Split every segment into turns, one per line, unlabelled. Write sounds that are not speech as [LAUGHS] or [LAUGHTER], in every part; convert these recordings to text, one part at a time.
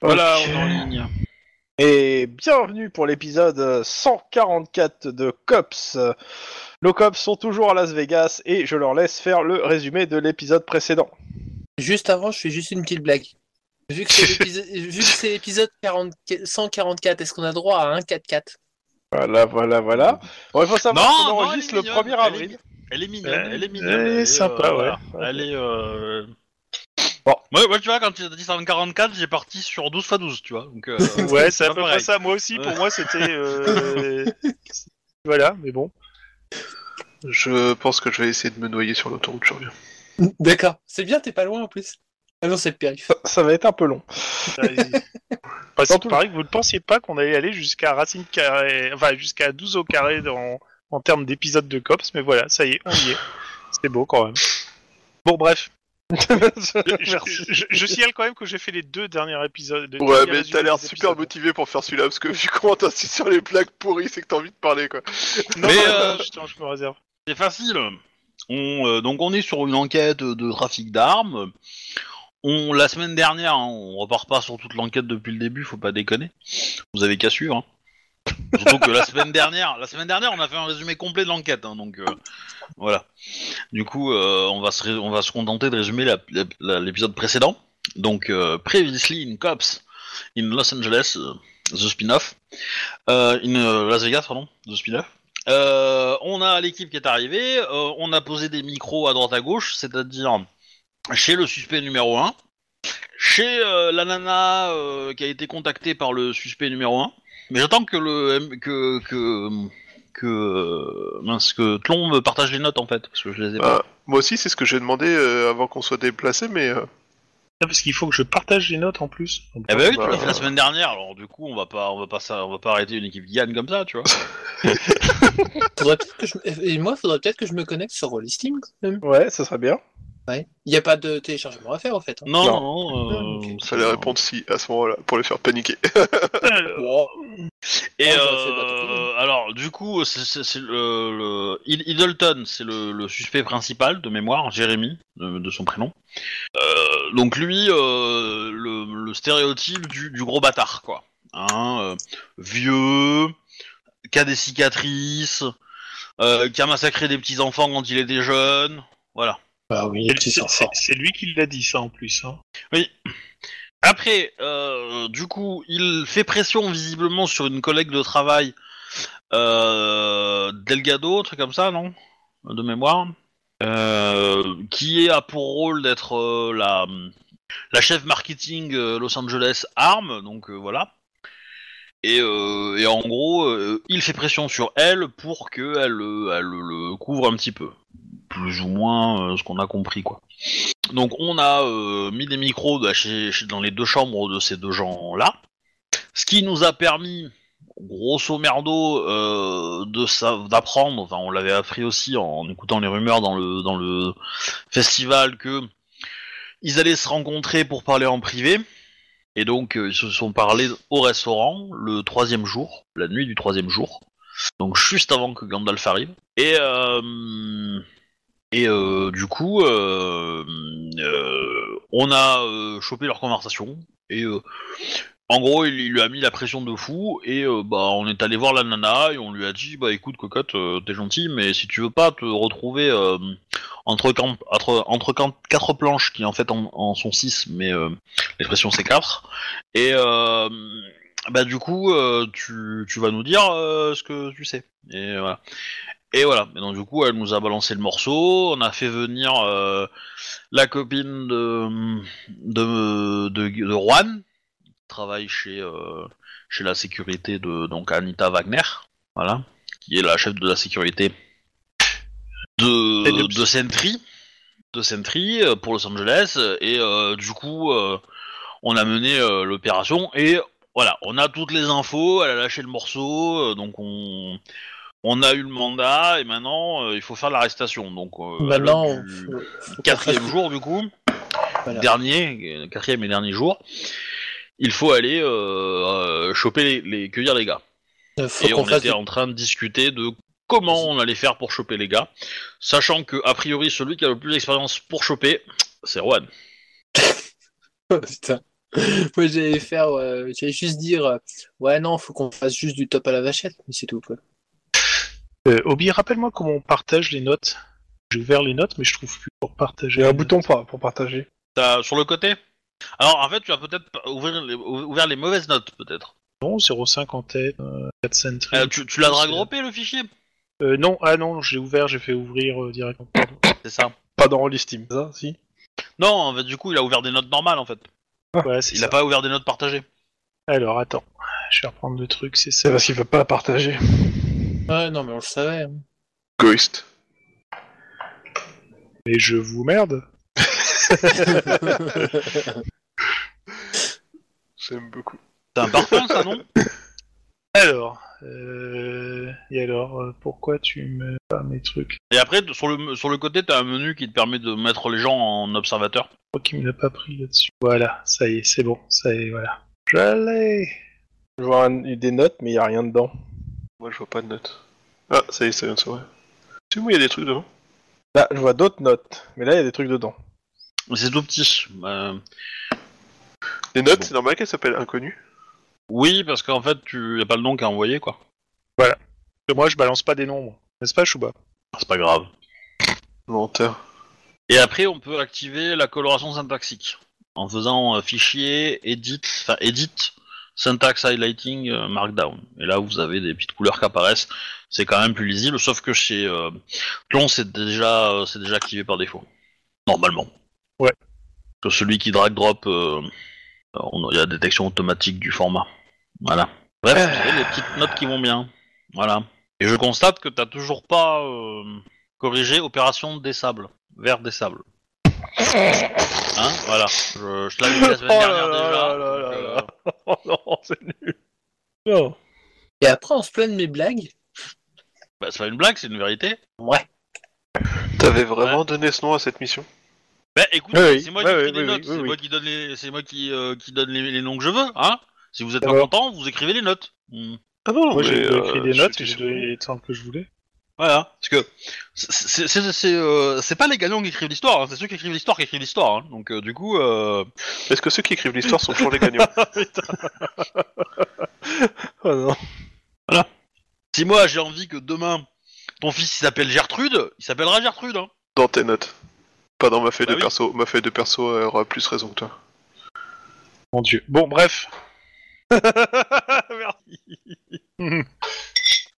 Voilà,
Ok.
on est en ligne.
Et bienvenue pour l'épisode 144 de Cops. Nos Cops sont toujours à Las Vegas et je leur laisse faire le résumé de l'épisode précédent.
Juste avant, je fais juste une petite blague.
[LAUGHS]
Vu que c'est l'épisode- vu que c'est l'épisode 40 144, est-ce qu'on a droit à un 4-4
Voilà, voilà, voilà. Bon, il faut savoir
Non,
qu'on
non,
enregistre
elle est
le
mignonne,
1er avril.
Elle est mignonne,
Ouais,
elle est mignonne.
elle est
elle est,
sympa,
euh,
ouais.
voilà. Elle est. euh,
Bon.
Moi, moi, tu vois, quand tu as dit 144, j'ai parti sur 12 x 12, tu vois. Donc, euh, [LAUGHS]
Ouais, c'est à
pas
peu près
pareil.
ça. Moi aussi, pour
Ouais.
moi, c'était. euh, voilà, mais bon.
Je pense que je vais essayer de me noyer sur l'autoroute, je reviens.
D'accord. C'est bien, t'es pas loin en plus. Ah non, c'est le périph.
Ça va être un peu long.
Allez-y. Enfin,
Dans
c'est
tout-
pareil que vous ne pensiez pas qu'on allait aller jusqu'à Racine Carré, enfin jusqu'à 12 au carré dans- en termes d'épisodes de Cops, mais voilà, ça y est, on y est. C'était beau quand même. Bon, bref. Je, je-
Merci.
je- je signale quand même que j'ai fait les deux derniers épisodes. les
Ouais,
derniers
mais
résumés
t'as l'air
des
super
épisodes.
motivé pour faire celui-là, parce que vu comment t'insistes sur les plaques pourries, c'est que t'as envie de parler, quoi.
Non,
[LAUGHS]
Mais,
non,
euh,
non, justement, je me réserve.
c'est facile. On, euh, donc, on est sur une enquête de trafic d'armes. On, la semaine dernière, hein, on repart pas sur toute l'enquête depuis le début, faut pas déconner. Vous avez qu'à suivre. hein. Surtout que la semaine dernière, la semaine dernière, on a fait un résumé complet de l'enquête, hein, donc euh, voilà. Du coup, euh, on va se, ré- on va se contenter de résumer la- la- la- l'épisode précédent. Donc, euh, previously in cops in Los Angeles, euh, the spin-off, Euh, in euh, Las Vegas, pardon, the spin-off. Euh, on a l'équipe qui est arrivée, euh, on a posé des micros à droite à gauche, c'est-à-dire chez le suspect numéro 1, chez euh, la nana euh, qui a été contactée par le suspect numéro 1. Mais j'attends que le que que que euh, mince, que Tlon me partage les notes en fait parce que je les ai pas.
Ah, moi aussi, c'est ce que j'ai demandé euh, avant qu'on soit déplacé, mais euh,
Ah, Parce qu'il faut que je partage les notes en plus.
Eh ben oui, tu
bah,
l'as fait la semaine dernière, alors du coup on va pas on va pas ça, on va pas arrêter une équipe qui gagne comme ça, tu vois.
Faudrait peut-être que je... me- Et moi, faudrait peut-être que je me connecte sur Roll Steam quand même.
[LAUGHS] Ouais, ça serait bien.
Ouais. Il n'y a pas de téléchargement à faire en fait. hein.
Non, non, euh,
Ok.
c'est-
fallait répondre si à ce moment-là pour les faire paniquer. [LAUGHS]
Euh,
Euh,
Oh.
Et
Oh, ça,
euh,
c'est pas trop cool.
alors, du coup, c'est- c'est c'est le, le- Id- Iddleton, c'est le, le suspect principal de mémoire, Jérémy, de, de son prénom. Euh, donc lui, euh, le, le stéréotype du, du gros bâtard, quoi. Hein, euh, vieux, qui a des cicatrices, euh, qui a massacré des petits enfants quand il était jeune, voilà.
Bah oui,
C'est-
tu
c'est-
sens
c'est-
hein.
fort.
C'est lui qui l'a dit ça en plus. hein.
Après, euh, du coup, il fait pression visiblement sur une collègue de travail, euh, Delgado, un truc comme ça, non De mémoire. Euh, qui a pour rôle d'être euh, la, la chef marketing euh, Los Angeles Arms, donc euh, voilà. Et, euh, et en gros, euh, il fait pression sur elle pour qu'elle elle, euh, elle le couvre un petit peu. Plus ou moins euh, ce qu'on a compris, quoi. Donc on a euh, mis des micros de- chez- chez- dans les deux chambres de ces deux gens-là, ce qui nous a permis, grosso merdo, euh, de sa- d'apprendre, enfin on l'avait appris aussi en écoutant les rumeurs dans le, dans le festival, que ils allaient se rencontrer pour parler en privé, et donc euh, ils se sont parlé au restaurant le troisième jour, la nuit du troisième jour, donc juste avant que Gandalf arrive, et... euh, et euh, du coup, euh, euh, on a euh, chopé leur conversation. Et euh, en gros, il, il lui a mis la pression de fou. Et euh, bah, on est allé voir la nana et on lui a dit Bah écoute, cocotte, euh, t'es gentil, mais si tu veux pas te retrouver euh, entre, camp- entre, entre camp- quatre planches qui en fait en, en sont six, mais euh, l'expression c'est quatre. Et euh, bah, du coup, euh, tu, tu vas nous dire euh, ce que tu sais. Et voilà. Et voilà. Et donc du coup, elle nous a balancé le morceau. On a fait venir euh, la copine de de de, de Juan, qui travaille chez euh, chez la sécurité de donc Anita Wagner, voilà, qui est la chef de la sécurité
Et
de
de-
de Sentry, de Sentry euh, pour Los Angeles. Et euh, du coup, euh, on a mené euh, l'opération et voilà, on a toutes les infos. Elle a lâché le morceau, euh, donc on on a eu le mandat et maintenant euh, il faut faire l'arrestation. Donc euh,
Maintenant,
le-
Bah faut-
du
faut qu'on
quatrième
fasse-
jour du coup,
Voilà.
dernier, euh, quatrième et dernier jour, il faut aller euh, euh, choper les, les- cueillir les gars.
Faut
et
qu'on
on
fasse
était
des-
en train de discuter de comment on allait faire pour choper les gars, sachant que a priori celui qui a le plus d'expérience pour choper, c'est Juan.
Oh, putain. Moi, j'allais faire, euh, j'allais juste dire, euh, ouais, non, faut qu'on fasse juste du top à la vachette, mais c'est tout, quoi.
Euh, Obi, rappelle-moi comment on partage les notes. J'ai ouvert les notes, mais je trouve plus pour partager.
J'ai un
les
bouton pas pour partager.
T'as- sur le côté Alors, en fait, tu as peut-être pas ouvrir les- ouvert les mauvaises notes, peut-être.
notes. Non, 0,5 en tête, euh, 4 centuries.
Euh, tu tu l'as drag droppé, le fichier
Euh, non, ah non, j'ai ouvert, j'ai fait ouvrir euh, directement.
Ah.
Pardon.
C'est ça.
Pas dans Rolly Steam, ça, si.
Non, en fait, du coup, il a ouvert des notes normales, en fait.
Ouais, c'est
Il
ça.
a pas ouvert des notes partagées.
Alors, attends. Je vais reprendre le truc, c'est ça.
C'est parce qu'il veut pas partager.
Ouais, non, mais on le savait. hein.
Ghost.
Et je vous merde.
hein.
[LAUGHS]
J'aime beaucoup.
C'est un parfum, ça, non
Alors, euh... et alors, euh, pourquoi tu me pas mes trucs
Et après, t- sur le, sur le côté, t'as un menu qui te permet de mettre les gens en observateur.
Pourquoi qu'il me l'a pas pris là-dessus Voilà, ça y est, c'est bon, ça y est, voilà. J'allais
Je vois un- des notes, mais il y a rien dedans.
Moi, je vois pas de notes. Ah, ça y est, ça vient de s'ouvrir. Tu vois, il y a des trucs devant.
Là, Bah, je vois d'autres notes, mais là, il y a des trucs dedans.
C'est tout petit. Euh,
Les notes,
Bon.
c'est normal qu'elles s'appellent inconnues.
oui, parce qu'en fait, tu y a pas le nom qui est envoyé, quoi.
Moi, je balance pas des nombres, n'est-ce pas, Chouba
C'est pas grave.
Menteur.
Et après, on peut activer la coloration syntaxique en faisant euh, fichier, edit, enfin edit, syntax highlighting, euh, markdown. Et là, vous avez des petites couleurs qui apparaissent. C'est quand même plus lisible, sauf que chez euh, Tlon, c'est déjà, euh, c'est déjà activé par défaut. Normalement.
Ouais.
Que celui qui drag drop, euh, on- il y a détection automatique du format. Voilà. Bref, vous avez les petites notes qui vont bien. Voilà. Et je constate que t'as toujours pas euh, corrigé opération des sables vers des sables. Hein Voilà. Je, je l'avais dit la semaine dernière déjà. donc, euh,
Oh non, c'est nul.
Non
Et après, on se plaint de mes blagues.
bah, c'est pas une blague, c'est une vérité.
Ouais.
T'avais vraiment donné ce nom à cette mission
Bah écoute,
Oui, oui,
c'est moi
oui,
qui
oui,
écris les
oui,
notes,
oui,
c'est
oui.
moi qui donne les, c'est moi qui, euh, qui donne les, les noms que je veux, hein Si vous êtes pas
D'accord.
content, vous écrivez les notes. Hmm.
Ah non, non,
Moi, j'ai
euh,
écrit des
je
notes,
suis
et j'ai
sûr.
donné les temps que je voulais.
Voilà. Parce que c'est, c'est, c'est, euh, c'est pas les gagnants qui écrivent l'histoire, hein, c'est ceux qui écrivent l'histoire qui écrivent l'histoire. hein. Donc euh, du coup, euh,
Est-ce que ceux qui écrivent l'histoire sont toujours les [LAUGHS] gagnants
Oh non.
si moi j'ai envie que demain ton fils il s'appelle Gertrude, il s'appellera Gertrude. Hein.
Dans tes notes. Pas dans ma feuille
Bah
de
oui.
perso. Ma feuille de perso euh, aura plus raison que toi.
Mon dieu. Bon, bref. Merci.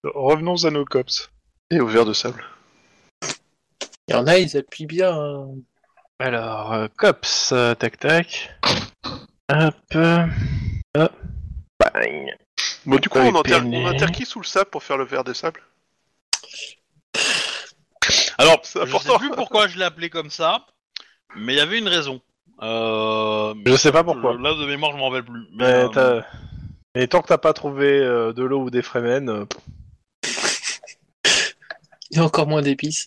Revenons à nos cops.
Et au verre de sable.
Il y en a, ils appuient bien. hein.
Alors, euh, Cops, euh, tac tac. Hop. euh, Hop. Bang.
Bon, du coup,
Putain,
on,
les
enterre,
peignets.
on enterre qui sous le sable pour faire le verre de sable
Alors,
c'est
je sais
important.
plus pourquoi je l'ai appelé comme ça, mais il y avait une raison. Euh,
Je sais pas pourquoi.
Là de mémoire, je m'en rappelle plus. Mais,
Mais,
euh,
t'as- mais tant que t'as pas trouvé euh, de l'eau ou des Fremen, euh,
Il y a encore moins d'épices.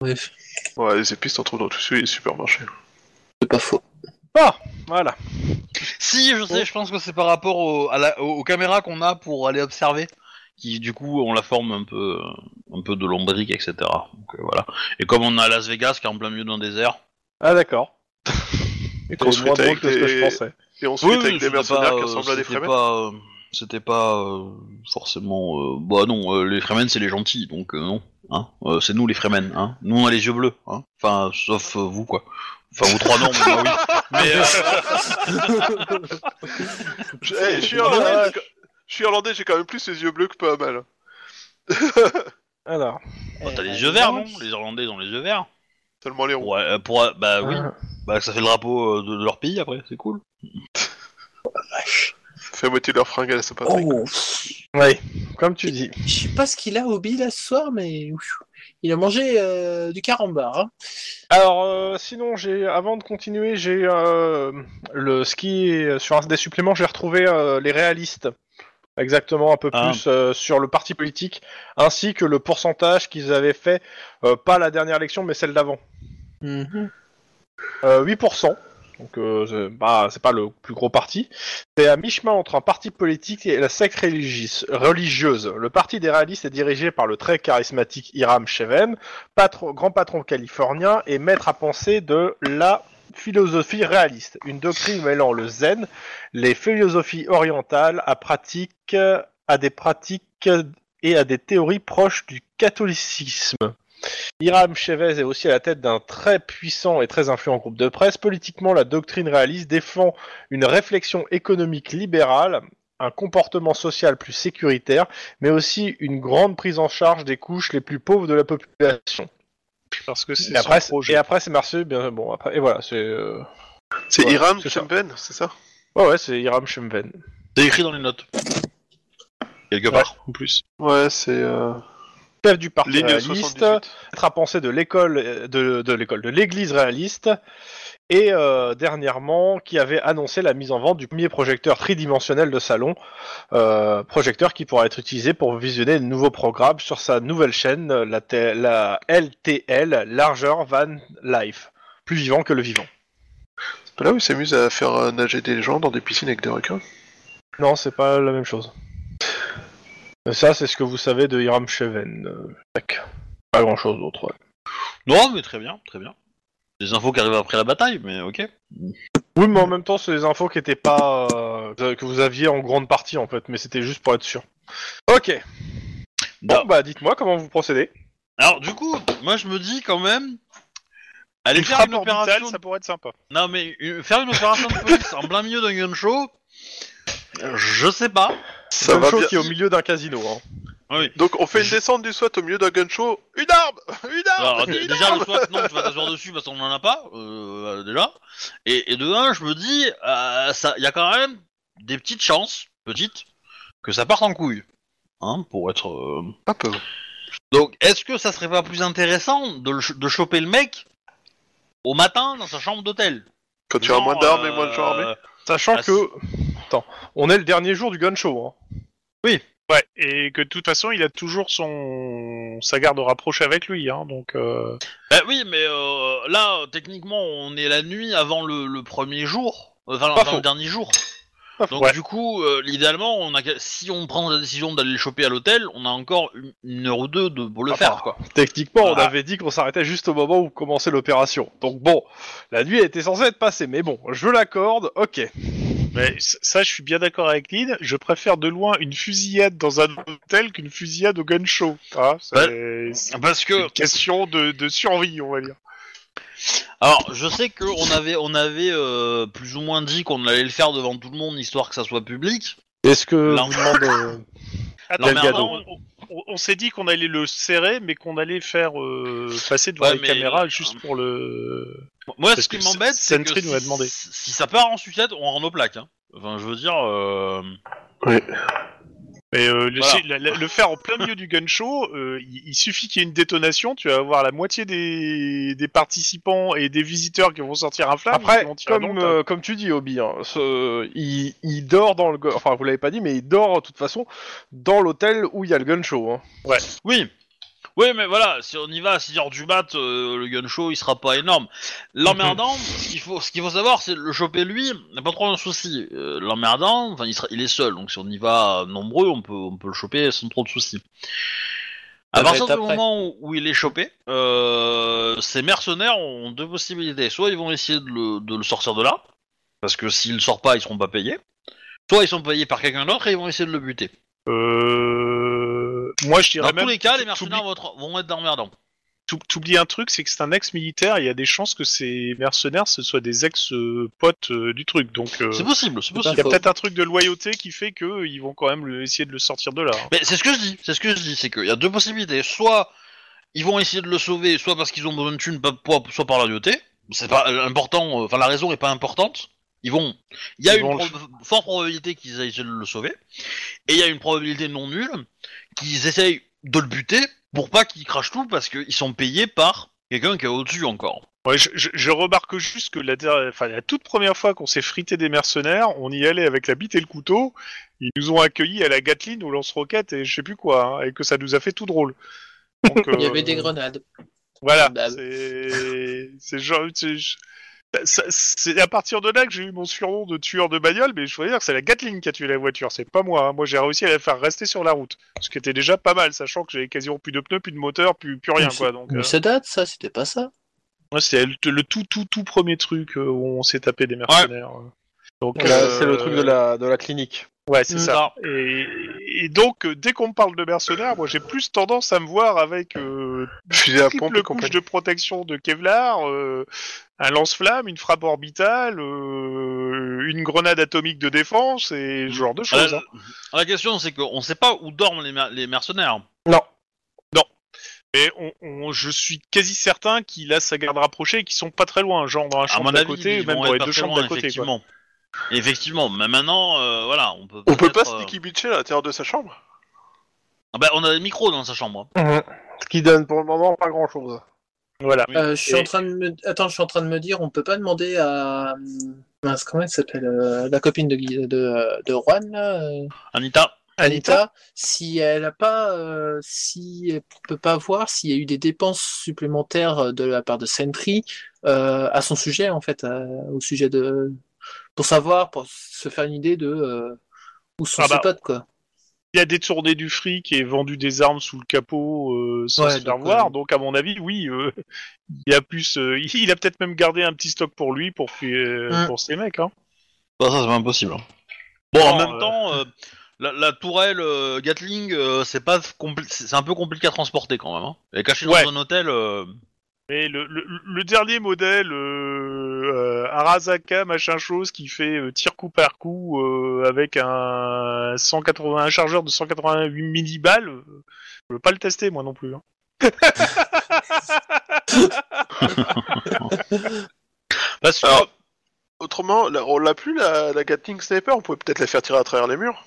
Bref,
Ouais, les épices, t'en trouves dans tous les supermarchés.
c'est pas faux.
voilà.
Si, je sais, je pense que c'est par rapport au- à la- aux, aux caméras qu'on a pour aller observer, qui du coup on la forme un peu, euh, un peu de lombrique, etc. Donc, euh, voilà. Et comme on a Las Vegas qui est en plein milieu d'un désert.
Ah d'accord. Et
qu'on se
moins
fait
drôle
avec
que ce que
des-
je pensais.
Et on se met avec des
c'était
mercenaires
pas,
qui
euh,
ressemblent à des
c'était
Fremen
pas, euh, C'était pas euh, forcément. euh, bah non, euh, les Fremen c'est les gentils, donc euh, non. Hein Euh, c'est nous les Fremen, hein. Nous on a les yeux bleus, hein. Enfin, sauf euh, vous quoi. Enfin, vous trois non, mais moi, [LAUGHS] oui. Mais, euh,
[LAUGHS] Je, eh, je suis irlandais, j'ai- je suis irlandais, j'ai quand même plus les yeux bleus que pas mal.
Alors.
bah, t'as les yeux verts, non Les Irlandais ils ont les yeux verts.
Seulement les ronds.
Pour, euh, pour, euh, bah oui.
Ah.
Bah ça fait le drapeau euh, de, de leur pays après, c'est cool.
Fais moitié de leur fringue à la Saint-Patrick.
Oh,
Oui, comme tu dis.
je sais pas ce qu'il a, Obi, là, ce soir, mais ouf, il a mangé euh, du carambar. hein.
Alors, euh, sinon, j'ai, avant de continuer, j'ai euh, le ski euh, sur un des suppléments, j'ai retrouvé euh, les réalistes, exactement un peu
Ah.
plus euh, sur le parti politique, ainsi que le pourcentage qu'ils avaient fait, euh, pas la dernière élection, mais celle d'avant. Euh, 8%. Donc, euh, c'est bah, c'est pas le plus gros parti. C'est à mi-chemin entre un parti politique et la secte religis- religieuse. Le parti des réalistes est dirigé par le très charismatique Hiram Cheven, patron- grand patron californien et maître à penser de la philosophie réaliste, une doctrine mêlant le zen, les philosophies orientales à pratiques, à des pratiques et à des théories proches du catholicisme. Hiram Chavez est aussi à la tête d'un très puissant et très influent groupe de presse. Politiquement, la doctrine réaliste défend une réflexion économique libérale, un comportement social plus sécuritaire, mais aussi une grande prise en charge des couches les plus pauvres de la population.
Parce que c'est
Et après,
son projet.
et après, c'est Marseille, bien bon, après, et voilà, c'est. euh,
C'est
Ouais,
Hiram
c'est ça.
Chumpen, c'est ça
Ouais, ouais, c'est Hiram Shumven.
C'est écrit dans les notes. Quelque
Ouais,
part.
en plus.
Ouais, c'est euh,
Chef du parti
ligne
réaliste,
78.
être à penser de l'école, euh, de, de l'école, de l'église réaliste, et euh, dernièrement, qui avait annoncé la mise en vente du premier projecteur tridimensionnel de salon, euh, projecteur qui pourra être utilisé pour visionner de nouveaux programmes sur sa nouvelle chaîne, euh, la, T- la LTL, Larger Van Life, plus vivant que le vivant.
C'est pas là où il s'amuse à faire euh, nager des gens dans des piscines avec des requins
Non, c'est pas la même chose. Euh, Ça, c'est ce que vous savez de Hiram Cheven. euh, tac. pas grand chose d'autre. ouais.
Non, mais très bien, très bien. Des infos qui arrivent après la bataille, mais ok.
Oui, mais en même temps, c'est des infos qui étaient pas. euh, que vous aviez en grande partie, en fait, mais c'était juste pour être sûr. Ok. Bon,
Non.
bah, dites-moi comment vous procédez.
Alors, du coup, moi je me dis quand même. Aller
Une
faire
frappe
une
orbitale,
opération.
ça pourrait être sympa.
Non, mais euh, faire une opération de police en plein milieu d'un gun show. euh, Je sais pas.
Ça
Gun
va
show
bien.
qui est au milieu d'un casino. hein.
Donc on fait une descente du SWAT au milieu d'un gun show. Une arme Une
Ah,
arme
Alors, d-
Une
déjà,
arme
le SWAT, non, tu vas t'asseoir dessus parce qu'on en a pas, euh, euh, déjà. Et, et de un, je me dis, euh, ça- il y a quand même des petites chances, petites, que ça parte en couille. Hein, pour être. euh,
Un peu.
Donc, est-ce que ça serait pas plus intéressant de, le ch- de choper le mec au matin dans sa chambre d'hôtel
Quand tu as moins d'armes et moins de gens
Genre,
armés.
euh,
Sachant
Ah,
que. Attends, on est le dernier jour du gun show. hein.
Ouais, et que de toute façon, il a toujours son sa garde rapproche avec lui, hein, donc. euh,
bah oui, mais euh, là, euh, techniquement, on est la nuit avant le, le premier jour, euh, enfin,
Pas
avant
faux.
le dernier jour.
Pas
Donc
Ouais.
du coup, euh, idéalement, on a, qu'à- si on prend la décision d'aller le choper à l'hôtel, on a encore une, une heure ou deux de, pour le
Ah,
faire,
bah.
quoi.
Techniquement, on
Ah.
avait dit qu'on s'arrêtait juste au moment où commençait l'opération. Donc bon, la nuit était censée être passée, mais bon, je l'accorde, ok.
Mais c- ça, je suis bien d'accord avec Lynn. Je préfère de loin une fusillade dans un hôtel qu'une fusillade au gun show.
Bah,
hein, c'est c'est
Parce que,
une question de, de survie, on va dire.
alors, je sais qu'on avait, on avait euh, plus ou moins dit qu'on allait le faire devant tout le monde, histoire que ça soit public.
Est-ce que.
Là, on
[LAUGHS] Attends,
mais
attends,
avant-
on, on- on s'est dit qu'on allait le serrer, mais qu'on allait faire euh, passer devant
Ouais,
les
mais-
caméras juste pour le.
Moi,
Parce
ce qui
que
m'embête, c'est que
Sentry nous a
si-
demandé.
Si, ça part en sucette, on rend nos plaques. Hein. Enfin, je veux dire, euh,
Mais euh, le,
Voilà.
c'est- la- la- le faire en plein milieu du gun show, euh, il, il suffit qu'il y ait une détonation, tu vas avoir la moitié des, des participants et des visiteurs qui vont sortir un flamme.
Après,
qui vont tirer,
comme,
non, t'as-
euh, comme tu dis, Obi, hein, ce- il, il dort dans le. go- Enfin, vous l'avez pas dit, mais il dort de toute façon dans l'hôtel où il y a le gun show. hein.
oui. Oui, mais voilà, si on y va à 6h du mat, euh, le gun show, il sera pas énorme. L'emmerdant, ce qu'il faut, ce qu'il faut savoir, c'est le choper lui, n'a pas trop un souci. Euh, L'emmerdant, enfin, il, sera- il est seul, donc si on y va nombreux, on peut, on peut le choper sans trop de soucis. À
Ça va
partir
être
du
après.
moment où, où il est chopé, euh, ces mercenaires ont deux possibilités. Soit ils vont essayer de le, de le sortir de là, parce que s'il ne sort pas, ils seront pas payés. Soit ils sont payés par quelqu'un d'autre et ils vont essayer de le buter.
Euh, Moi, je dirais
Dans
même.
tous les cas, les
t'oublies-
mercenaires vont être, vont être emmerdants.
t'ou- T'oublies un truc, c'est que c'est un ex-militaire. Il y a des chances que ces mercenaires ce soient des ex-potes euh, du truc. Donc, euh,
C'est possible, c'est
il
possible.
y a peut-être un truc de loyauté qui fait que euh, ils vont quand même le- essayer de le sortir de là. hein.
Mais c'est ce que je dis, c'est ce que je dis, c'est qu'il y a deux possibilités. Soit ils vont essayer de le sauver, soit parce qu'ils ont besoin de thunes, pas- pas- soit par la loyauté. C'est pas euh, important, euh, enfin la raison est pas importante. Ils vont. Il y a
Ils
une
vont le
prob- forte probabilité qu'ils aient essayé de le sauver, et il y a une probabilité non nulle qu'ils essayent de le buter pour pas qu'il crache tout parce qu'ils sont payés par quelqu'un qui est au-dessus encore.
Ouais, je, je- je remarque juste que la, der- enfin, la toute première fois qu'on s'est frité des mercenaires, on y allait avec la bite et le couteau. Ils nous ont accueillis à la Gatling au lance-roquette et je sais plus quoi, hein, et que ça nous a fait tout drôle. Donc,
Il y
euh,
avait des grenades.
Voilà.
Bah,
C'est c'est genre. c'est- je- bah, ça- C'est à partir de là que j'ai eu mon surnom de tueur de bagnole, mais je voulais dire que c'est la Gatling qui a tué la voiture, c'est pas moi. hein. Moi j'ai réussi à la faire rester sur la route, ce qui était déjà pas mal, sachant que j'avais quasiment plus de pneus, plus de moteur, plus, plus rien quoi. Donc, euh,
Mais ça date, ça, c'était pas ça.
Ouais, c'est le, le tout, tout, tout premier truc euh, où on s'est tapé des mercenaires. Donc,
Là,
euh,
C'est le truc de la, de la clinique.
Ouais, c'est
Mm.
ça. Et, et donc, euh, dès qu'on me parle de mercenaires, moi j'ai plus tendance à me voir avec euh,
Fusil à pompe
triple
et
couche
compagnie.
de protection de Kevlar, euh, un lance-flamme, une frappe orbitale, euh, une grenade atomique de défense et ce genre de
Euh,
choses.
La,
hein.
question, c'est qu'on sait pas où dorment les, mer- les mercenaires.
Non.
Mais on, on- je suis quasi certain qu'il a sa garde rapprochée et qu'ils sont pas très loin, genre dans la
À
chambre
mon
d'à
avis,
côté,
ils
même
vont
dans les
être pas
deux
très
chambres
loin,
d'à côté. quoi.
effectivement. Effectivement, mais maintenant, euh, voilà, on peut.
On peut pas
peut-être, euh,
sneaky bitcher à l'intérieur de sa chambre
ah bah, on a des micros dans sa chambre. hein.
Ce qui donne pour le moment pas grand chose.
Voilà.
Euh, je suis
Et-
en train de me... Attends, je suis en train de me dire, on peut pas demander à. Mince, comment elle s'appelle euh, La copine de, Guy- de, euh, de Juan, là, euh,
Anita,
Anita, si elle a pas. euh, si elle peut pas voir s'il y a eu des dépenses supplémentaires euh, de la part de Sentry euh, à son sujet, en fait, euh, au sujet de. Pour savoir, pour se faire une idée de. euh, où sont
Ah
ses
bah,
potes, quoi.
il a détourné du fric et vendu des armes sous le capot euh, sans
Ouais,
se faire
donc,
voir.
euh,
Donc à mon avis, oui, euh, [LAUGHS] il a plus, euh, [LAUGHS] il a peut-être même gardé un petit stock pour lui, pour euh,
Mm.
pour ses mecs. Hein.
Bah, ça c'est pas impossible. Bon, en
Non,
même
euh,
temps, euh, la, la tourelle euh, Gatling, euh, c'est pas compli- c'est c'est un peu compliqué à transporter quand même. Hein. Elle est cachée dans
Ouais.
un hôtel. euh,
Mais le, le, le dernier modèle, euh, euh, Arasaka machin chose, qui fait euh, tir coup par coup euh, avec un 180, un chargeur de 188 milli balles, euh, je veux pas le tester moi non plus. hein.
Parce que
Alors, Autrement, la- on l'a plus la, la Gatling Sniper, on pouvait peut-être la faire tirer à travers les murs.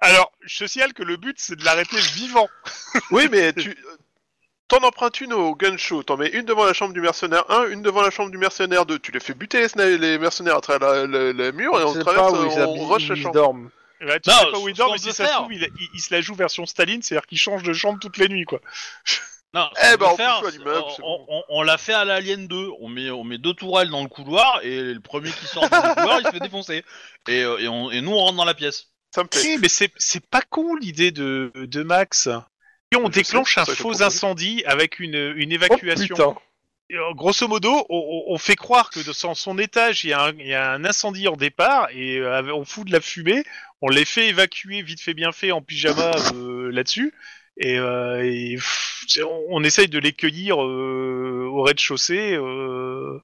Alors, je signale que le but c'est de l'arrêter vivant.
Oui, mais tu. T'en empruntes une au gun show, t'en mets une devant la chambre du mercenaire 1, une devant la chambre du mercenaire 2, tu les fais buter les, sna- les mercenaires à travers la- le- le mur et on
Je sais
traverse, euh,
pas où ils
on,
habitent,
rush la
ils
chambre.
dorment.
Bah, tu
Non,
sais pas
ce-
où il
ce
dort,
qu'on
mais si
peut
ça se
faire-
trouve, il, a- il- il se la joue version Staline, c'est-à-dire qu'il change de chambre toutes les nuits, quoi.
Non,
Eh
on,
ben,
peut
on
faire,
fout ça, l'immeuble, c'est
on- on- on l'a fait à l'Alien 2. On met, on met deux tourelles dans le couloir et le premier qui sort dans le [LAUGHS] couloir, il se fait défoncer. Et, euh, et on- et nous, on rentre dans la pièce.
Ça me plaît.
Si, mais c'est c'est pas con l'idée de, de Max. Et on
Je sais,
déclenche
c'est
un
ça que je
faux
propose.
incendie avec une, une
Oh,
évacuation.
putain.
Et, euh, Grosso modo, on, on- on fait croire que dans son étage, il y, a un- il y a un incendie en départ et euh, avec- on fout de la fumée. On les fait évacuer vite fait bien fait en pyjama euh, là-dessus. Et, euh, et, pff, c'est- on, on essaye de les cueillir euh, au rez-de-chaussée. euh,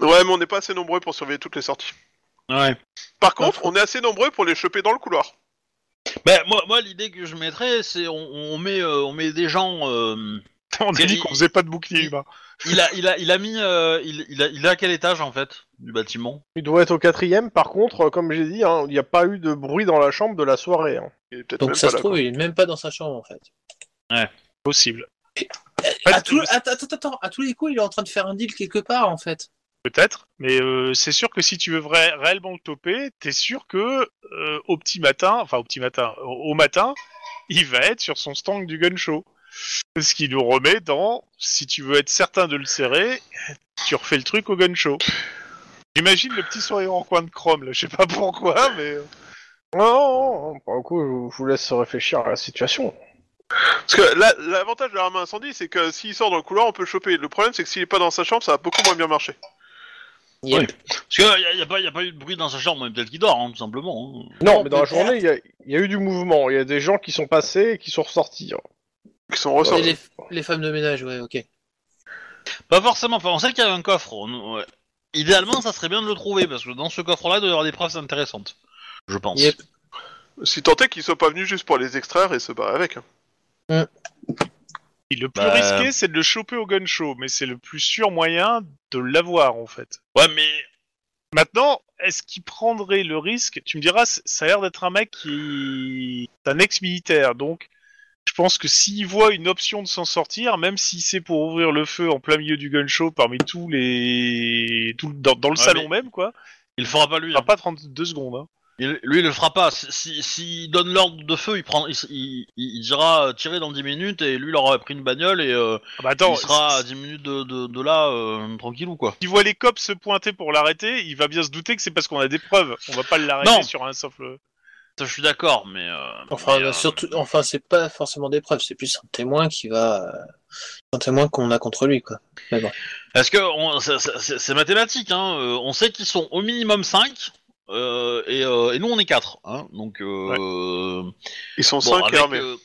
Ouais, mais on n'est pas assez nombreux pour surveiller toutes les sorties.
Ouais.
Par contre, on est assez nombreux pour les choper dans le couloir.
Ben, moi, moi l'idée que je mettrais, c'est on, on met, euh, on met des gens. euh,
On
Et
a dit
il-
qu'on faisait pas de bouclier bah.
il-
humain.
il, a, il, a, il a mis. euh, il, il, a, il est à quel étage en fait du bâtiment
Il doit être au quatrième. Par contre, euh, comme j'ai dit, hein, il n'y a pas eu de bruit dans la chambre de la soirée. hein.
Il est peut-être
Donc
même
ça
pas
se
là.
trouve, il est même pas dans sa chambre, en fait.
Possible.
À tout- Attends, attends, attends, à tous les coups, il est en train de faire un deal quelque part, en fait.
Peut-être, mais euh, c'est sûr que si tu veux vrai- réellement le toper, t'es sûr que euh, au petit matin, enfin au petit matin, au, au matin, il va être sur son stand du gun show. Ce qui nous remet dans, si tu veux être certain de le serrer, tu refais le truc au gun show. J'imagine le petit sourire en coin de Chrome, là, je sais pas pourquoi, mais...
Non, non, non, pour le coup, je vous- je vous laisse réfléchir à la situation.
Parce que là, l'avantage de l'arme à incendie, c'est que s'il sort dans le couloir, on peut le choper. Le problème, c'est que s'il est pas dans sa chambre, ça va beaucoup moins bien marcher.
Ouais. Parce qu'il n'y a, y a, pas- y a pas eu de bruit dans sa chambre, mais peut-être qu'il dort, hein, tout simplement. hein.
Non,
Non,
mais dans la
peut-être.
journée, il y, a- il y a eu du mouvement. Il y a des gens qui sont passés et qui sont ressortis. hein.
Ils sont
Et
ressortis.
les, les femmes de ménage, ouais, ok.
Pas forcément. Enfin, on sait qu'il y a un coffre. on- ouais. Idéalement, ça serait bien de le trouver parce que dans ce coffre-là, il doit y avoir des preuves intéressantes. Je pense.
Yep.
Si tant est qu'ils soient pas venus juste pour les extraire et se barrer avec. hein.
Et le plus
Bah.
risqué, c'est de le choper au gun show, mais c'est le plus sûr moyen de l'avoir, en fait.
Ouais, mais
Maintenant, est-ce qu'il prendrait le risque Tu me diras, c- ça a l'air d'être un mec qui est un ex-militaire, donc je pense que s'il voit une option de s'en sortir, même si c'est pour ouvrir le feu en plein milieu du gun show parmi tous les... tout le- dans, dans le
Ouais,
salon même, quoi,
il le fera pas lui.
il va
hein.
pas 32 secondes. hein.
Il- lui, il le fera pas. Si- si- S'il donne l'ordre de feu, il, prend, il, il- il dira euh, tirer dans 10 minutes et lui, il aura pris une bagnole et euh,
Ah bah attends,
il sera à
s-
10 minutes de, de, de là, euh, tranquillou quoi.
s'il voit les cops se pointer pour l'arrêter, il va bien se douter que c'est parce qu'on a des preuves. On va pas l'arrêter
Non.
sur un simple...
Ça, je suis d'accord, mais. euh,
Enfin,
mais,
euh,
euh,
surtout, enfin, c'est pas forcément des preuves, c'est plus un témoin qui va, euh, un témoin qu'on a contre lui, quoi. Mais bon.
Parce que on- ça- ça- c'est c'est mathématique, hein. euh, on sait qu'ils sont au minimum 5, et, euh, et nous on est 4. Hein, donc, euh,
Ils sont
bon,
5
avec,
armés.
euh,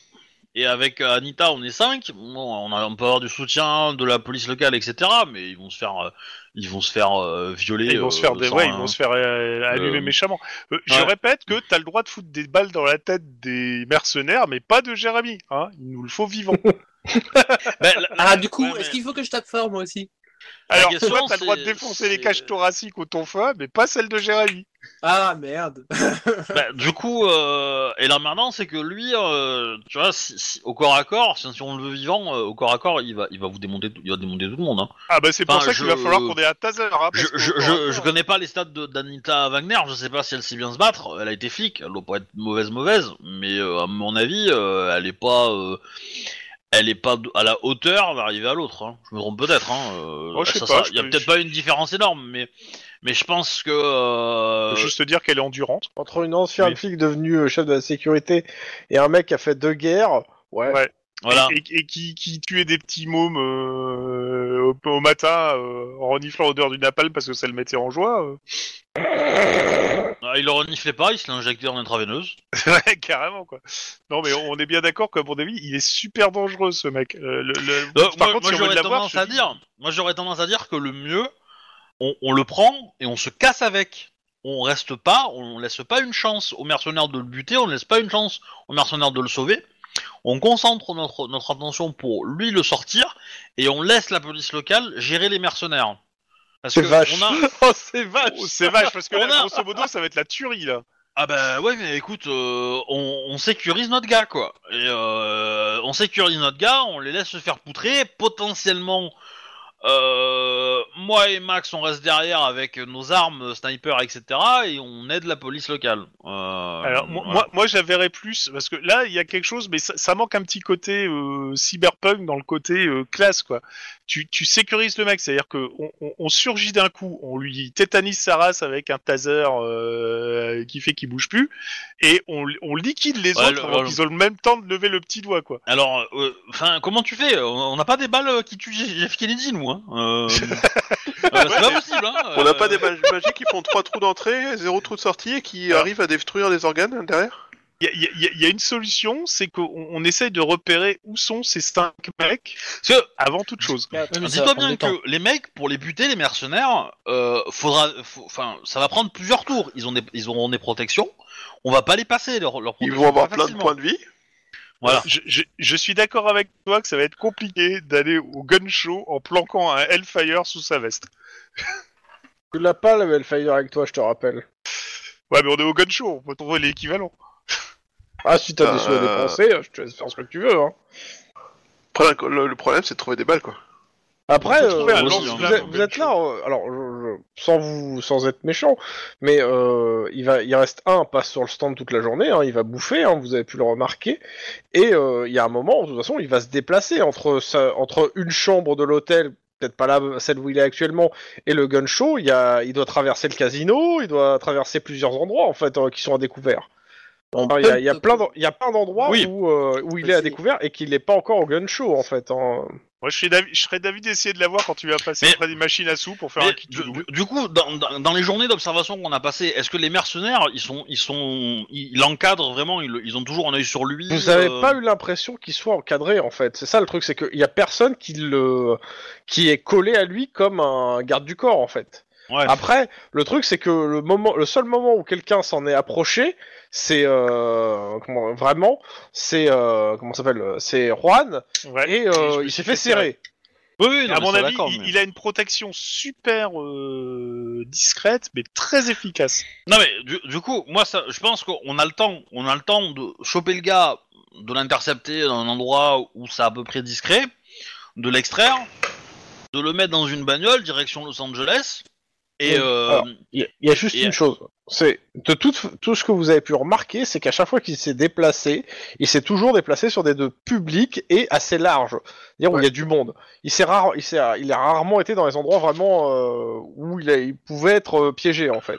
et avec euh, Anita on est 5, on, a, on peut avoir du soutien de la police locale, etc. Mais ils vont se faire, euh, ils vont se faire euh, violer.
Ils vont se
euh,
faire, des,
sans
ouais, ils
un-
vont se faire euh, allumer
euh,
méchamment. Euh, Je
ouais.
répète que t'as le droit de foutre des balles dans la tête des mercenaires, mais pas de Jérémy. Hein Il nous le faut vivant.
[LAUGHS] Ben, la- la-
Ah, du coup,
ouais, mais-
est-ce qu'il faut que je tape fort, moi aussi?
[LAUGHS] La
Alors,
question,
toi, t'as le droit de
c'est-
défoncer les
c'est-
caches thoraciques au tonfa, mais pas celle de Jérémy.
Ah, merde.
Bah, du coup, euh, et là maintenant, c'est que lui, euh, tu vois, si- si- au corps à corps, si, si on le veut vivant, euh, au corps à corps, il va, il va vous démonter, tout- il va démonter tout le monde. Hein.
Ah bah c'est pour
Enfin,
ça qu'il va
je-
falloir qu'on ait un taser. Hein, parce
Je,
que-
je, je, je connais pas les stats de- d'Anita Wagner, je sais pas si elle sait bien se battre. Elle a été flic, elle doit pas être mauvaise, mauvaise, mais euh, à mon avis, euh, elle est pas, euh, elle est pas de- à la hauteur d'arriver à l'autre. hein. Je me trompe peut-être. Hein. euh,
Oh, je sais
ça,
pas,
ça-
je
il y a
peux-
peut-être
je-
pas une différence énorme, mais, mais je pense que. euh,
Juste te dire qu'elle est endurante.
Entre une ancienne
Oui.
flic devenue euh, chef de la sécurité et un mec qui a fait deux guerres, ouais.
Ouais.
voilà.
Et, et- et qui, qui tuait des petits mômes euh, au, au matin euh, en reniflant l'odeur du napalm parce que ça le mettait en joie. euh. [LAUGHS]
Ah, il le reniflait pas, il se l'injectait en intraveineuse.
Ouais, carrément quoi. Non mais on est bien d'accord qu'à mon avis, il est super dangereux ce mec. Euh, le- le-
Euh,
Par
moi, moi,
contre, si on veut
j'aurais
l'avoir,
tendance
je te
à
dis-
dire, moi j'aurais tendance à dire que le mieux, on, on le prend et on se casse avec. On reste pas, on laisse pas une chance aux mercenaires de le buter, on ne laisse pas une chance aux mercenaires de le sauver. On concentre notre, notre attention pour lui le sortir et on laisse la police locale gérer les mercenaires. Parce
C'est
que
vache.
on a,
[LAUGHS] Oh, c'est vache
Oh, c'est vache parce que
On
là,
a-
grosso modo, ça va être la tuerie là.
Ah bah ouais mais écoute euh, on, on sécurise notre gars quoi et euh, on sécurise notre gars on les laisse se faire poutrer potentiellement euh, moi et Max on reste derrière avec nos armes sniper etc et on aide la police locale Euh,
Alors moi,
voilà.
moi, moi, j'avairais plus parce que là, il y a quelque chose, mais ça, ça manque un petit côté euh, cyberpunk dans le côté euh, classe quoi. Tu, tu sécurises le mec, c'est-à-dire que on, on- on surgit d'un coup, on lui tétanise sa race avec un taser euh, qui fait qu'il bouge plus, et on, on liquide les
Ouais,
autres
le-
avant
le-
qu'ils ont le même temps de lever le petit doigt quoi.
alors euh, enfin comment tu fais on n'a pas des balles euh, qui tuent Jeff Kennedy nous hein
[LAUGHS]
Euh, euh, c'est pas possible hein
On n'a pas
Euh,
des mages magiques qui font 3 trous d'entrée, 0 trou de sortie et qui
Ah.
arrivent à détruire les organes derrière
Il y a, il y a- il y a- il y a une solution, c'est qu'on on essaye de repérer où sont ces cinq mecs
parce que
avant toute chose.
Ah,
Dis-toi bien que les mecs, pour les buter, les mercenaires, euh, faudra, faut- enfin, ça va prendre plusieurs tours. Ils ont des, ils auront des protections. On va pas les passer leur, leur
Ils
protection
vont avoir
très
plein de
facilement.
points de vie.
Voilà.
Je, je- je suis d'accord avec toi que ça va être compliqué d'aller au gun show en planquant un Hellfire sous sa veste.
Tu l'as pas le Hellfire avec toi, je te rappelle.
Ouais, mais on est au gun show, on peut trouver l'équivalent.
Ah, si t'as des sous à
Euh.
dépenser, je te laisse faire ce que tu veux. Hein.
Après, le, le problème, c'est de trouver des balles, quoi.
Après,
On peut trouver
euh,
un
vous,
lance-flamme,
vous êtes-
hein,
vous
quelque
êtes là, euh, alors je- je- sans vous, sans être méchant, mais euh, il va, il reste un, passe sur le stand toute la journée, hein, il va bouffer, hein, vous avez pu le remarquer, et euh, il y a un moment, de toute façon, il va se déplacer entre sa- entre une chambre de l'hôtel, peut-être pas là, celle où il est actuellement, et le gun show, il, y a, il doit traverser le casino, il doit traverser plusieurs endroits en fait euh, qui sont à découvert.
On
Enfin, Il y, a- il y a plein, d'en- il y a plein d'endroits
Oui.
où, euh, où il est à découvert et qu'il n'est pas encore au gun show en fait. hein.
Moi, je serais d'avis, je serais d'avis d'essayer de l'avoir quand tu vas passer
Mais-
près des machines à sous pour faire
Mais
un kit
du, du- du coup, dans, dans- dans les journées d'observation qu'on a passées, est-ce que les mercenaires, ils sont, ils sont, ils, ils l'encadrent vraiment, ils, ils ont toujours un œil sur lui.
Vous avez
euh,
pas eu l'impression qu'il soit encadré en fait. C'est ça le truc, c'est qu'il y a personne qui le qui est collé à lui comme un garde du corps en fait.
Ouais.
Après, le truc c'est que le moment, le seul moment où quelqu'un s'en est approché, c'est euh, comment- vraiment, c'est euh, comment ça s'appelle, euh, c'est Juan
Ouais.
et
Et je
euh,
me
il s'est
suis
fait serrer.
Oui, oui, non,
À
mais
mon
ça,
avis,
d'accord,
il,
mais-
il a une protection super euh, discrète, mais très efficace.
Non mais du, du coup, moi ça, je pense qu'on a le temps, on a le temps de choper le gars, de l'intercepter dans un endroit où c'est à peu près discret, de l'extraire, de le mettre dans une bagnole direction Los Angeles et
Oui.
euh,
Alors, Il y a- il y a juste
Et-
une chose, c'est de tout, tout ce que vous avez pu remarquer, c'est qu'à chaque fois qu'il s'est déplacé, il s'est toujours déplacé sur des deux publics et assez larges, c'est-à-dire où il y a du monde. Il s'est rare, il s'est, il a rarement été dans les endroits vraiment euh, où il, a- il pouvait être euh, piégé en fait.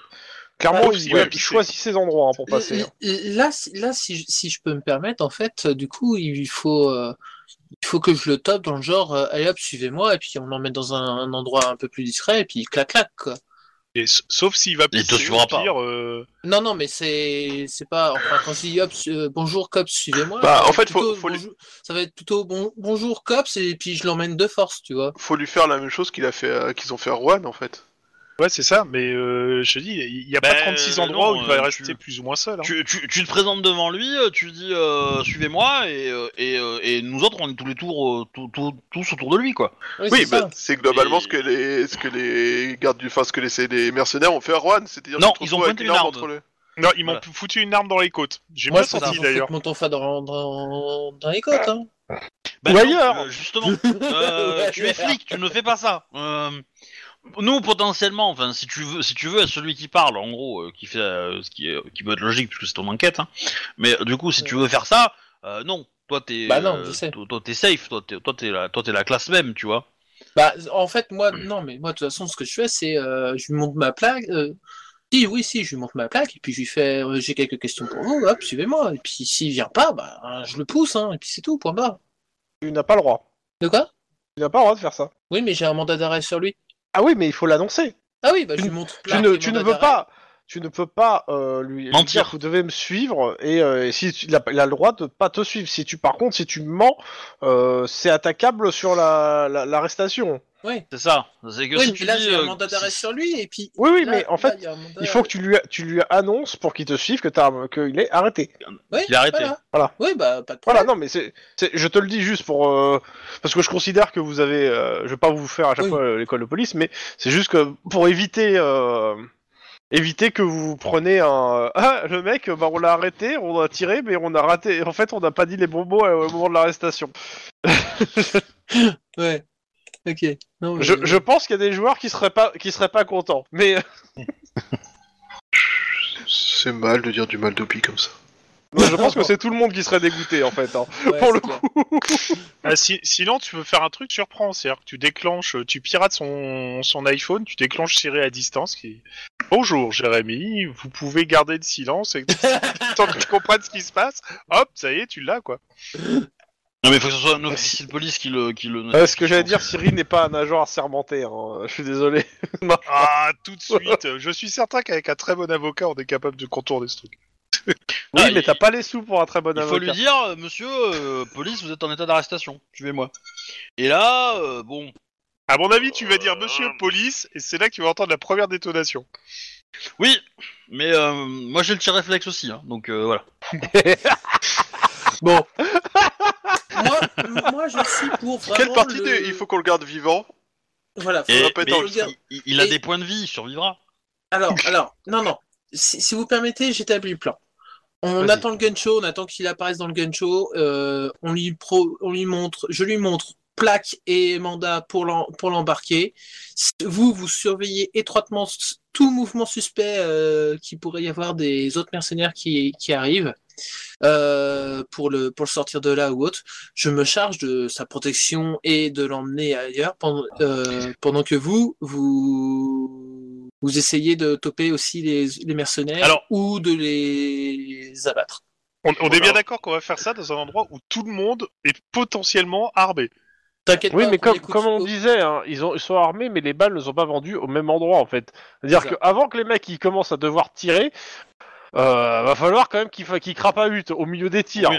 Clairement,
Ah,
il,
il va
ouais, il
pisser.
choisit ses endroits hein, pour passer. hein.
euh, Là, si- là si, je- si je peux me permettre, en fait, euh, du coup, il faut, euh, il faut que je le top dans le genre, euh, allez hop, suivez-moi, et puis on l'emmène dans un, un endroit un peu plus discret, et puis clac clac, quoi.
Et s- sauf s'il va
Il te
pisser,
suivra
au
pas.
pire, euh,
Non, non, mais c'est, c'est pas, enfin, quand je dis hop, su- euh, bonjour cops, suivez-moi,
Bah,
ça va
en fait,
être plutôt
faut- faut lui-
bonjour- ça va être plutôt bon, bonjour cops, et puis je l'emmène de force, tu vois.
Faut lui faire la même chose qu'il a fait, à- qu'ils ont fait à Rouen en fait.
Ouais, c'est ça, mais euh, je te dis, il n'y a
Ben,
pas 36 endroits
non,
où il va
euh,
rester
tu-
plus ou moins seul. hein.
Tu, tu- tu te présentes devant lui, euh, tu dis euh, suivez-moi et, euh, et, euh, et nous autres on est tous les tours euh, tout- tout- tous autour de lui quoi.
Oui,
Oui,
c'est
bah,
ça.
c'est globalement
Et-
ce que les, ce que les gardes du, enfin ce que les, c'est les mercenaires ont fait à Rouen, c'est-à-dire
Non,
tu te
ils ont
retrouves avec
pointé
une
une
arme
arme.
entre les.
Non, ils m'ont
Voilà.
foutu une arme dans les côtes. J'ai
Moi,
pas
je pense
senti
qu'ils ont fait
d'ailleurs.
mon tonfa dans, dans, dans les côtes, hein.
Bah
Ou
non,
ailleurs.
euh, Justement, euh, tu es flic, tu ne fais pas ça. Euh, nous potentiellement, enfin si tu veux, si tu veux, à celui qui parle, en gros, euh, qui fait euh, ce qui, est, qui peut être logique puisque c'est ton enquête. hein. Mais euh, du coup, si tu veux faire ça, euh, non. Toi t'es,
Bah non,
euh,
je sais.
toi toi, t'es safe, toi t'es, toi t'es la, toi t'es la classe même, tu vois.
Bah, en fait, moi, non, mais moi, de toute façon, ce que je fais, c'est euh, je lui montre ma plaque. euh, si, oui, si, je lui montre ma plaque, et puis je lui fais euh, j'ai quelques questions pour vous, hop, suivez-moi. Et puis s'il vient pas, bah, hein, je le pousse, hein, et puis c'est tout, point barre.
Tu n'as pas le droit.
De quoi
Tu n'as pas le droit de faire ça.
Oui, mais j'ai un mandat d'arrêt sur lui.
Ah oui, mais il faut l'annoncer.
Ah oui, bah, je
Tu
lui montre
Tu
plaque
ne,
et
tu ne
mandat
peux
d'arrêt.
pas, tu ne peux pas euh, lui, lui
Mentir.
dire vous devez me suivre et, euh, et si tu, il, a, il a le droit de pas te suivre. Si tu, par contre, si tu mens, euh, c'est attaquable sur la- la- l'arrestation.
C'est ça. C'est que
Oui,
si
mais
tu
là,
dis,
j'ai un
euh,
mandat d'arrêt sur lui, et puis.
oui, oui,
là-
mais en
là, euh,
fait,
il y a un mandat-
il faut que tu lui, tu lui annonces pour qu'il te suive que t'as- qu'il est arrêté.
Oui,
qu'il a arrêté.
Voilà.
Voilà.
Oui, bah, pas de
Voilà,
problème.
non, mais c'est, c'est- je te le dis juste pour, euh, parce que je considère que vous avez, euh, je vais pas vous faire à chaque
Oui.
fois euh, l'école de police, mais c'est juste que pour éviter, euh, éviter que vous preniez un, ah, le mec, bah on l'a arrêté, on a tiré, mais on a raté, en fait on n'a pas dit les bons mots euh, au moment de l'arrestation.
Ouais. Ok. Non, mais-
Je, je pense qu'il y a des joueurs qui seraient pas, qui seraient pas contents, mais
[LAUGHS]
euh,
C'est mal de dire du mal d'Opi comme ça.
je pense que c'est tout le monde qui serait dégoûté en fait. hein.
ouais,
pour le
c'est clair.
Ah, si- sinon, tu peux faire un truc surprend, c'est-à-dire que tu déclenches, euh, tu pirates son, son iPhone, tu déclenches Siri à distance qui Bonjour Jérémy, vous pouvez garder le silence et [LAUGHS] tant que tu comprennes ce qui se passe, hop, ça y est, tu l'as quoi.
Non mais faut que ce soit un officier de police qui le, qui le.
Euh, ce que j'allais dire, Cyril n'est pas un agent assermenté, hein, je suis désolé.
Ah, tout de suite, euh, je suis certain qu'avec un très bon avocat, on est capable de contourner ce truc.
Oui,
Ah,
mais
il-
t'as pas les sous pour un très bon
Il
avocat.
faut lui dire, euh, monsieur, euh, police, vous êtes en état d'arrestation, suivez-moi. Et là, euh, bon,
À mon avis, tu vas dire Monsieur Police, et c'est là que tu vas entendre la première détonation.
oui, mais euh, moi j'ai le tir réflexe aussi, hein, donc euh, voilà.
Bon. moi, moi, je suis pour vraiment.
Quelle partie
le-
des- il faut qu'on le garde vivant
Voilà, faut
Et,
va pas être
mais
dans
le
il,
jeu.
il- il a
Et-
des points de vie, il survivra.
Alors, alors, non, non. Si, si vous permettez, j'établis le plan. On
Vas-y.
attend le gun show, on attend qu'il apparaisse dans le gun show. euh, on lui pro, on lui montre, je lui montre plaque et mandat pour l'en- pour l'embarquer. S- Vous, vous surveillez étroitement s- tout mouvement suspect euh, qui pourrait y avoir des autres mercenaires qui, qui arrivent euh, pour le pour le sortir de là ou autre. Je me charge de sa protection et de l'emmener ailleurs pendant, euh, pendant que vous, vous, vous essayez de toper aussi les, les mercenaires
Alors-
ou de les abattre.
On, on est
Voilà.
bien d'accord qu'on va faire ça dans un endroit où tout le monde est potentiellement armé.
T'inquiète
Oui,
pas,
mais
pour
comme,
les coups
comme
de
on
couteau.
disait, hein, ils, ont, ils sont armés, mais les balles ne sont pas vendues au même endroit en fait. C'est-à-dire
C'est ça.
qu'avant que les mecs ils commencent à devoir tirer, euh, va falloir quand même qu'ils fa- qu'ils crapahutent au milieu des tirs.
Oui.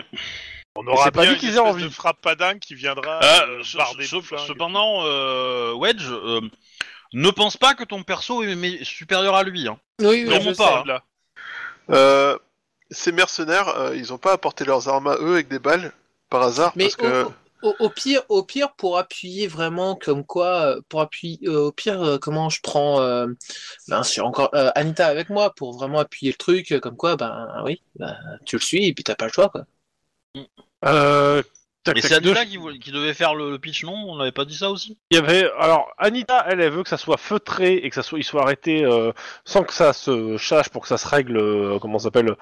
On
Et
aura
c'est pas
bien
lui qui
une
a
espèce
envie.
de frappe pas dingue qui viendra
Ah,
euh,
Euh, ce-
barder
ce-
le
hein,
flingue.
cependant, euh, Wedge, euh, ne pense pas que ton perso est mé- supérieur à lui. Hein.
Oui, oui,
Non,
je
on part.
sais.
Là.
Euh, ces mercenaires, euh, ils ont pas apporté leurs armes à eux avec des balles par hasard
Mais
parce que euh,
au, au- au pire, au pire, pour appuyer vraiment comme quoi, euh, pour appuyer, euh, au pire, euh, comment je prends, euh, ben, sur encore euh, Anita avec moi pour vraiment appuyer le truc, euh, comme quoi, ben oui, ben, tu le suis et puis t'as pas le choix quoi.
Euh, tac,
hein. Et
tac,
c'est
deux-
Anita qui, voulait- qui devait faire le, le pitch, non On n'avait pas dit ça aussi
Il y avait alors Anita, elle, elle veut que ça soit feutré et que ça soit, ils soient arrêtés euh, sans que ça se châche pour que ça se règle, euh, comment ça s'appelle,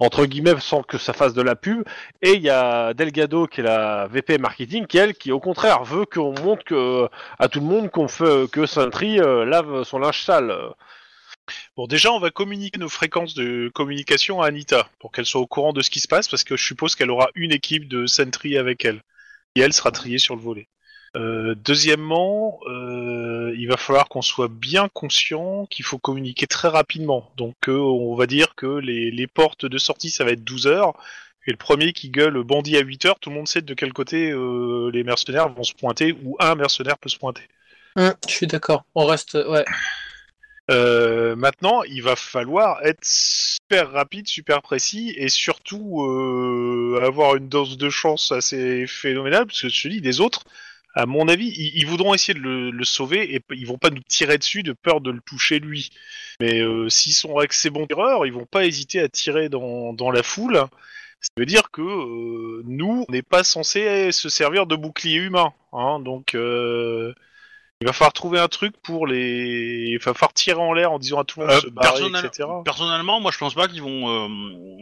entre guillemets, sans que ça fasse de la pub. Et il y a Delgado qui est la VP marketing, qui elle, qui au contraire veut qu'on montre que à tout le monde qu'on fait que Sentry euh, lave son linge sale.
Bon, déjà, on va communiquer nos fréquences de communication à Anita pour qu'elle soit au courant de ce qui se passe parce que je suppose qu'elle aura une équipe de Sentry avec elle et elle sera triée sur le volet. Euh, deuxièmement, euh, il va falloir qu'on soit bien conscient qu'il faut communiquer très rapidement. Donc, euh, on va dire que les, les portes de sortie, ça va être 12 heures. Et le premier qui gueule bandit à 8 heures, tout le monde sait de quel côté euh, les mercenaires vont se pointer ou un mercenaire peut se pointer.
Hum, je suis d'accord. On reste. Ouais.
Euh, maintenant, il va falloir être super rapide, super précis et surtout euh, avoir une dose de chance assez phénoménale parce que je te dis, les autres, à mon avis, ils, ils voudront essayer de le, le sauver et p- ils vont pas nous tirer dessus de peur de le toucher lui. Mais euh, s'ils sont avec ces bons tireurs, ils vont pas hésiter à tirer dans, dans la foule. Ça veut dire que euh, nous, on n'est pas censé se servir de bouclier humain. hein, donc. euh, il va falloir trouver un truc pour les. Il va falloir tirer en l'air en disant à tout le monde
Euh,
de se barrer,
personnel-
etc.
Personnellement, moi, je pense pas qu'ils vont.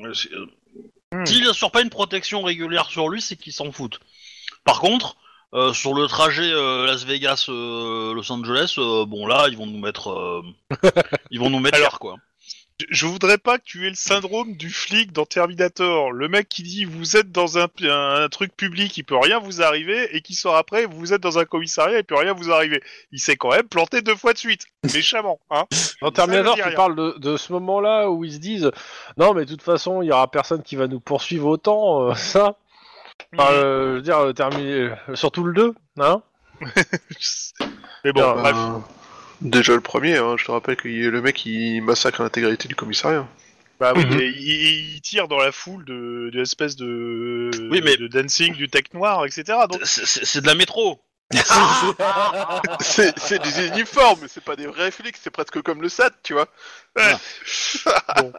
euh, c'est- euh,
Hmm.
S'il assure pas une protection régulière sur lui, c'est qu'ils s'en foutent. Par contre, euh, sur le trajet euh, Las Vegas, euh, Los Angeles, euh, bon là, ils vont nous mettre, euh,
[LAUGHS]
ils vont nous mettre
Alors,
l'air, quoi.
Je voudrais pas que tu aies le syndrome du flic dans Terminator, le mec qui dit vous êtes dans un, un truc public, il peut rien vous arriver, et qui sort après vous êtes dans un commissariat, il peut rien vous arriver. Il s'est quand même planté deux fois
[LAUGHS]
de suite, méchamment, hein.
Dans
Ça veut
Terminator,
dire
tu
rien.
parles de, de ce moment-là où ils se disent non, mais de toute façon, il y aura personne qui va nous poursuivre autant, euh, ça. Enfin, euh, je veux dire, euh, termi- euh, surtout le 2, hein
Mais bon,
Non,
bref.
Ben, Déjà le premier, hein, je te rappelle que le mec il massacre l'intégralité du
[LAUGHS]
commissariat.
Bah oui,
Mhm.
et il, il- il tire dans la foule de, de l'espèce de,
Oui, mais-
de dancing du tech noir, etc. Donc,
C'est- C'est c'est de la métro.
C'est c'est des uniformes, c'est pas des vrais flics, c'est presque comme le SAT, tu vois. [LAUGHS]
Bon.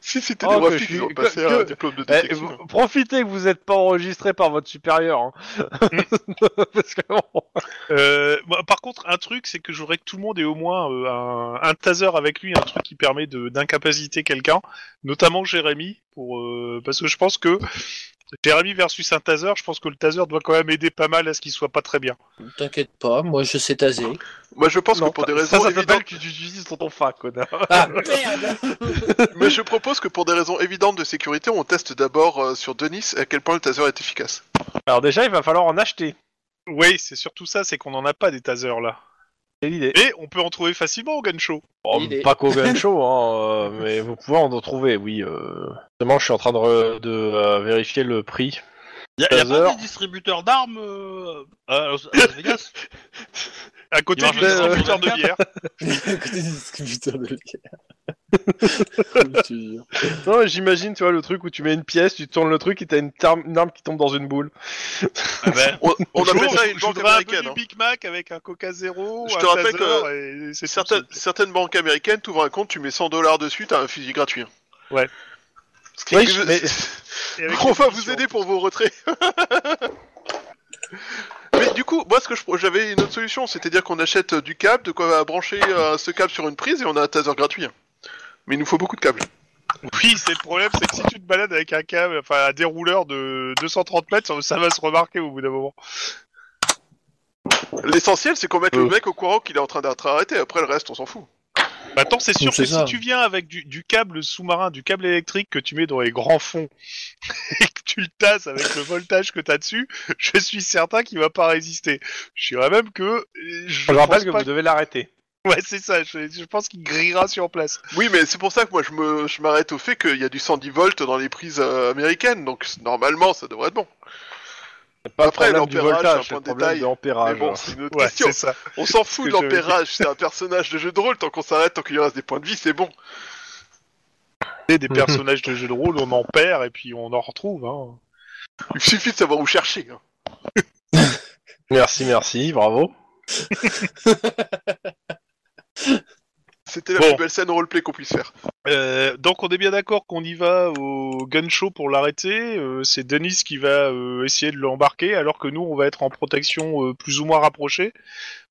si c'était
Oh,
des
que
vrais
je
flics,
suis-
ils ont
que-
passé
que-
un diplôme de
Eh,
détection.
vous- profitez que vous n'êtes pas enregistré par votre supérieur. hein. [LAUGHS] Parce que bon,
euh, bah, par contre, un truc, c'est que je voudrais que tout le monde ait au moins euh, un, un taser avec lui, un truc qui permet de- d'incapaciter quelqu'un, notamment Jérémy, pour, euh, parce que je pense que Jérémy versus un taser, je pense que le taser doit quand même aider pas mal à ce qu'il soit pas très bien.
T'inquiète pas, moi je sais taser.
Moi je pense
non,
que pour des
ça,
raisons
ça s'appelle
évidentes,
que tu utilises ton ton fac, connard.
Ah merde [LAUGHS]
mais je propose que pour des raisons évidentes de sécurité, on teste d'abord euh, sur Denis à quel point le taser est efficace.
Alors déjà, il va falloir en acheter.
Oui, c'est surtout ça, c'est qu'on n'en a pas des tasers là.
C'est l'idée.
Mais on peut en trouver facilement au Gansho.
Bon,
L'idée.
Oh, pas qu'au gun show, hein, euh, mais vous pouvez en trouver, oui. euh. Justement, je suis en train de, re- de, euh, vérifier le prix.
Y a, y a pas
Taser.
des distributeurs d'armes euh, à Los- à Las
[LAUGHS]
Vegas
À côté
Il
du
marche
bien,
distributeur de
euh,
bière.
Écoutez, c'est ce que putain de guerre. Je te jure.
Non, mais j'imagine, tu vois, le truc où tu mets une pièce, tu tournes le truc et t'as une, terme- une arme qui tombe dans une boule.
Ah ben,
On, [LAUGHS] on
Je
appelle
voudrais-
ça une
je
banque
voudrais un peu
américaine.
du
hein.
Big Mac avec un Coca Zéro,
Je
un
te rappelle
taser, et c'est
Certaines,
tout.
certaines banques américaines, t'ouvres un compte, tu mets 100 dollars dessus, t'as un fusil gratuit. hein.
Ouais.
C'est-
Oui,
c'est- [LAUGHS]
mais-
Et avec
On va
les
vous
munitions.
aider pour vos retraits. [LAUGHS] Mais du coup, moi, ce que je pro- j'avais une autre solution, c'est-à-dire qu'on achète euh, du câble, de quoi brancher euh, ce câble sur une prise et on a un taser gratuit. hein. Mais il nous faut beaucoup de câbles.
Oui, c'est le problème, c'est que si tu te balades avec un câble, enfin un dérouleur de 230 mètres, ça- ça va se remarquer au bout d'un moment.
L'essentiel, c'est qu'on mette le
Euh.
mec au courant qu'il est en train d'être arrêté. Après le reste, on s'en fout.
Maintenant, c'est sûr
Donc, c'est
que
ça.
si tu viens avec du, du câble sous-marin, du câble électrique que tu mets dans les grands fonds [LAUGHS] et que tu le tasses avec le voltage que t'as dessus, je suis certain qu'il va pas résister. Je dirais même que euh, je,
Je
pense
rappelle que
pas
vous devez l'arrêter.
que- Ouais, c'est ça. Je, je pense qu'il grillera sur place.
Oui, mais c'est pour ça que moi, je me, je m'arrête au fait qu'il y a du 110 volts dans les prises euh, américaines. Donc normalement, ça devrait être bon.
C'est pas
Après,
le problème du
l'ampérage,
voltage,
c'est
c'est
un
le
point de
problème
détail.
de l'ampérage.
mais bon, c'est une autre
Ouais,
question.
c'est ça.
On s'en fout
que
de
j'avais dit.
l'ampérage. C'est un personnage de jeu de rôle. Tant qu'on s'arrête, tant qu'il reste des points de vie, c'est bon.
Des personnages de jeux de rôle, on en perd et puis on en retrouve. Hein.
Il suffit de savoir où chercher. hein.
Merci, merci, bravo.
C'était la
Bon.
plus belle scène roleplay qu'on puisse faire.
Euh, donc on est bien d'accord qu'on y va au gun show pour l'arrêter. euh, c'est Denis qui va euh, essayer de l'embarquer, alors que nous on va être en protection euh, plus ou moins rapprochée,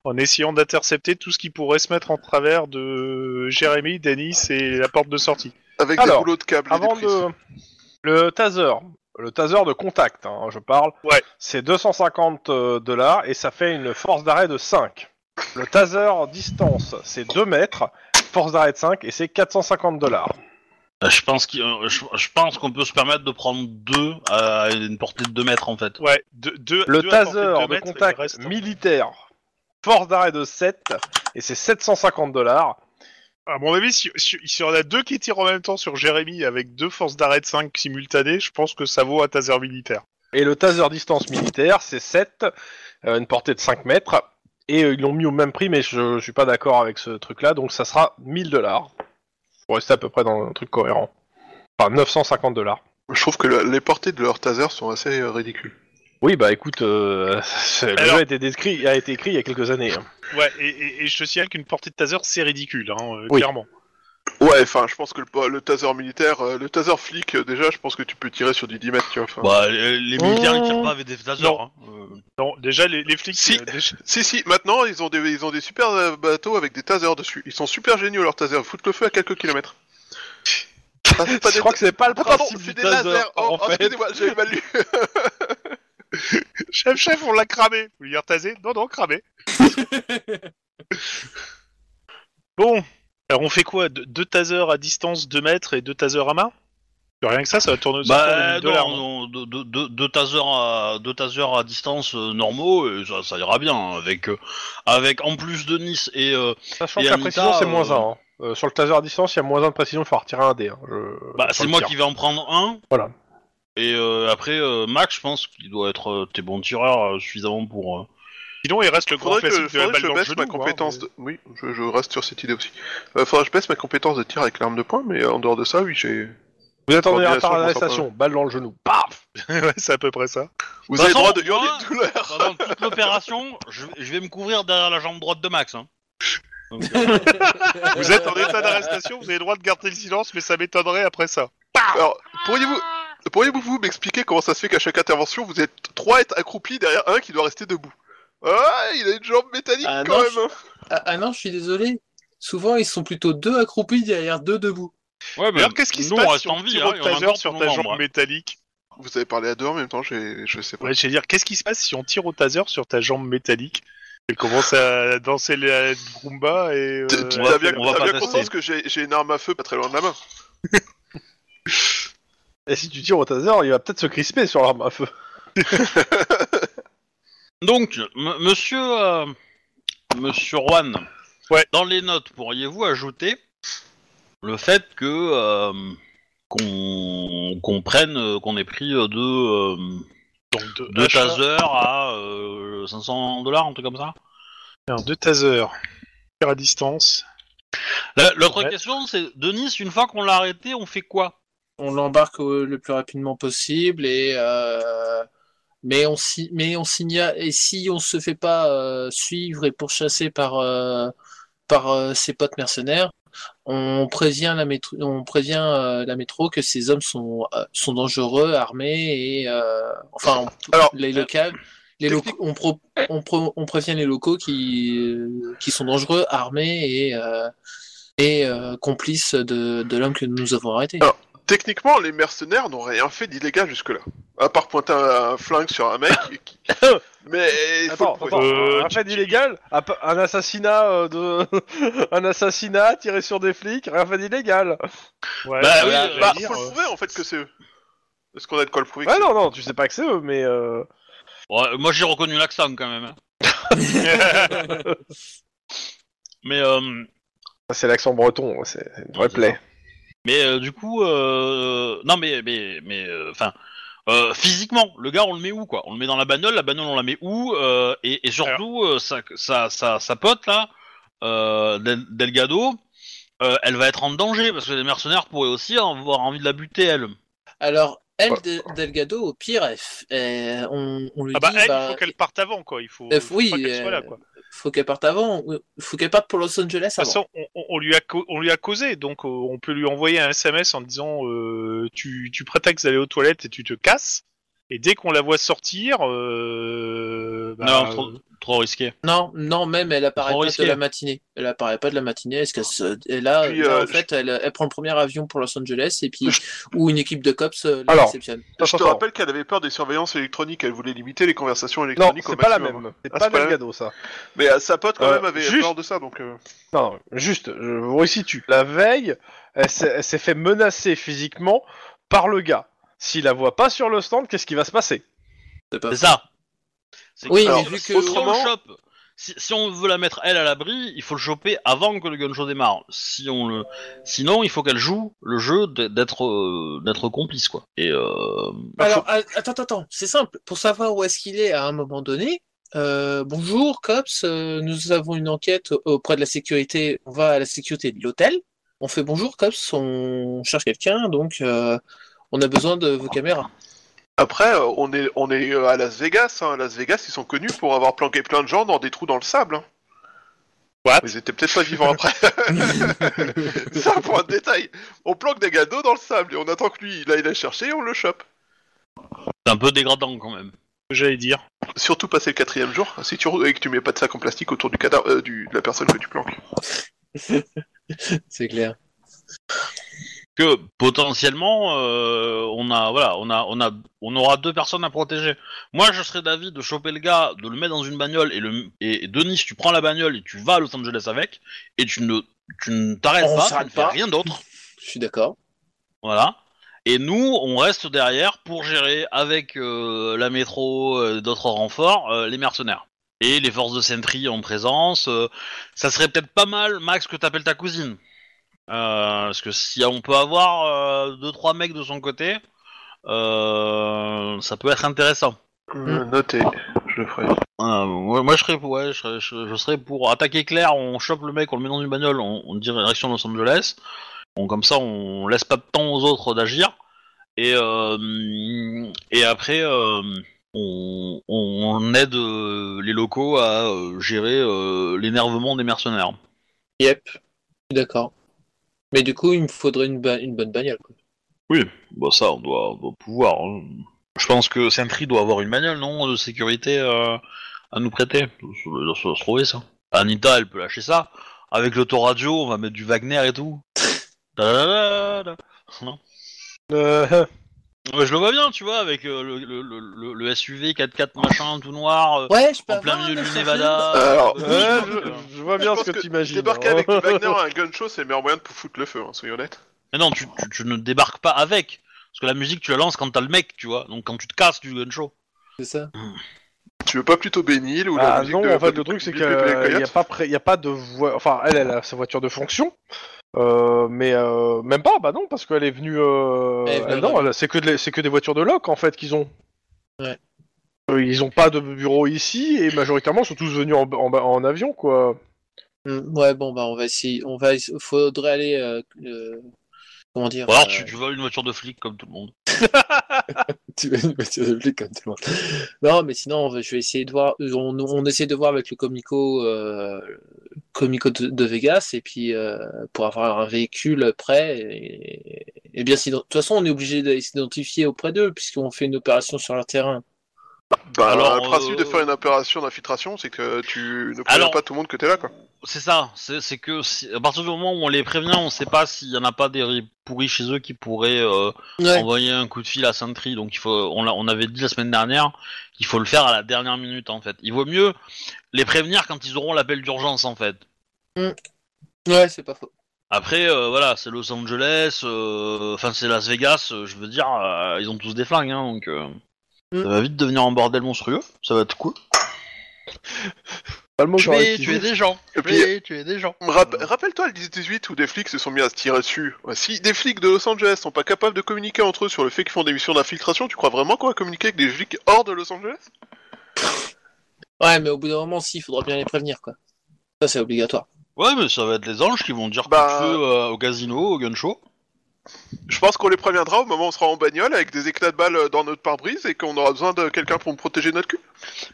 en essayant d'intercepter tout ce qui pourrait se mettre en travers de Jérémy, Denis et la porte de sortie.
Avec des
Alors,
rouleaux de câbles et des
Avant
prises.
de... Le taser, le taser de contact, hein, je parle,
Ouais.
c'est 250 euh, dollars et ça fait une force d'arrêt de 5. Le taser en distance, c'est 2 mètres, force d'arrêt de 5 et c'est 450 dollars.
Euh, Je pense qu'il- euh, je- je pense qu'on peut se permettre de prendre deux à une portée de 2 mètres en fait.
Ouais, deux, deux,
Le
deux à portée
taser
de deux
de
mètres, et le
contact
reste-
militaire, force d'arrêt de 7 et c'est 750 dollars.
À mon avis, si, si, si on a deux qui tirent en même temps sur Jérémy avec deux forces d'arrêt de 5 simultanées, je pense que ça vaut un taser militaire.
Et le taser distance militaire, c'est 7, euh, une portée de 5 mètres. Et euh, ils l'ont mis au même prix, mais je, je suis pas d'accord avec ce truc-là, donc ça sera 1000 dollars. Pour rester à peu près dans un truc cohérent. Enfin, 950 dollars.
Je trouve que le- les portées de leur taser sont assez euh, ridicules.
Oui, bah écoute, euh, [LAUGHS] c'est- le
Alors-
jeu a été, décrit, a été écrit il y a quelques années. hein.
Ouais, et, et- et je te signale qu'une portée de taser, c'est ridicule, hein, euh,
Oui.
clairement.
Ouais, enfin, je pense que le, le taser militaire, euh, le taser flic, euh, déjà, je pense que tu peux tirer sur du 10 mètres, tu vois. enfin.
Bah, les les militaires ils tirent
Oh.
pas avec des tasers.
Mmh. Non.
hein. Euh,
Non, déjà, les, les flics...
Si.
euh, déjà-
Si, si, maintenant, ils ont des, ils ont des super euh, bateaux avec des tasers dessus. Ils sont super géniaux, leurs tasers. Ils foutent le feu à quelques
[LAUGHS]
kilomètres. Ah, c'est pas
Je
des
crois que c'est pas le
Ah, pardon,
principe
c'est
du
des
taser,
lasers. Oh,
en
oh,
fait.
excusez-moi, j'avais mal lu.
[LAUGHS] Chef, chef, on l'a cramé. Vous voulez dire tasé Non, non, cramé. [LAUGHS] bon, alors on fait quoi Deux- Deux tasers à distance, 2 mètres et deux tasers à main Rien que ça, ça va tourner ça tourne
Bah,
au mille
non,
dollars, non
non, deux, deux- deux- deux tasers à, deux tasers à distance euh, normaux, euh, ça, ça ira bien. hein, Avec, euh, avec en plus de Nice et. euh,
Sachant
Et
que la
Anita,
précision, c'est
euh,
moins 1. sur le taser à distance, il y a moins 1 de précision, il faut retirer un dé. hein. Je-
bah,
sur
c'est
le
moi
tir.
qui vais en prendre un.
Voilà.
Et euh, après, euh, Max, je pense qu'il doit être. euh, T'es bon tireur euh, suffisamment pour. euh,
Sinon, il reste le grand
Faudrait que,
classique de la balle
faudrait que je
dans le
baisse
genou.
ma
hein,
compétence
mais-
de... Oui, je, je reste sur cette idée aussi. Euh, faudrait que je baisse ma compétence de tir avec l'arme de poing, mais euh, en dehors de ça, oui, j'ai...
Vous êtes en
Coordination,
arrestation, balle dans le genou, paf
[LAUGHS] ouais, c'est à peu près ça.
Vous
De
avez le
toute façon,
droit de hurler
moi-
de douleur
Pendant toute l'opération, je, je vais me couvrir derrière la jambe droite de Max. Hein. Donc, euh,
[LAUGHS] Vous êtes en état d'arrestation, vous avez le droit de garder le silence, mais ça m'étonnerait après ça.
Alors, pourriez-vous... Pourriez-vous vous m'expliquer comment ça se fait qu'à chaque intervention, vous êtes trois être accroupis derrière un qui doit rester debout Ah, il a une jambe métallique
Ah,
quand
non,
même
je-
hein.
Ah, ah non, je suis désolé. Souvent, ils sont plutôt deux accroupis derrière deux debout.
ouais, mais
Alors, qu'est-ce qui se
nous, on
passe
reste
sur
en
le
vie,
tir
hein,
au
et on a
taser
encore
sur
pour
ta
novembre,
jambe
hein.
métallique
Vous avez parlé à deux en même temps, j'ai- je sais pas.
Ouais, je veux dire, qu'est-ce qui se passe si on tire au taser sur ta jambe métallique Elle commence à danser la rumba et... euh,
Tu- tu-
on va-
T'as bien,
on va
t'as
pas
bien
tester.
conscience que j'ai j'ai une arme à feu pas très loin de la main.
Et si tu tires au taser, il va peut-être se crisper sur l'arme à feu.
Donc, m- monsieur, euh, monsieur Juan,
Ouais.
dans les notes, pourriez-vous ajouter le fait que euh, qu'on qu'on prenne, euh, qu'on ait pris euh, deux, euh,
donc deux,
deux
achat.
tasers à euh, 500 dollars, un truc comme ça
Alors, deux tasers. Tir à distance.
La- L'autre
Ouais.
question, c'est Denis, une fois qu'on l'a arrêté, on fait quoi
On l'embarque au- le plus rapidement possible et euh, mais on si mais on signale et si on se fait pas euh, suivre et pourchasser par euh, par euh, ses potes mercenaires, on prévient la métro on prévient euh, la métro que ces hommes sont euh, sont dangereux, armés et euh, enfin on-
Alors,
les locales les locaux,
technique-
on, pro- on, pro- on prévient les locaux qui, euh, qui sont dangereux, armés et, euh, et euh, complices de, de l'homme que nous avons arrêté.
Alors, Techniquement, les mercenaires n'ont rien fait d'illégal jusque-là. À part pointer un, un flingue sur un mec. et qui- Mais il faut
Attends,
le prouver.
attends,
Euh,
un
tu-
fait illégal, un pa- un assassinat euh, de, [LAUGHS] un assassinat tiré sur des flics, rien fait d'illégal.
Ouais,
Bah
voilà,
oui,
j'allais
Bah,
dire,
faut le
euh,
prouver en fait que c'est eux. Est-ce qu'on a de quoi le prouver que
Ouais,
c'est
non, non, tu sais pas que c'est eux, mais euh,
Ouais, Moi, j'ai reconnu l'accent quand même. hein.
[LAUGHS]
Mais euh,
c'est l'accent breton, c'est c'est une vraie
c'est
plaie.
Mais euh, du coup, euh, non, mais mais mais euh, enfin. euh, physiquement, le gars, on le met où quoi On le met dans la bagnole, la bagnole, on la met où Euh, et, et surtout, euh, sa, sa, sa, sa pote là, euh, Del- Delgado, euh, elle va être en danger parce que les mercenaires pourraient aussi avoir envie de la buter elle.
Alors, elle, De- Delgado, au pire, elle f- elle- on, on lui
Ah bah,
dit
elle,
bah,
il faut qu'elle parte avant, quoi. Il faut,
Euh,
faut
oui,
pas qu'elle soit là,
euh,
quoi.
faut qu'elle parte avant, ou- faut qu'elle parte pour Los Angeles
De toute
avant.
façon, on, on- on lui a cau- on lui a causé, donc euh, on peut lui envoyer un SMS en disant euh, tu, tu prétextes d'aller aux toilettes et tu te casses. Et dès qu'on la voit sortir, euh, bah,
Non, on se- Trop risqué.
Non, non, même elle apparaît
Trop
pas
risqué.
de la matinée. Elle apparaît pas de la matinée. Est-ce qu'elle se... et là,
Puis,
là,
euh,
en fait, elle, elle prend le premier avion pour Los Angeles et puis où une équipe de cops euh, la
Alors.
réceptionne.
Je te rappelle qu'elle avait peur des surveillances électroniques, elle voulait limiter les conversations
Non,
électroniques au
c'est pas la
maximum.
même. C'est
Ah,
pas
c'est pas la
Delgado, ça.
Mais euh, sa pote quand
Euh,
même avait
juste-
peur de ça, donc. euh,
Non, non, juste, je vous resitue. La veille, elle s'est elle s'est fait menacer physiquement par le gars. S'il la voit pas sur le stand, qu'est-ce qui va se passer
C'est pas-
C'est ça. C'est
Oui,
que-
mais
alors,
vu
si
que-
on le chope, si, si on veut la mettre elle à l'abri, il faut le choper avant que le gun show démarre. Si on le, sinon, il faut qu'elle joue le jeu de- d'être euh, d'être complice quoi. Et euh,
Alors, a- attends, attends, c'est simple. Pour savoir où est-ce qu'il est à un moment donné, euh, bonjour, cops, euh, nous avons une enquête auprès de la sécurité. On va à la sécurité de l'hôtel. On fait bonjour, cops, on cherche quelqu'un, donc euh, on a besoin de vos caméras. [LAUGHS]
Après, euh, on est, on est euh, à Las Vegas. Hein. Las Vegas, ils sont connus pour avoir planqué plein de gens dans des trous dans le sable. Hein.
What
Ils étaient peut-être pas
[LAUGHS]
vivants après. C'est un point de détail. On planque des gados dans le sable et on attend que lui, il aille la chercher et on le chope.
c'est un peu dégradant quand même.
que j'allais dire.
Surtout passer le quatrième jour, si tu roules et que tu mets pas de sac en plastique autour du cadavre euh, du- de la personne que tu planques.
C'est clair.
Que potentiellement, euh, on a voilà, on a on a on aura deux personnes à protéger. Moi, je serais d'avis de choper le gars, de le mettre dans une bagnole et le et Denis, tu prends la bagnole et tu vas à Los Angeles avec et tu ne tu ne t'arrêtes
On
pas, tu
s'arrête
ne fais
pas.
rien d'autre.
Je suis d'accord.
Voilà. Et nous, on reste derrière pour gérer avec euh, la métro, euh, d'autres renforts, euh, les mercenaires. Et les forces de Sentry en présence. euh, ça serait peut-être pas mal, Max, que t'appelles ta cousine. Euh, parce que si on peut avoir euh, deux trois mecs de son côté, euh, ça peut être intéressant.
Euh, Notez, je le ferai.
Euh, ouais, moi, je serais, pour- ouais, je, serais, je- je serais pour attaquer Claire, on chope le mec, on le met dans une bagnole, on, on dirait direction Los Angeles. On, comme ça, on laisse pas de temps aux autres d'agir. Et, euh, et après, euh, on, on aide euh, les locaux à euh, gérer euh, l'énervement des mercenaires.
Yep, je suis d'accord. Mais du coup, il me faudrait une, ba- une bonne bagnole. quoi.
Bon, ça, on doit, on doit pouvoir. hein. Je pense que Sentry doit avoir une manuelle, non, de sécurité euh, à nous prêter. Ça doit- ça doit se trouver, ça. Anita, elle peut lâcher ça. Avec l'autoradio, on va mettre du Wagner et [LAUGHS] tout. Ta-da-da-da.
Euh, [LAUGHS]
Ouais, je le vois bien, tu vois, avec euh, le, le- le- le- le SUV 4x4 machin, tout noir, euh,
Ouais, je peux
en plein
avoir un
milieu du
F-150.
Nevada.
Ah,
Alors,
Euh,
ouais,
je pense que-
je, je vois bien
Je
ce que,
pense que
t'imagines.
Débarquer
hein.
avec du Wagner à un gun show, c'est le meilleur moyen de foutre le feu, hein, soyons honnêtes.
Mais non, tu, tu- tu ne débarques pas avec. Parce que la musique, tu la lances quand t'as le mec, tu vois. Donc quand tu te casses du gun show.
C'est ça.
Tu veux pas plutôt Bénil ou la
Ah
musique
non,
de,
en fait,
de-
le truc, c'est
de-
qu'il
de- de- de-
n'y a,
Coyote
pas pré- y a pas de voie. Enfin, elle, elle a sa voiture de fonction. Euh, mais euh, même pas, bah non, parce qu'elle est venue. euh,
Elle est venue
elle- non,
en loc.
elle- c'est que, de- c'est que des voitures de loc en fait qu'ils ont.
Ouais.
Euh, Ils ont pas de bureau ici et majoritairement ils sont tous venus en, en- en avion quoi.
Mm, Ouais, bon, bah, on va essayer. On va, ess- faudrait aller. euh, euh, comment dire
Ou alors
euh,
tu, tu voles une voiture de flic comme tout le monde.
Tu veux une voiture de plus comme tout le monde. Non, mais sinon, on va- je vais essayer de voir. On, on essaie de voir avec le Comico, euh, Comico de, de Vegas, et puis euh, pour avoir un véhicule prêt. Et, et bien, si, de toute façon, on est obligé de s'identifier auprès d'eux, puisqu'on fait une opération sur leur terrain.
Bah,
Alors,
alors, le principe
euh,
de faire une opération d'infiltration, c'est que tu ne préviens
Alors-
pas tout le monde que t'es là, quoi.
C'est ça, c'est c'est que si- à partir du moment où on les prévient, on sait pas s'il y en a pas des ri- pourris chez eux qui pourraient euh,
Ouais,
envoyer un coup de fil à Sentry. Donc il faut, on, l'a- on avait dit la semaine dernière qu'il faut le faire à la dernière minute en fait. Il vaut mieux les prévenir quand ils auront l'appel d'urgence en fait.
ouais c'est pas faux.
Après euh, voilà, c'est Los Angeles, euh, enfin c'est Las Vegas, euh, je veux dire, euh, ils ont tous des flingues hein, donc euh,
Mm.
ça va vite devenir un bordel monstrueux. Ça va être cool.
Pas le mot que
Tu
j'aurais
es,
utilisé.
des gens.
Et puis-
tuer, tuer des gens.
Rapp- Rappelle-toi le 18 où des flics se sont mis à se tirer dessus. Ouais, Si des flics de Los Angeles sont pas capables de communiquer entre eux sur le fait qu'ils font des missions d'infiltration, tu crois vraiment qu'on va communiquer avec des flics hors de Los Angeles
Ouais, mais au bout d'un moment, si, il faudra bien les prévenir, quoi. Ça, c'est obligatoire.
Ouais, mais ça va être les anges qui vont dire
Bah-
coup de feu euh, au casino, au gun show.
Je pense qu'on les préviendra au moment où on sera en bagnole avec des éclats de balles dans notre pare-brise et qu'on aura besoin de quelqu'un pour me protéger notre cul.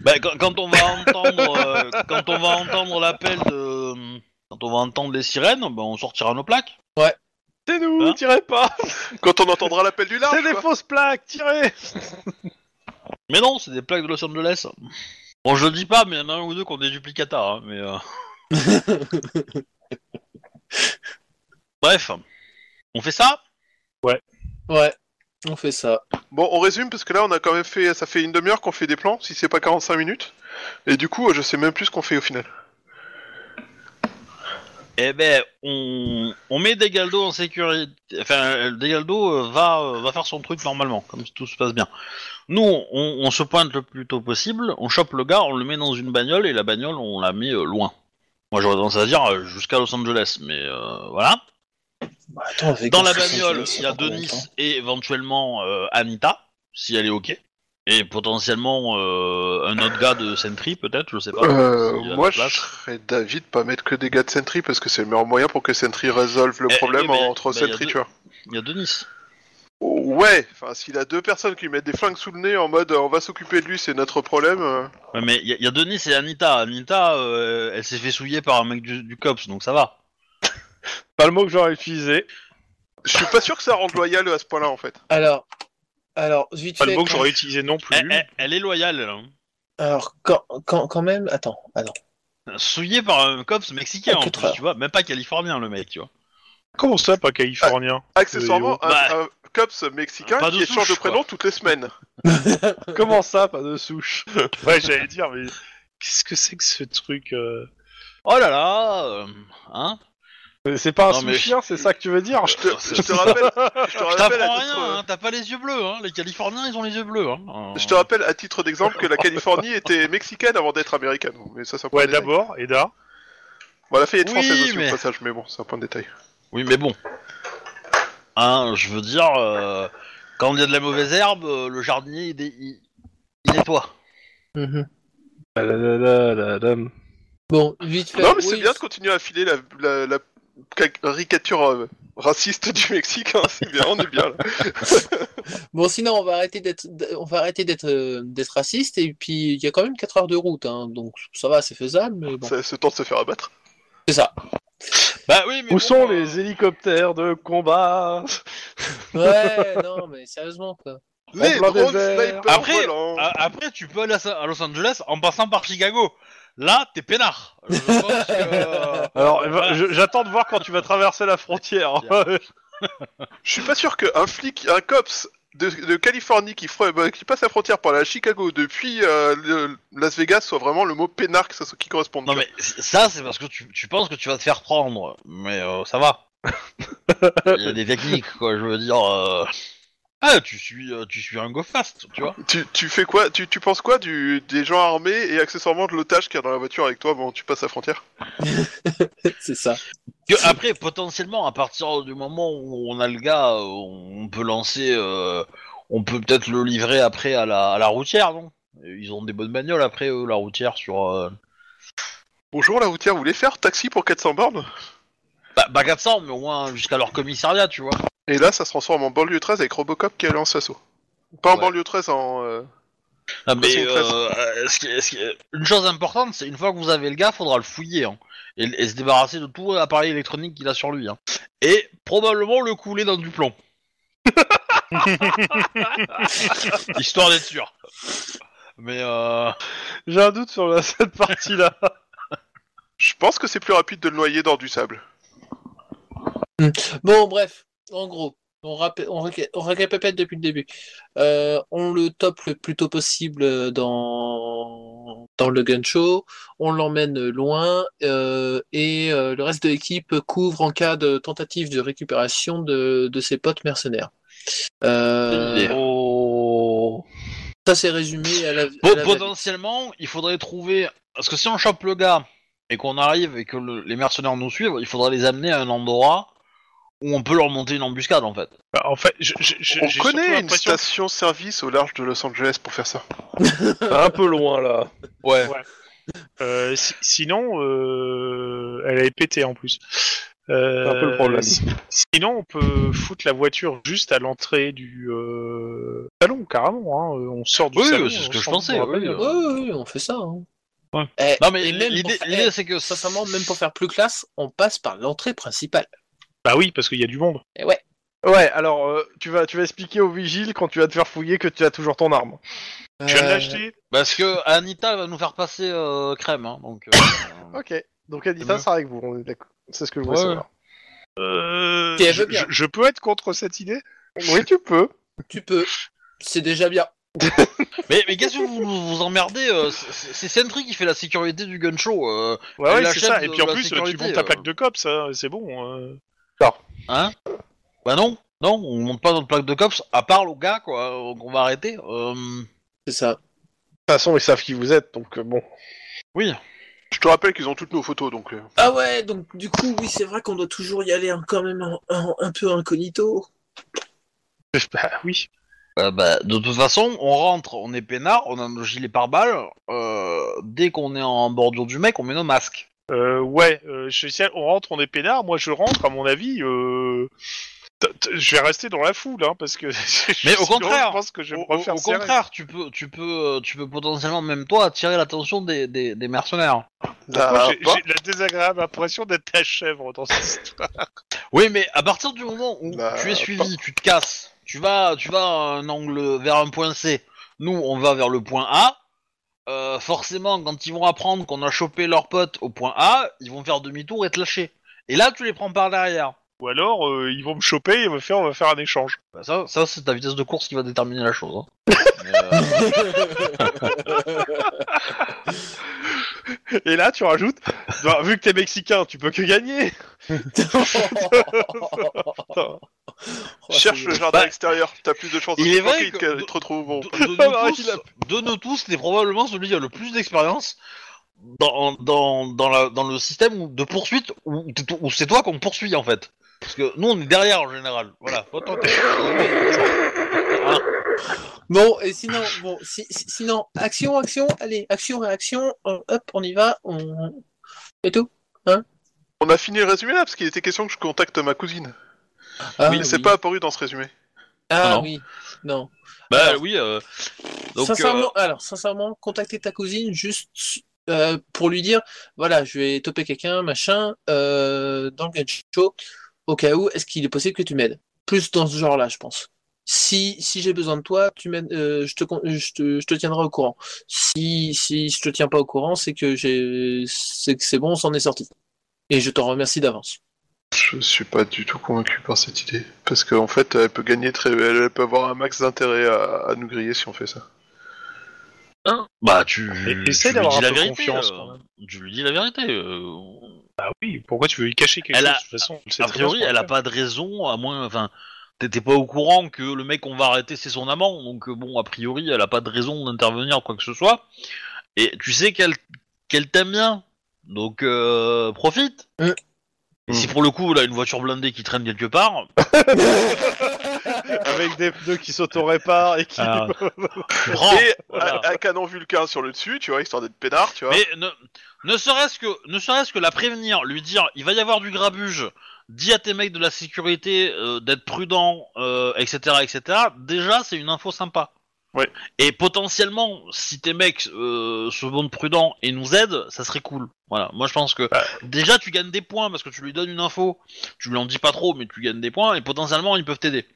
Bah, quand, quand on va entendre, euh, quand on va entendre l'appel de, quand on va entendre les sirènes, bah, on sortira nos plaques.
C'est nous,
Hein
tirez pas.
Quand on entendra l'appel du large,
C'est des
quoi.
fausses plaques, tirez.
Mais non, c'est des plaques de Los Angeles. Bon, je le dis pas, mais il y en a un ou deux qui ont des duplicata. hein, mais, euh. Bref, on fait ça
Ouais, on fait ça.
Bon, on résume parce que là, on a quand même fait. Ça fait une demi-heure qu'on fait des plans, si c'est pas 45 minutes. Et du coup, je sais même plus ce qu'on fait au final.
Eh ben, on, on met Degaldo en sécurité. Enfin, Degaldo euh, va, euh, va faire son truc normalement, comme si tout se passe bien. Nous, on, on se pointe le plus tôt possible, on chope le gars, on le met dans une bagnole, et la bagnole, on la met euh, loin. Moi, j'aurais tendance à dire euh, jusqu'à Los Angeles, mais euh, voilà. Dans la hein. bagnole, il y a Denis et éventuellement euh, Anita, si elle est OK. Et potentiellement euh, un autre gars de Sentry, peut-être, je sais pas.
Euh,
s'il y a de
moi,
la
je
Ah, place.
serais d'avis de pas mettre que des gars de Sentry parce que c'est le meilleur moyen pour que Sentry résolve le
Eh,
problème
oui, mais-
entre
mais y a
Sentry,
deux-
tu vois.
Il y a Denis.
Oh, ouais, enfin, s'il a deux personnes qui lui mettent des flingues sous le nez en mode euh, on va s'occuper de lui, c'est notre problème. euh.
Ouais, mais il y, a- y a Denis et Anita. Anita, euh, elle s'est fait souiller par un mec du, du COPS, donc ça va.
Pas le mot que j'aurais utilisé.
Je suis pas sûr que ça rende loyal à ce point-là en fait.
Alors, alors vite
Pas Eh,
fait.
le mot que
quand-
j'aurais utilisé non plus.
Elle, elle- elle est loyale, elle. hein.
Alors, quand, quand, quand même, attends, attends.
Souillée par un COPS mexicain,
Ah,
en
quatre
plus,
heures.
tu vois. Même pas californien, le mec, tu vois.
Comment ça, pas californien
Accessoirement, un,
Bah,
un cops mexicain
pas de
qui échange de
souche, quoi.
prénom toutes les semaines.
Comment ça, pas de souche
Ouais, j'allais dire, mais qu'est-ce que c'est que ce truc euh
Oh là là euh, Hein
Mais C'est pas un
Non, mais-
souchien, c'est ça que tu veux dire
[LAUGHS]
Je te, je te rappelle, je
Je
te rappelle à
t'apprends rien,
titre,
hein, t'as pas les yeux bleus, hein. Les californiens, ils ont les yeux bleus, hein. Euh,
je te rappelle à titre d'exemple que la Californie était mexicaine avant d'être américaine. Mais ça, c'est un point
Ouais,
de détail.
d'abord, Eda.
Bon, la fille est
Oui,
française aussi
mais-
au passage, mais bon, c'est un point de détail.
Oui, mais bon. Hein, je veux dire, euh, quand il y a de la mauvaise herbe, euh, le jardinier, il, dé- il- il nettoie.
Mhm.
La, la, la, la, la.
Bon, vite fait.
non, mais c'est
Euh, oui,
bien de continuer à filer la, la, la caricature euh, raciste du Mexique. hein, c'est bien, on est bien là.
Bon, sinon, on va arrêter d'être, d- on va arrêter d'être, euh, d'être raciste, et puis il y a quand même 4 heures de route, hein, donc ça va, c'est faisable, mais bon.
Ça se tente de se faire abattre.
C'est ça.
Bah oui, mais
Où
bon,
sont
euh,
les hélicoptères de combat
Ouais, non, mais sérieusement,
[LAUGHS]
quoi.
Les
plein
drones
désert.
snipers
Après, ah.
volants.
A- Après, tu peux aller à Sa- à Los Angeles en passant par Chicago. Là, t'es peinard. Je pense que- euh,
Alors, eh ben,
Voilà.
je- j'attends de voir quand tu vas traverser la frontière. [LAUGHS]
Je suis pas sûr qu'un flic, un cops de, de Californie qui, fera- bah, qui passe la frontière par la Chicago depuis euh, le- Las Vegas soit vraiment le mot peinard que ça- qui correspond.
Non mais c- ça, c'est parce que tu, tu penses que tu vas te faire prendre, mais euh, ça va. Il y a des techniques, quoi. Je veux dire, euh, ah, tu suis, euh, tu suis un go fast, tu vois.
Tu, tu fais quoi tu, tu penses quoi du, des gens armés et accessoirement de l'otage qui est dans la voiture avec toi bon tu passes la frontière
c'est ça.
Que après, potentiellement, à partir du moment où on a le gars, euh, on peut lancer, euh, on peut peut-être le livrer après à la, à la routière, non Ils ont des bonnes bagnoles après eux, la routière sur. euh,
Bonjour la routière, vous voulez faire taxi pour 400 bornes
Bah, bah 400, mais au moins jusqu'à leur commissariat, tu vois.
Et là ça se transforme en banlieue 13 avec Robocop qui lance l'assaut. Pas en
Ouais.
banlieue 13 en... euh,
bah,
Ah, mais,
Façon classe.
euh, euh, ce qui- ce qui- euh, une chose importante, c'est une fois que vous avez le gars, faudra le fouiller hein, et, et se débarrasser de tout appareil électronique qu'il a sur lui. hein. Et probablement le couler dans
[LAUGHS]
du plomb. Histoire d'être sûr. Mais euh,
J'ai un doute sur la- cette partie-là.
Je pense que c'est plus rapide de le noyer dans du sable.
Bon, bref, en gros, on, rappel- on, réca- on récapitule depuis le début. Euh, on le top le plus tôt possible euh, dans, dans le gun show, on l'emmène loin euh, et euh, le reste de l'équipe couvre en cas de tentative de récupération de, de ses potes mercenaires. Euh, Oh.
Bonne idée.
Ça, c'est résumé à la, à
po-
la
potentiellement, il faudrait trouver. Parce que si on chope le gars et qu'on arrive et que le- les mercenaires nous suivent, il faudra les amener à un endroit où on peut leur monter une embuscade en fait.
Bah, en fait, je, je- je-
On
j'ai surtout
connaît une
l'impression
station-service au large de Los Angeles pour faire ça.
un peu loin, là.
Ouais.
Euh, si- sinon, euh, elle avait pété en plus. Euh,
C'est un peu le problème.
si- sinon, on peut foutre la voiture juste à l'entrée du euh, salon, carrément. Hein. Euh, On sort du
Oui,
salon.
c'est ce
on
que je
sort
pensais,
dans la
oui.
bagnole.
Ouais, ouais, ouais, on fait ça. hein.
Ouais.
Eh,
Non mais
et même
l'idée,
pour-
l'idée,
eh,
c'est que ça,
sincèrement, même pour faire plus classe, on passe par l'entrée principale.
Bah oui, parce qu'il y a du monde.
Et ouais.
Ouais, alors, euh, tu, vas, tu vas expliquer au vigile quand tu vas te faire fouiller que tu as toujours ton arme.
Je viens de
Euh,
l'acheter.
Parce que Anita va nous faire passer euh, crème, hein, donc.
[LAUGHS]
euh,
Ok. Donc Anita
Ouais.
sera avec vous. on est d'accord. C'est ce que je voulais
Ouais,
savoir.
Euh,
Si elle
je,
veut bien.
je- je peux être contre cette idée
Oui, tu peux.
Tu peux. C'est déjà bien.
mais mais qu'est-ce que vous vous emmerdez euh, C'est c'est Sentry qui fait la sécurité du gun show. euh,
Ouais,
Elle
ouais, c'est
l'achète
ça. Et
de
puis en
la
plus, euh, tu
sécurité,
montes ta
euh.
plaque de cops, hein, c'est bon.
[LAUGHS]
euh.
hein Bah non, non, on monte pas notre plaque de cops, à part le gars, quoi, euh, qu'on va arrêter. euh.
C'est ça.
De toute façon, ils savent qui vous êtes, donc euh, bon.
Je te rappelle qu'ils ont toutes nos photos, donc... euh,
Ah ouais, donc du coup, oui, c'est vrai qu'on doit toujours y aller hein, quand même en- en- un peu incognito. [LAUGHS]
Bah oui.
Euh, bah, de toute façon, on rentre, on est peinard, on a nos gilets pare-balles. euh, dès qu'on est en bordure du mec, on met nos masques.
Euh, ouais, euh, je sais, on rentre, on est peinard. Moi, je rentre, à mon avis. euh, t- t- Je vais rester dans la foule, hein, parce que. [LAUGHS]
Mais au
sinon,
contraire,
je pense que je
Au,
vais me
au-
refaire
au
serrer.
contraire, tu peux, tu peux, euh, tu peux potentiellement même toi attirer l'attention des, des, des mercenaires.
ça
Moi,
va
j'ai-
pas.
j'ai la désagréable impression d'être la chèvre dans cette histoire.
Oui, mais à partir du moment où
Bah,
tu es suivi, tu te casses, tu vas, tu vas à un angle vers un point C. Nous, on va vers le point A. Euh, forcément, quand ils vont apprendre qu'on a chopé leur pote au point A, ils vont faire demi-tour et te lâcher. Et là, tu les prends par derrière.
Ou alors, euh, ils vont me choper et on va faire, on va faire un échange.
Bah, ça, ça c'est ta vitesse de course qui va déterminer la chose.
[LAUGHS]
hein. Mais, euh,
Oh,
Et là, tu rajoutes, bah, vu que t'es mexicain, tu peux que
[LAUGHS]
gagner.
Cherche le jardin
Bah,
extérieur, t'as plus de chances
il
de
est vrai
qu'ils
que-
te- qu'ils te retrouvent bon.
de, de nous
Ah,
tous,
il a-
de nous tous, t'es probablement celui qui a le plus d'expérience dans, dans, dans, la- dans le système où- de poursuite où, t'es to- où c'est toi qu'on poursuit en fait. Parce que nous on est derrière en général. Voilà. Toi, toi,
[LAUGHS]
t'es-
Bon, et sinon, bon, si- si- sinon, action, action, allez, action, réaction, euh, hop, on y va, on. Et tout.
On a fini le résumé là, parce qu'il était question que je contacte ma cousine.
Ah,
bah
Mais c'est pas apparu dans ce résumé.
Ah
Non.
oui, non.
Bah
Alors.
oui. euh, donc,
sincèrement, alors, sincèrement, contacter ta cousine juste euh, pour lui dire voilà, je vais toper quelqu'un, machin, euh, dans le gun show, au cas où, est-ce qu'il est possible que tu m'aides Plus dans ce genre-là, je pense. Si, si j'ai besoin de toi, tu m'aides, euh, je, te, con- je, te, je te tiendrai au courant. Si, si je te tiens pas au courant, c'est que j'ai, c'est que c'est bon, on s'en est sorti. Et je t'en remercie d'avance.
Je suis pas du tout convaincu par cette idée. Parce qu'en fait, elle peut gagner très. Elle peut avoir un max d'intérêt à, à nous griller si on fait ça.
euh, bah tu.
Et-
tu
essaie
lui
d'avoir
dis
un
la
peu
vérité,
confiance,
euh,
quand même.
Tu lui dis la vérité. euh,
Bah oui, pourquoi tu veux lui cacher quelque
Elle
chose
a-
De toute façon, elle sait
a
très bien ce
priori,
qu'on
elle
va
a
faire.
pas de raison, à moins. Enfin, t'étais pas au courant que le mec qu'on va arrêter c'est son amant, donc euh, bon, a priori, elle a pas de raison d'intervenir quoi que ce soit. Et tu sais qu'elle qu'elle t'aime bien, donc euh, profite.
Mm.
Et si pour le coup, là, une voiture blindée qui traîne quelque part,
Avec des pneus qui s'autoréparent et qui.
Ah. prends.
Et
Voilà.
un, un canon vulcain sur le dessus, tu vois, histoire d'être pénard, tu vois.
Mais ne, ne serait-ce que ne serait-ce que la prévenir, lui dire, il va y avoir du grabuge. Dis à tes mecs de la sécurité euh, d'être prudents, euh, etc., etc. Déjà, c'est une info sympa.
Ouais.
Et potentiellement, si tes mecs euh, se montrent prudents et nous aident, ça serait cool. Voilà. Moi, je pense que déjà, tu gagnes des points parce que tu lui donnes une info. Tu lui en dis pas trop, mais tu gagnes des points et potentiellement, ils peuvent t'aider.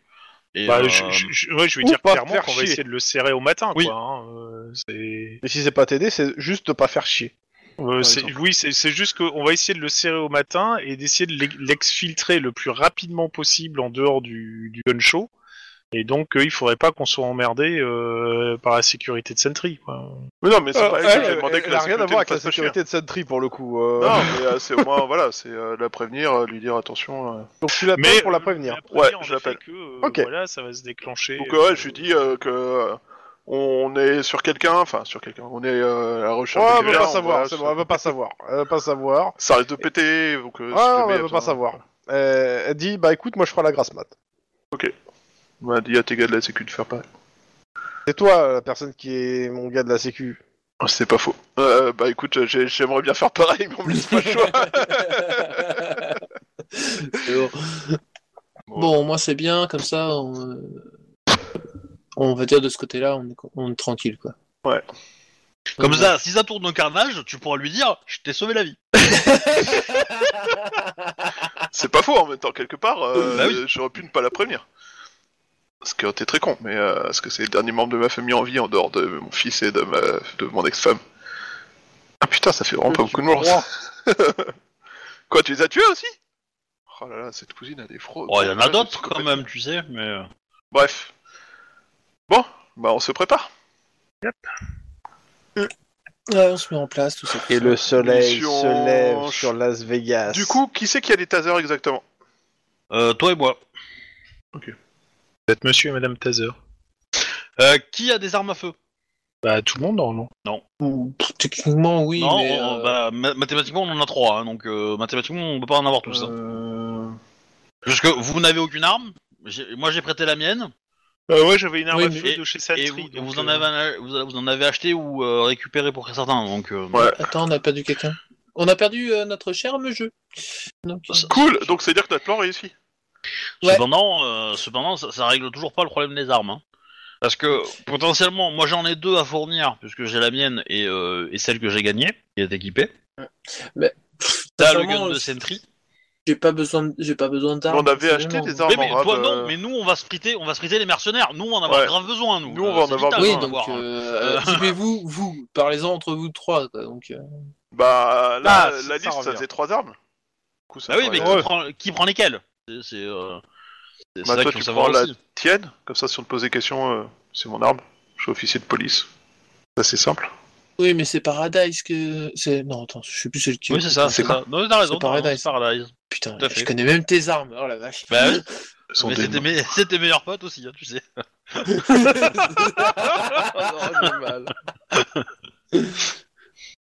Et,
Bah,
euh,
je, je- je- ouais, je vais
ou
dire
pas
clairement
faire
qu'on va
chier.
essayer de le serrer au matin.
Oui.
Quoi, hein, euh, c'est-
Et si c'est pas t'aider, c'est juste de pas faire chier.
Euh, c'est-
exemple.
oui, c'est c'est juste qu'on va essayer de le serrer au matin et d'essayer de l'ex- l'exfiltrer le plus rapidement possible en dehors du, du gun show. Et donc, euh, il faudrait pas qu'on soit emmerdé euh, par la sécurité de Sentry. Quoi.
Mais non, mais c'est
Euh,
pas elle,
elle,
qui a demandé
elle
que
a
la
rien à
sécurité
voir avec
nous
la
fasse pas chier.
sécurité de Sentry pour le coup. euh.
Non, mais euh, c'est au moins, voilà, c'est euh, la prévenir, euh, lui dire attention. euh.
Donc tu l'appelles
Mais,
pour la
euh,
prévenir.
La première,
Ouais,
en
je
effet,
l'appelle.
que, euh,
Ok.
Voilà, ça va se déclencher.
Donc, ouais, je lui dis euh, que. euh, on est sur quelqu'un, enfin sur quelqu'un, on est euh, à la
Ouais,
recherche de
on veut
quelqu'un,
pas
on
savoir,
va-
c'est bon, elle veut pas savoir. Elle veut pas savoir.
Ça risque de péter, donc. euh,
Ouais,
si jamais,
ouais, elle veut
attends.
pas savoir. Euh, elle dit, bah écoute, moi je ferai la grasse mat.
On m'a dit à tes gars de la sécu de faire pareil.
C'est toi euh, la personne qui est mon gars de la sécu.
Oh, C'est pas faux. Euh, bah écoute, j'ai- j'aimerais bien faire pareil, mais on me laisse
[LAUGHS]
pas le choix.
bon. [LAUGHS] Bon, moi c'est bien, comme ça, on, euh, on va dire de ce côté-là, on est, on est tranquille, quoi.
Ouais.
Comme ça, si ça tourne au carnage, tu pourras lui dire, je t'ai sauvé la vie.
C'est pas faux en même temps, quelque part, euh,
Bah oui.
j'aurais pu ne pas la prévenir. Ce qui aurait été très con, mais euh, parce que c'est le dernier membre de ma famille en vie en dehors de mon fils et de, ma, de mon ex-femme. Ah putain, ça fait vraiment
Euh,
pas beaucoup de monde. Quoi, tu les as tués aussi Oh là là, cette cousine a des fraudes.
Bon, Oh, il y en a
Ouais,
d'autres
c'est
quand
complètement-
même, tu sais, mais. euh,
Bref. Bon, bah on se prépare.
Ouais, on se met en place, tout ça.
Et le soleil
Mission-
se lève sur Las Vegas.
Du coup, qui c'est qui a les tasers exactement
euh, toi et moi.
Vous êtes monsieur et madame Taser.
Euh, qui a des armes à feu
Bah, tout le monde, normalement.
Ou, pff, Techniquement, oui,
Non,
mais.
on-
euh,
bah, ma- mathématiquement on en a trois, hein, donc euh, mathématiquement on peut pas en avoir tous. hein.
Euh,
Parce que vous n'avez aucune arme. j'ai- Moi j'ai prêté la mienne
Euh, ouais, j'avais une arme
Oui,
à
mais-
feu de chez Santry.
et vous, et
donc,
vous en
euh,
avez vous, vous en avez acheté ou euh, récupéré pour certains donc euh,
Ouais.
Attends, on a perdu quelqu'un. On a perdu euh, notre cher jeu. Donc, euh,
Cool, donc c'est à dire que notre plan réussit.
Ouais.
Cependant, euh, cependant ça, ça règle toujours pas le problème des armes. hein. Parce que potentiellement, moi j'en ai deux à fournir, puisque j'ai la mienne et, euh, et celle que j'ai gagnée, qui est équipée.
Mais-
T'as le
sincèrement,
gun de
je-
Sentry.
J'ai pas besoin, de- j'ai pas besoin d'armes.
on avait acheté
personnellement.
des armes
Mais, mais
en
toi
rab,
non,
euh,
mais nous on va spritter, on va spritter les mercenaires. Nous on en a avoir
Ouais.
grave besoin, nous.
Nous, on va en
c'est
avoir
vital
besoin.
d'en
Oui, donc
avoir, hein. [LAUGHS]
euh, vous, vous, parlez-en entre vous trois. Quoi, donc, euh.
Bah là,
Ah, ça
la liste, ça
revient.
faisait trois armes. Du coup, ça
Bah oui,
ferait-
mais qui,
Ouais.
prend, qui prend lesquelles C'est- C'est euh, c'est- c'est
Bah,
ça
toi,
qu'il faut
tu
savoir
prends la
aussi.
tienne, comme ça, si on te pose des questions, euh, c'est mon arme. Je suis officier de police. Ça, c'est simple.
Oui, mais c'est Paradise que. c'est- Non, attends, je sais plus celle qui.
Oui, c'est ça,
c'est
c'est ça. Non, t'as raison,
C'est
t'as raison,
Paradise.
c'est Paradise.
Ah, Putain,
Tout à
je
fait.
connais même tes armes. Oh la vache.
Bah oui,
[LAUGHS]
Ils sont
mais
des-
c'est tes [LAUGHS] me- c'est tes meilleurs potes aussi, hein, tu sais.
Oh,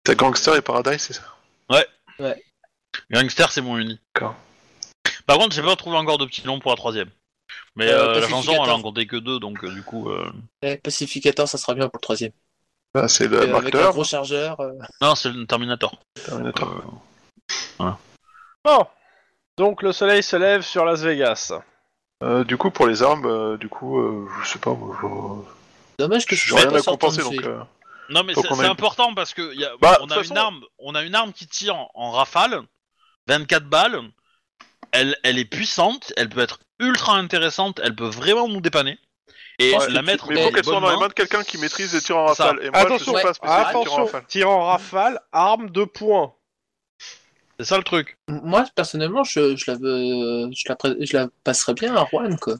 T'as Gangster et Paradise, c'est ça
Gangster, c'est mon uni.
D'accord.
Par contre, j'ai pas trouvé encore de petit nom pour la troisième. Mais
Euh,
euh, la
Pacific
chanson, elle en
14.
comptait que deux, donc euh, du coup. euh,
Eh, Pacificator, ça sera bien pour le troisième.
Là, Bah, c'est le
Euh,
Mark
avec un
Miller,
gros chargeur. euh,
Non, c'est le Terminator.
Terminator.
Bon. Donc le soleil se lève sur Las Vegas.
Euh, du coup, pour les armes, euh, du coup, euh, je sais pas, moi, je-
Dommage que je
j'ai
sois
rien
pas
à
sorti
compenser,
de
donc...
celui-
euh,
Non, mais
Donc
c'est
on a
c'est
une-
important parce que y a-
Bah,
on
de
a
toute
une
façon-
arme, on a une arme qui tire en, en rafale, 24 balles. Elle, elle est puissante, elle peut être ultra intéressante, elle peut vraiment nous dépanner et
pense
la
que
mettre.
tu-
Mais il faut
les
qu'elles soient dans les mains
bonnes
de quelqu'un qui maîtrise les tirs en
Ça.
rafale. Et moi,
Attention,
je suis
ouais.
pas spécialiste des tirs en
Attention,
rafale.
tir en rafale, arme de poing.
C'est ça le truc.
Moi, personnellement, je, je, la, veux- je, la, pré- je la passerais bien à Juan, quoi.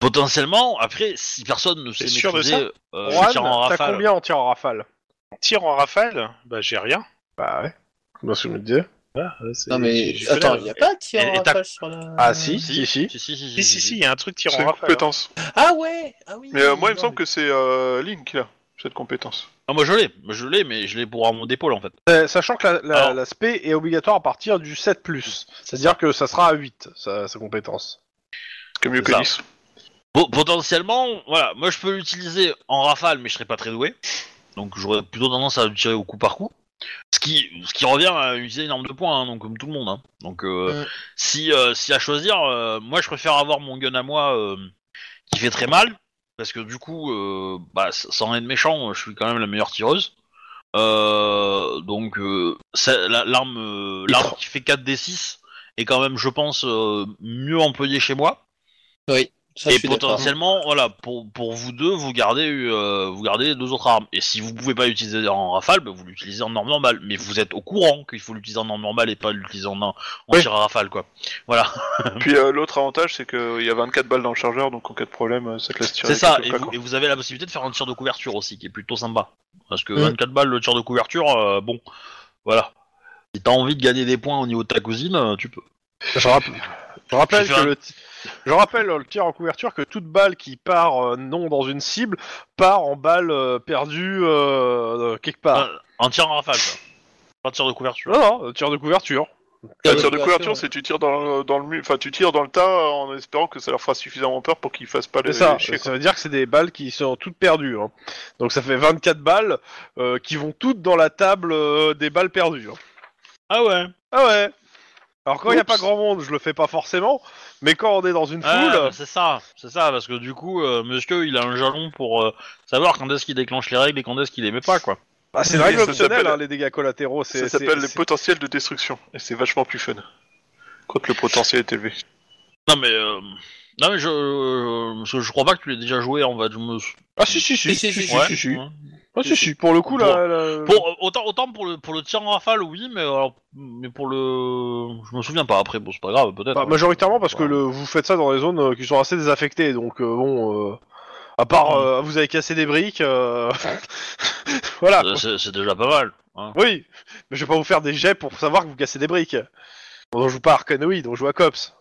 Potentiellement, après, si personne ne sait
T'es sûr de
maîtriser
ça
euh, le
Juan,
tir en
t'as
rafale,
combien en tir en rafale
Tir en rafale Bah, j'ai rien.
Bah ouais. Moi, ce que je me disais.
Ah, euh, c'est-
Non, mais
j'ai fait
attends,
la-
il n'y a pas de tir
Et-
en
et t'as-
rafale sur la.
Ah si,
si,
si, si.
si, si, si,
Si, si, si, il y a un truc tir
C'est
en
une
rafale.
compétence.
Ah ouais Ah oui
Mais euh, moi, il me
non,
semble que c'est euh, Link qui l'a, cette compétence.
Ah, moi je l'ai, je l'ai, mais je l'ai pour un mon d'épaule en fait.
Euh, sachant que la, la,
Alors.
la spé est obligatoire à partir du 7 ⁇ c'est-à-dire que ça sera à 8, sa, sa compétence.
C'est mieux
C'est
que
ça.
Nice.
Bon, potentiellement, voilà, moi je peux l'utiliser en rafale, mais je serais pas très doué. Donc j'aurais plutôt tendance à le tirer au coup par coup. Ce qui, ce qui revient à utiliser une arme de poing, hein, donc comme tout le monde. hein. Donc euh,
Mm.
si, euh, si à choisir, euh, moi je préfère avoir mon gun à moi euh, qui fait très mal, parce que du coup, euh, bah, s- sans être méchant, euh, je suis quand même la meilleure tireuse. Euh, donc euh, ça- la- l'arme euh,
Il
l'arme
prend.
qui fait 4d6 est quand même, je pense, euh, mieux employée chez moi.
ça, je
Et
suis d'accord.
potentiellement, voilà, pour, pour vous deux, vous gardez, euh, vous gardez les deux autres armes. Et si vous pouvez pas l'utiliser en rafale, bah, vous l'utilisez en arme normale. Mais vous êtes au courant qu'il faut l'utiliser en arme normale et pas l'utiliser en, en
Oui.
tir à rafale, quoi. Voilà,
Puis euh, l'autre avantage, c'est qu'il y a 24 balles dans le chargeur, donc en cas de problème, euh, ça te laisse tirer.
c'est ça.
quelques
Et
fois,
vous,
quoi.
et vous avez la possibilité de faire un tir de couverture aussi, qui est plutôt sympa. Parce que
Mm.
24 balles, le tir de couverture, euh, bon, voilà. Si t'as envie de gagner des points au niveau de ta cousine, euh, tu peux.
Je, rapp- je rappelle
J'ai fait
que
un-
le ti-
hein.
je rappelle euh, le tir en couverture que toute balle qui part euh, non dans une cible part en balle euh, perdue euh, euh, quelque part.
Euh, en tir à rafale, quoi. Pas de tir de
Ah.
couverture.
Non, non, le tir de couverture.
Le Bah, tir de
euh,
couverture, c'est tu tires dans, le- dans le mu- enfin tu tires dans le tas euh, en espérant que ça leur fera suffisamment peur pour qu'ils fassent pas
C'est
les
ça,
les chier,
Euh, ça veut dire que c'est des balles qui sont toutes perdues. hein. Donc ça fait 24 balles euh, qui vont toutes dans la table euh, des balles perdues. hein.
Ah ouais.
Ah ouais Alors quand il n'y a
Oups.
pas grand monde, je le fais pas forcément, mais quand on est dans une
Ah,
foule,
bah, c'est ça, c'est ça, parce que du coup, euh, monsieur, il a un jalon pour euh, savoir quand est-ce qu'il déclenche les règles et quand est-ce qu'il les met pas, quoi.
bah, c'est une
ça
règle
s'appelle-
optionnelle, hein, les dégâts collatéraux.
quoi.
c'est-
Ça
c'est-
s'appelle le
c'est-
potentiel de destruction et c'est vachement plus fun quand le potentiel est élevé.
Non, mais euh, Non, mais je, euh, parce que je crois pas que tu l'aies déjà joué en fait. Je me...
Ah si si si
Si, si, si,
Ouais.
si, si.
Ouais.
Ah si si. Pour le coup là. là-
Pour, euh, autant autant pour, le, pour le tir en rafale, oui, mais, alors, mais pour le. Je me souviens pas après, bon, c'est pas grave, peut-être. hein.
Bah, majoritairement parce que
Ouais.
le, vous faites ça dans des zones euh, qui sont assez désaffectées, donc euh, bon, euh, à part euh, vous avez cassé des briques, euh, [LAUGHS] voilà.
C'est- C'est c'est déjà pas mal. hein.
Oui, mais je vais pas vous faire des jets pour savoir que vous cassez des briques. Bon, on joue pas à Arkanoid, on joue à Cops.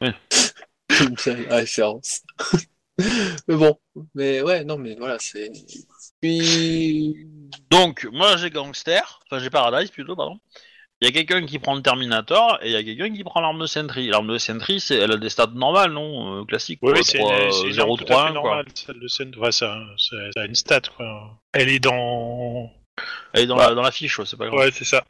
Une série à [LAUGHS] référence. [LAUGHS] mais bon, mais ouais, non, mais voilà, c'est. Puis.
Donc, moi j'ai Gangster, enfin j'ai Paradise plutôt, pardon. Il y a quelqu'un qui prend le Terminator et il y a quelqu'un qui prend l'arme de Sentry. L'arme de Sentry, c'est- elle a des stats normales, non euh, Classique.
Oui,
quoi,
c'est
trois,
une,
euh,
c'est une
zéro,
arme tout
trois,
à
un,
fait
quoi.
normale, celle de scène. Ouais, ça, ça, ça a une stat, quoi. Elle est dans...
Elle est dans,
Ouais.
la, dans la fiche, ouais, c'est pas grave.
Ouais, c'est ça.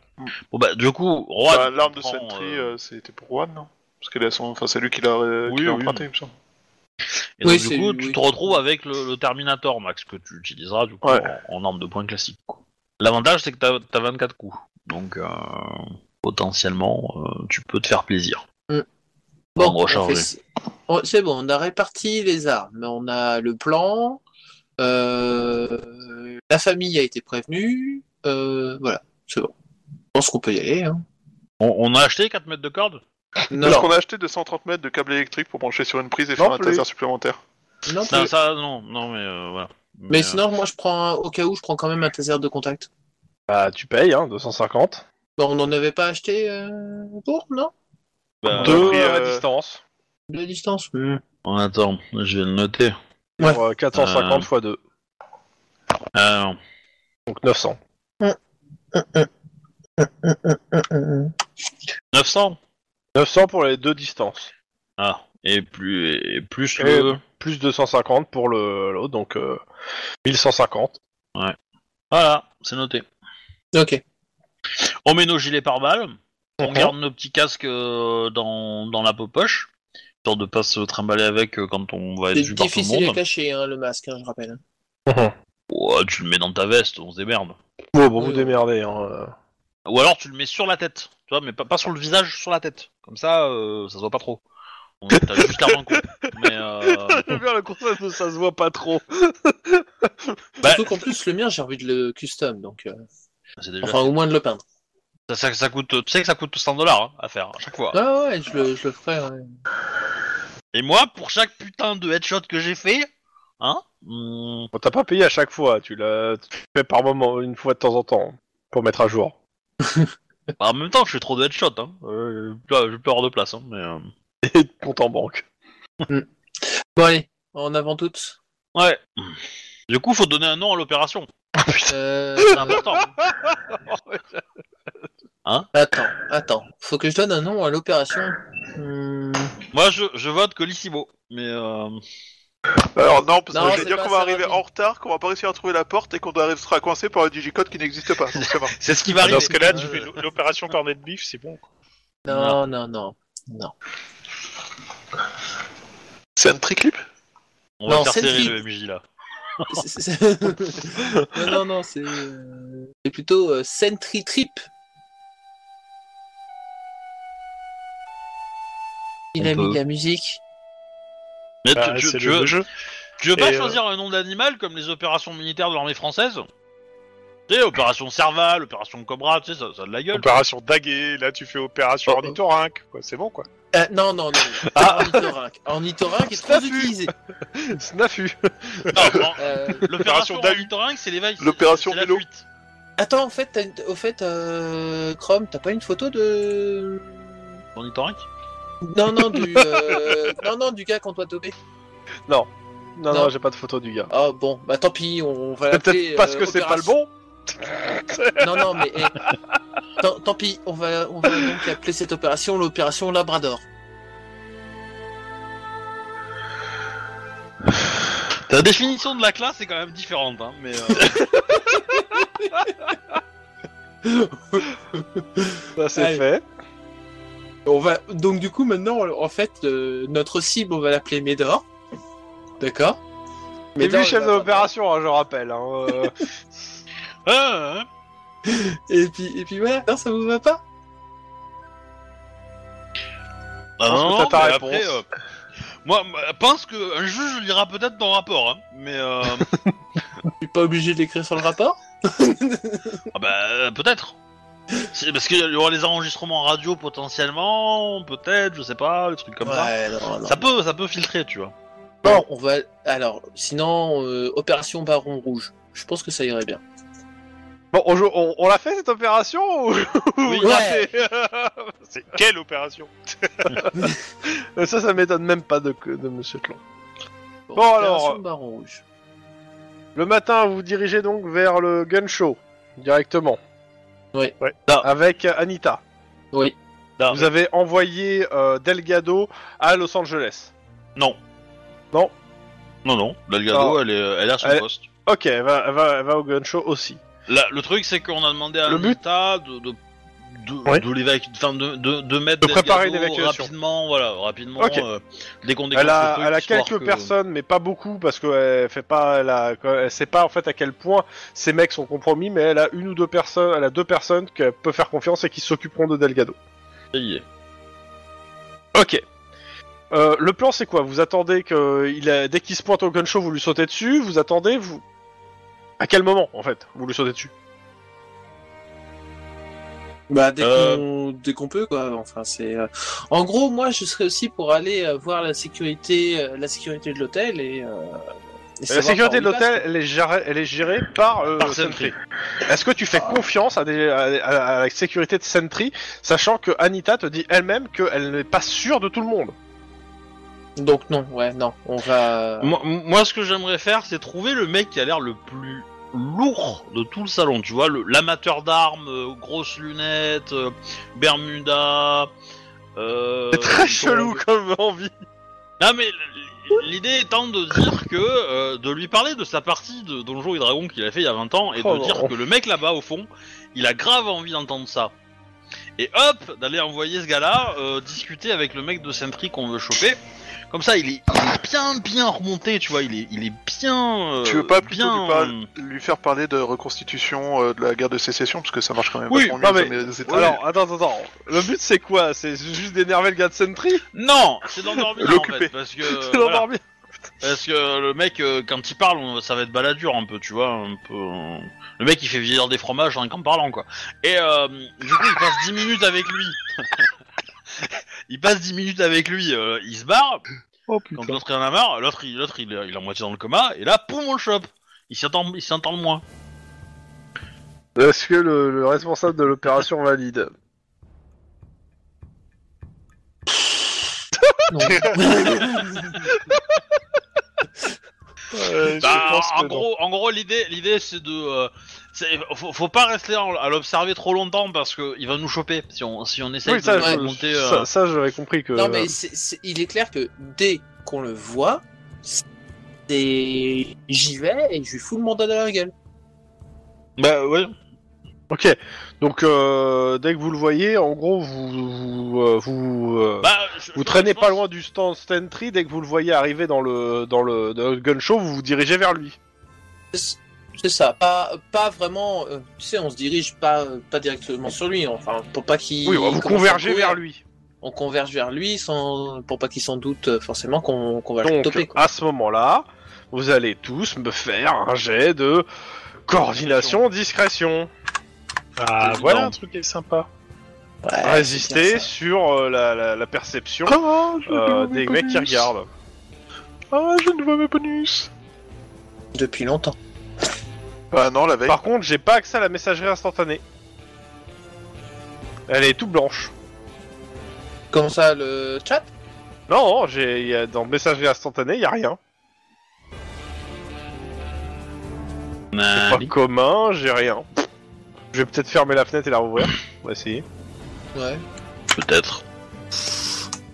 Bon, bah, du coup, Roi.
Bah, L'arme de
prend,
Sentry,
euh,
euh, c'était pour Juan, non Parce qu'elle a son... enfin, c'est lui qui l'a euh,
Oui,
qui l'a
oui.
emprunté, il me semble.
Et donc,
Oui,
du
c'est-
coup,
oui.
tu te retrouves avec le, le Terminator, Max, que tu utiliseras du coup,
Ouais.
en, en arme de poing classique. quoi. L'avantage, c'est que t'as as 24 coups. Donc, euh, potentiellement, euh, tu peux te faire plaisir.
Mm.
Bon,
on
recharger.
fait- on- C'est bon, on a réparti les armes. On a le plan. euh, La famille a été prévenue. euh, Voilà, c'est bon. Je pense qu'on peut y aller. Hein.
On, on a acheté 4 mètres de corde
Parce
Non,
qu'on a acheté 230 mètres de câble électrique pour brancher sur une prise et
Non
faire un
plus.
taser supplémentaire.
non,
Non,
mais-
ça, non, non, mais euh, voilà.
Mais
euh,
sinon, moi, je prends un- au cas où, je prends quand même un taser de contact.
Bah tu payes, hein, 250.
Bon, on n'en avait pas acheté euh, pour, non
bah,
Deux
pris,
à
euh,
distance.
De distance
on attend, je vais le noter.
ouais.
Pour, euh, 450 x 2,
Alors,
donc 900.
Euh,
900
900 pour les deux distances.
Ah, et plus, et plus
Et
le.
Plus 250 pour le l'autre, donc euh, 1150.
Voilà, c'est noté.
Ok.
On met nos gilets pare-balles. On
Mhm.
garde nos petits casques euh, dans, dans la poche, histoire de pas se trimballer avec euh, quand on va être
C'est
vu par tout le
difficile à
monde.
cacher, hein, le masque, hein, je rappelle.
Ouais, tu le mets dans ta veste, on se démerde.
Bon, bon, vous
Oui.
démerdez. Hein. euh.
Ou alors tu le mets sur la tête, tu vois, mais pas, pas sur le visage, sur la tête. Comme ça, euh, ça se voit pas trop. On- T'as
[LAUGHS]
juste l'air d'un con. Mais euh,
[LAUGHS] J'aime bien le concept de ça se voit pas trop.
Bah-
Surtout qu'en plus, le mien, j'ai envie de le custom, donc... euh,
c'est déjà...
Enfin, au moins de le peindre.
ça, ça- ça coûte, tu sais que ça coûte 100 dollars hein, à faire à chaque fois.
Ah ouais, je le, je le ferai, ouais.
Et moi, pour chaque putain de headshot que j'ai fait, hein, hmm,
Bon, t'as pas payé à chaque fois, tu l'as tu fais par moment, une fois de temps en temps, pour mettre à jour.
bah, en même temps, je fais trop de headshots, hein. Euh, je peux- je peux avoir de place, hein, mais. euh,
Et de compte en banque.
Bon, allez, en avant toutes.
Ouais. Du coup, faut donner un nom à l'opération.
Euh,
C'est
[LAUGHS]
important.
attends, attends. Faut que je donne un nom à l'opération. Hmm,
Moi, je, je vote Colissimo. Mais euh...
Alors Oh non, parce que
Non,
je vais
c'est
dire
pas
qu'on va
ça,
arriver
rapide.
en retard, qu'on va pas réussir à trouver la porte et qu'on doit- sera coincé par un digicode qui n'existe pas. Donc ça va.
c'est ce qui va arriver.
Bah, Dans ce cas-là, tu
Euh,
fais l'opération cornet de bif, c'est bon. quoi.
Non, non, non. [LAUGHS] Non.
C'est un triclip
On va
Non,
faire
c'est le
serrer
film.
le MJ là.
C'est- c'est- non, non, non, c'est... euh, C'est plutôt euh, Sentry Trip. Il
On
a mis
peut.
de la musique.
Mais
Bah,
tu, tu-
c'est
tu
le
veux,
jeu.
tu veux pas
Et, euh,
choisir un nom d'animal comme les opérations militaires de l'armée française Tu sais, opération Serval, opération Cobra, tu sais, ça, ça a de la gueule.
Opération daguée, là tu fais opération
Oh.
ornithorynque, quoi. C'est bon, quoi.
Euh, non, non, [LAUGHS] non. Ornithorynque. Ornithorynque est
Ça
très
pue.
[LAUGHS] utilisé.
Snafu
Non, non,
Euh,
L'opération
Opération Dahu.
ornithorynque, c'est l'éveil. c'est-
L'opération
c'est la
Vélo.
fuite.
Attends, en fait, t'as une- au fait, euh, Chrome, t'as pas une photo de
Ornithorynque
non non du [LAUGHS] euh, non non du gars qu'on doit doper.
Non, non,
Non.
j'ai pas de photo du gars.
Ah bon, bah tant pis, on va
C'est
l'appeler.
peut-être parce
euh,
que c'est pas le
opération-
bon
Non non mais eh, tant, tant pis, on va on va donc appeler cette opération l'opération Labrador.
La définition de la classe est quand même différente, hein, [LAUGHS] mais. euh,
Ça c'est
Allez.
fait.
On va donc du coup maintenant en fait euh, notre cible on va l'appeler Médor. D'accord.
Mais
Médor,
lui,
il
chef
va-
de l'opération, hein, je rappelle.
[LAUGHS]
Hein, euh,
hein, hein.
Et puis et puis voilà, non ça vous va pas
Bah,
pense
non,
que t'as
non,
ta
mais
réponse.
après, euh, moi, moi, pense qu'un juge lira peut-être ton rapport, hein, mais [LAUGHS] euh,
Je suis pas obligé de l'écrire sur le rapport
ah bah, euh, peut-être. C'est Parce qu'il y aura les enregistrements radio potentiellement, peut-être, je sais pas, des trucs comme ça.
non, non.
Ça peut, ça peut filtrer, tu vois.
Bon, on va. Alors, sinon, euh, opération Baron Rouge. Je pense que ça irait bien.
Bon, on, joue- on- on l'a fait cette opération ou [LAUGHS]
[LAUGHS] Oui,
ou raté
C'est quelle opération
Ça, ça m'étonne même pas de, de Monsieur Clan.
Bon, euh,
Bon, alors,
opération Baron Rouge.
Le matin, vous vous dirigez donc vers le gun show directement.
Oui.
Ouais.
Ah.
Avec euh, Anita.
Oui.
Ah,
vous avez envoyé euh, Delgado à Los Angeles.
Non.
Non.
Non, non, Delgado, elle est, elle est à son
Elle-
poste.
Ok, elle va, elle va- elle va au gun show aussi.
Là, le truc, c'est qu'on a demandé à
Le but-
Anita de, de, de,
Ouais.
de l'évacuer, enfin, de, de, de mettre
De préparer
Delgado
l'évacuation.
rapidement, voilà, rapidement,
Ok.
euh, dès qu'on déclenche
Elle a,
le truc,
elle a
histoire
quelques
que-
personnes, mais pas beaucoup, parce qu'elle fait pas, elle, a- elle sait pas en fait à quel point ces mecs sont compromis, mais elle a une ou deux personnes, elle a deux personnes qu'elle peut faire confiance et qui s'occuperont de Delgado. euh, Ok. Euh, le plan c'est quoi Vous attendez que il a- dès qu'il se pointe au gun show, vous lui sautez dessus. Vous attendez, vous à quel moment en fait vous lui sautez dessus
Bah, dès
Euh.
qu'on dès qu'on peut, quoi. Enfin, c'est. euh, En gros, moi, je serais aussi pour aller euh, voir la sécurité, euh, la sécurité de l'hôtel et. euh, et
La
savoir
sécurité
par
de
où il passe,
l'hôtel, elle, est gérée- elle est gérée par, euh,
Par
Sentry.
Sentry.
Est-ce que tu fais confiance à, des- à- à- à la sécurité de Sentry, sachant que Anita te dit elle-même qu'elle n'est pas sûre de tout le monde
quoi. Donc non, ouais, non, on va.
Moi, moi, ce que j'aimerais faire, c'est trouver le mec qui a l'air le plus lourd de tout le salon, tu vois, le- l'amateur d'armes, euh, grosses lunettes, euh, Bermuda. euh,
C'est très
comment-
chelou comme envie.
Non mais l- l- l'idée étant de dire que euh, de lui parler de sa partie de Donjons et Dragons qu'il a fait il y a 20 ans et
Oh,
de dire
non.
que le mec là-bas au fond, il a grave envie d'entendre ça. Et hop, d'aller envoyer ce gars-là euh, discuter avec le mec de Sentry qu'on veut choper. Comme ça, il est, il est bien bien remonté, tu vois, il est il est bien euh,
Tu veux pas plutôt
bien
lui, parler- lui faire parler de reconstitution euh, de la guerre de sécession parce que ça marche quand même
Oui,
vachement
non,
mieux
mais-
dans les États.
Alors, attends, attends. Le but c'est quoi C'est juste d'énerver le gars de Sentry
Non, c'est d'endormir
[LAUGHS]
en
L'occuper.
fait parce que
[LAUGHS] C'est
Euh, voilà.
l'endormir.
Parce que le mec, euh, quand il parle, on- ça va être baladure un peu, tu vois, un peu... euh, Le mec, il fait vieillir des fromages rien qu'en parlant, quoi. Et euh, du coup, il passe 10 minutes avec lui. [LAUGHS] il passe 10 minutes avec lui, euh, il se barre,
Oh
quand l'autre il en a marre, l'autre, il, l'autre il, est- il est à moitié dans le coma, et là, poum, on le chope Il s'y attend, il s'y attend le moins.
Est-ce que le, le responsable de l'opération valide
Non. [LAUGHS]
Euh, je
Bah,
pense
en,
que non.
gros, en gros, l'idée, l'idée, c'est de, euh, c'est- faut, faut pas rester en- à l'observer trop longtemps parce que il va nous choper si on, si on essaye
Oui, ça,
de
je-
monter. euh,
ça, ça, j'avais compris que. euh,
Non, mais c'est- c'est- il est clair que dès qu'on le voit, c'est j'y vais et je lui fous le mandat dans la gueule.
Bah ouais.
Ok, donc euh, dès que vous le voyez, en gros, vous vous, euh, vous, euh,
Bah, je-
vous
je-
traînez
je
pas
pense-
loin du stand Stentry. Dès que vous le voyez arriver dans le dans le, dans le gun show, vous vous dirigez vers lui.
C'est c'est ça, pas, pas vraiment. euh, tu sais, on se dirige pas, pas directement sur lui, enfin, pour pas qu'il.
oui, vous
commence à
convergez
courir.
vers lui.
On converge vers lui sans, pour pas qu'il s'en doute euh, forcément qu'on qu'on va le
Donc
toper. quoi.
à ce moment-là, vous allez tous me faire un jet de coordination discrétion.
Ah,
évident.
voilà un truc qui est sympa.
Ouais, c'est
Résister
bien ça.
sur euh, la, la- la perception
Ah, je
euh,
dois mes
des mecs qui
bonus.
regardent.
Ah, je ne vois mes bonus.
Depuis longtemps.
Bah non, la veille.
Par contre, j'ai pas accès à la messagerie instantanée. Elle est tout blanche.
Comment ça, le chat
Non, non, j'ai y a- dans messagerie instantanée, il y a rien.
Ah,
Pas commun, j'ai rien. Je vais peut-être fermer la fenêtre et la rouvrir. On va essayer.
Ouais.
Peut-être.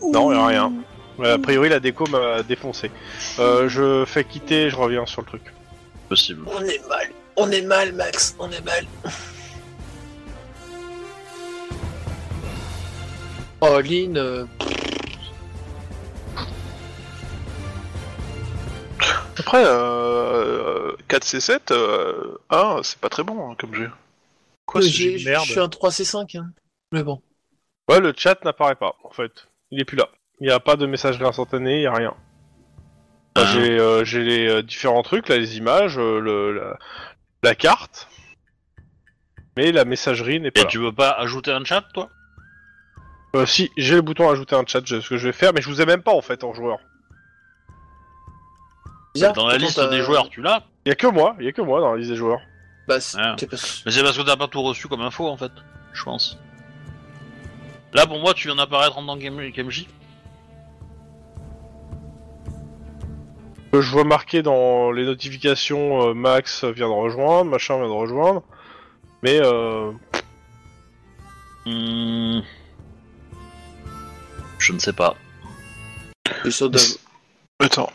Non, il y a rien. Ouais, a priori, la déco m'a défoncé. Euh, je fais quitter, je reviens sur le truc.
Possible.
On est mal. On est mal, Max. On est mal. Oh, Lynn, euh,
Après, euh, 4C7, euh, ah, c'est pas très bon hein, comme jeu.
Quoi ce jeu
j'ai-
de
je
merde
Bah,
suis un 3C5. hein. Mais bon.
Ouais, le chat n'apparaît pas, en fait. Il est plus là. Il n'y a pas de messagerie instantanée, il n'y a rien. Moi,
Ah.
J'ai euh, j'ai les euh, différents trucs, là, les images, euh, le, la, la carte. Mais la messagerie n'est pas
Et
là.
tu veux pas ajouter un chat, toi
Euh, si, j'ai le bouton ajouter un chat, je- ce que je vais faire, mais je vous ai même pas en fait en joueur.
Bizarre,
Dans la
pourtant,
liste
t'as-
des joueurs, tu l'as
Il y a que moi, il y a que moi dans la liste des joueurs.
Bah, c'est-
Ah.
t'es pas-
Mais c'est parce que t'as pas tout reçu comme info, en fait, je pense. Là, pour moi, tu viens d'apparaître en tant qu'M- qu'MJ.
Que Euh, je vois marqué dans les notifications, euh, Max vient de rejoindre, machin vient de rejoindre. Mais euh,
Hmm. Je ne sais pas.
t'es sûr de-
Attends,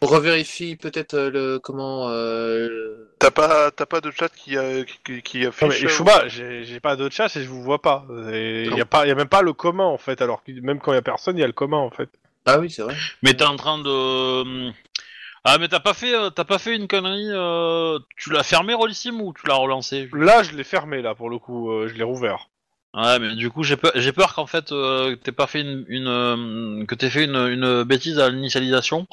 On revérifie peut-être euh, le comment. euh, le-
t'as pas, t'as pas de chat qui, a- qui, qui affiche.
non, mais
euh,
Shuma, j'ai j'ai pas de chat et je vous vois pas. Et Il y a pas, il y a même pas le commun en fait. Alors que même quand il y a personne, il y a le commun en fait.
Ah oui, c'est vrai.
Mais t'es en train de. Ah, mais t'as pas fait, euh, t'as pas fait une connerie. euh, Tu l'as fermé, Rollissime, ou tu l'as relancé
Là, je l'ai fermé là pour le coup, euh, je l'ai rouvert.
Ouais, mais du coup, j'ai peur, j'ai peur qu'en fait, euh, que t'aies pas fait une, une, euh, que t'aies fait une, une bêtise à l'initialisation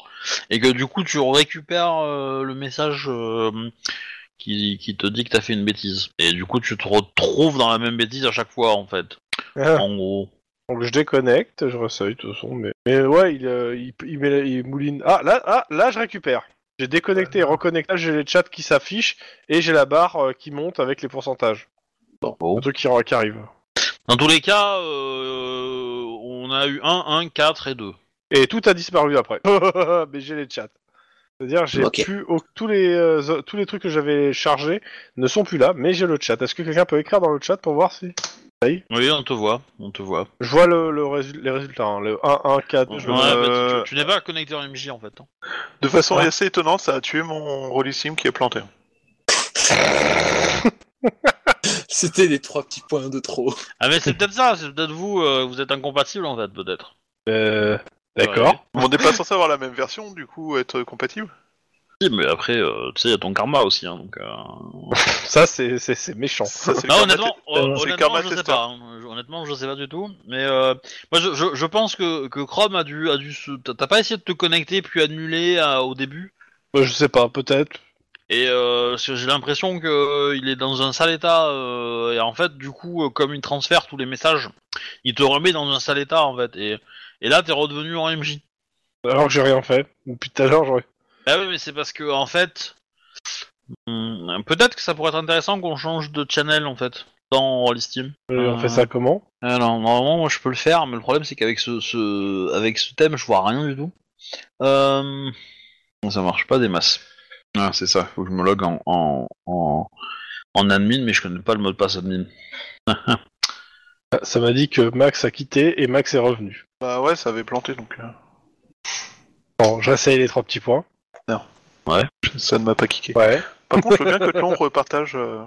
et que du coup, tu récupères euh, le message euh, qui, qui te dit que t'as fait une bêtise. Et du coup, tu te retrouves dans la même bêtise à chaque fois, en fait. En gros.
Donc je déconnecte, je reseuille de toute façon, mais, mais ouais, il, euh, il, il met- il mouline. Ah là, ah là, je récupère. J'ai déconnecté et reconnecté. Là, j'ai les chats qui s'affichent et j'ai la barre euh, qui monte avec les pourcentages.
Bon.
Le truc qui, re- qui arrive.
Dans tous les cas, euh, on a eu 1, 1, 4 et 2.
Et tout a disparu après. [LAUGHS] mais j'ai les chats. C'est-à-dire, j'ai
Ok.
plus au- tous les euh, zo- tous les trucs que j'avais chargés ne sont plus là, mais j'ai le chat. Est-ce que quelqu'un peut écrire dans le chat pour voir si
Oui, on te voit, on te voit.
je vois le, le résul- les résultats hein, Le 1, 1, 4. je-
Ouais,
euh,
mais tu, tu n'es pas connecté en MJ, en fait. hein.
De façon
Ah.
assez étonnante, ça a tué mon Rollissime qui est planté.
[LAUGHS] C'était les trois petits points de trop.
Ah, mais c'est peut-être ça, c'est peut-être vous, euh, vous êtes incompatibles, en fait, peut-être.
Euh, D'accord.
On n'est
[LAUGHS]
pas censé avoir la même version, du coup, être compatible
Si, mais après, euh, tu sais, il y a ton karma aussi, hein, donc... euh,
Ça, c'est- c'est c'est méchant.
Ça, c'est le
Non,
karma
honnêtement,
te-
hon-
c'est le
honnêtement,
karma
je sais
tester.
pas. hein. Je- Honnêtement, je sais pas du tout. Mais euh, moi, je, je, je pense que, que Chrome a dû, a dû se... t'as- T'as pas essayé de te connecter puis annuler à- au début
Bah, je sais pas, peut-être.
et euh, parce que j'ai l'impression que euh, il est dans un sale état euh, et en fait du coup euh, comme il transfère tous les messages, il te remet dans un sale état en fait et, et là t'es redevenu en MJ.
Alors que j'ai rien fait. Depuis tout à l'heure, j'aurais.
Ah oui mais c'est parce que en fait hmm, peut-être que ça pourrait être intéressant qu'on change de channel en fait dans Roll Steam.
j'aurais
Euh.
fait ça comment
Alors normalement moi je peux le faire, mais le problème c'est qu'avec ce, ce avec ce thème je vois rien du tout. Euh... Ça marche pas des masses. Ah c'est ça, faut que je me log en en, en en admin, mais je connais pas le mot de passe admin.
Ah, Ça m'a dit que Max a quitté et Max est revenu.
Bah ouais, ça avait planté, donc euh,
Bon, je réessaye les trois petits points.
ça ne m'a pas kické.
Ouais.
Par contre, je veux bien que Tlon repartage... euh,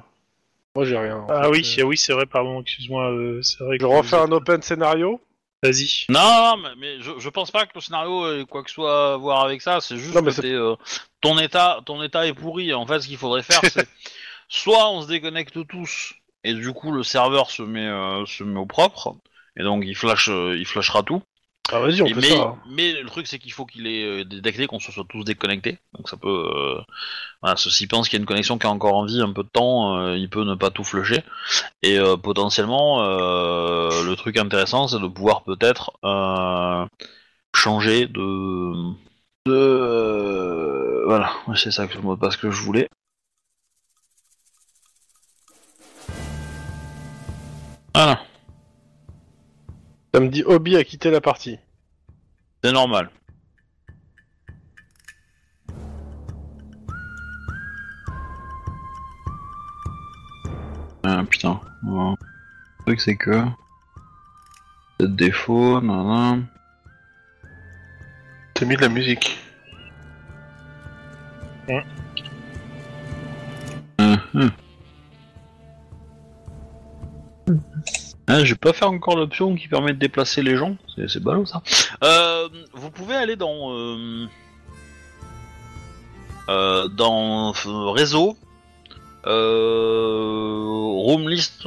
Moi, j'ai rien. en
Ah
fait.
oui,
Euh,
ah oui, c'est vrai, pardon, excuse-moi, euh, c'est vrai.
Je refais un open scénario
Vas-y.
Non, non, mais, mais je, je pense pas que le scénario ait quoi que ce soit à voir avec ça. C'est juste
Non, mais
que
c'est-
t'es, euh, ton état, ton état est pourri. En fait, ce qu'il faudrait faire,
[LAUGHS]
c'est soit on se déconnecte tous et du coup le serveur se met, euh, se met au propre et donc il flash, euh, il flashera tout.
Ah, vas-y, on
Et
fait
mais,
ça.
mais le truc c'est qu'il faut qu'il ait euh, détecté qu'on se soit tous déconnectés. Donc ça peut, euh, voilà, ceci pense qu'il y a une connexion qui a encore en vie un peu de temps, euh, il peut ne pas tout flusher. Et euh, potentiellement, euh, le truc intéressant c'est de pouvoir peut-être euh, changer de, de, euh, voilà, c'est ça que le mot de passe que je voulais. Voilà,
Ça me dit Hobby a quitté la partie.
c'est normal. Ah putain. Bon. Le truc c'est que. peut défaut, nan.
T'as mis de la musique.
Ah, nan. Mhm. Ah, j'ai pas fait encore l'option qui permet de déplacer les gens, c'est c'est ballot ça. Euh, vous pouvez aller dans euh, euh, dans euh, réseau euh, room list.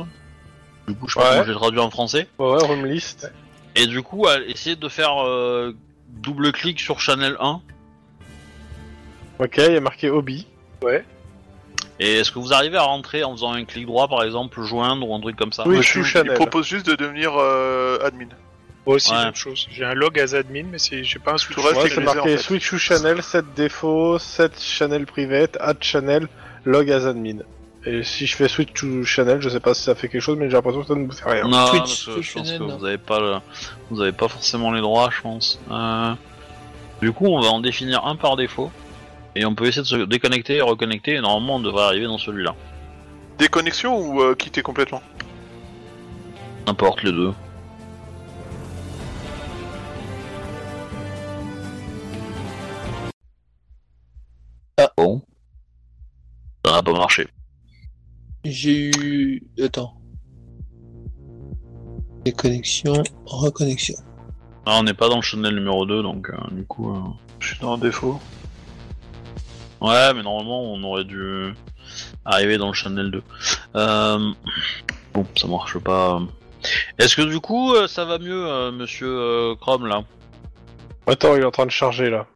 Du coup, je sais pas
Ouais.
comment je l'ai traduit en français.
Ouais, ouais, room list.
Et du coup, à- essayez de faire euh, double clic sur Channel 1.
Ok, il y a marqué hobby.
Et est-ce que vous arrivez à rentrer en faisant un clic droit, par exemple, joindre ou un truc comme ça
Oui,
Moi,
je suis Chanel.
Il propose juste de devenir euh, admin.
Moi aussi,
Ouais.
j'ai autre chose. J'ai un log as admin, mais c'est- j'ai pas un switch.
Tout le reste,
Ouais,
c'est
c'est
les airs, en
marqué
fait.
Switch ou Channel, 7 défauts, 7 Channel private, add Channel, log as admin. Et si je fais Switch to Channel, je sais pas si ça fait quelque chose, mais j'ai l'impression que ça ne me fait rien.
Non,
Twitch,
parce que
Twitch
je pense
Channel,
que
non.
vous avez pas le- vous avez pas forcément les droits, je pense. Euh, Du coup, on va en définir un par défaut. Et on peut essayer de se déconnecter et reconnecter. Et normalement, on devrait arriver dans celui-là.
Déconnexion ou euh, quitter complètement
N'importe les deux.
Ah.
bon. Ça n'a pas marché.
J'ai eu. Attends. Déconnexion, reconnexion.
Ah, on n'est pas dans le channel numéro 2, donc euh, du coup. euh,
Je suis dans un défaut.
Ouais, mais normalement, on aurait dû arriver dans le Channel 2. Euh, Bon, ça marche pas. Est-ce que du coup, euh, ça va mieux, euh, monsieur euh, Chrome, là
Attends, il est en train de charger là.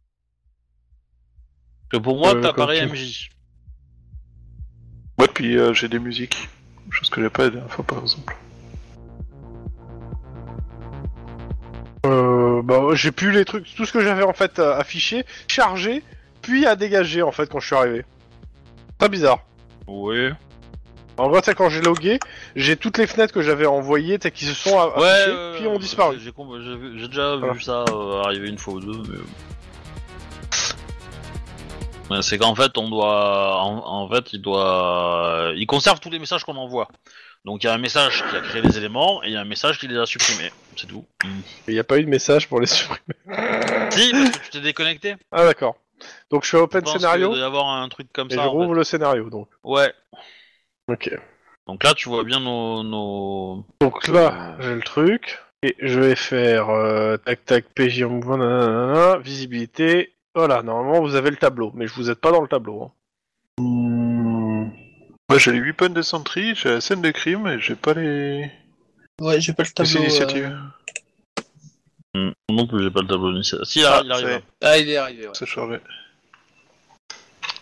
Parce Que pour moi,
Euh,
t'apparais
comme
MJ.
Ouais, puis euh, j'ai des musiques. Chose que j'ai pas la dernière fois, par exemple.
Euh, bah, j'ai pu les trucs, tout ce que j'avais en fait euh, affiché, chargé, puis à dégager en fait quand je suis arrivé. Très bizarre.
Oui.
En gros, c'est quand j'ai logué, j'ai toutes les fenêtres que j'avais envoyées, t'sais, qui se sont a-
Ouais,
affichées,
euh,
Ah, puis ont disparu.
J'ai comp- j'ai vu- j'ai déjà
Voilà.
vu ça euh, arriver une fois ou deux, mais. Ouais, C'est qu'en fait, on doit. En, en fait, il doit. Il conserve tous les messages qu'on envoie. Donc il y a un message qui a créé les éléments et il y a un message qui les a supprimés. C'est tout.
Il n'y a pas eu de message pour les supprimer.
Si, parce que tu t'es déconnecté.
[LAUGHS] Ah d'accord. Donc je suis à
Je
open
pense
scénario
qu'il doit y avoir un truc comme
et
ça.
je
en fait.
rouvre le scénario donc.
Ouais.
Ok.
Donc là, tu vois bien nos. nos...
Donc
Bah.
là, j'ai le truc et je vais faire euh, tac tac PJ en mouvement, nanana, visibilité. Voilà, normalement vous avez le tableau, mais je vous aide pas dans le tableau. hein.
Hmm. Moi, j'ai les 8 puns de Sentry, j'ai la scène de crime et j'ai pas les.
Ouais, j'ai pas le
les
tableau.
initiatives.
euh,
Hmm, Non plus, j'ai pas le tableau d'initiative. Si, il
Ah,
arrive, il
ça y
arrive.
est,
Ah, il est arrivé, ouais.
C'est chargé.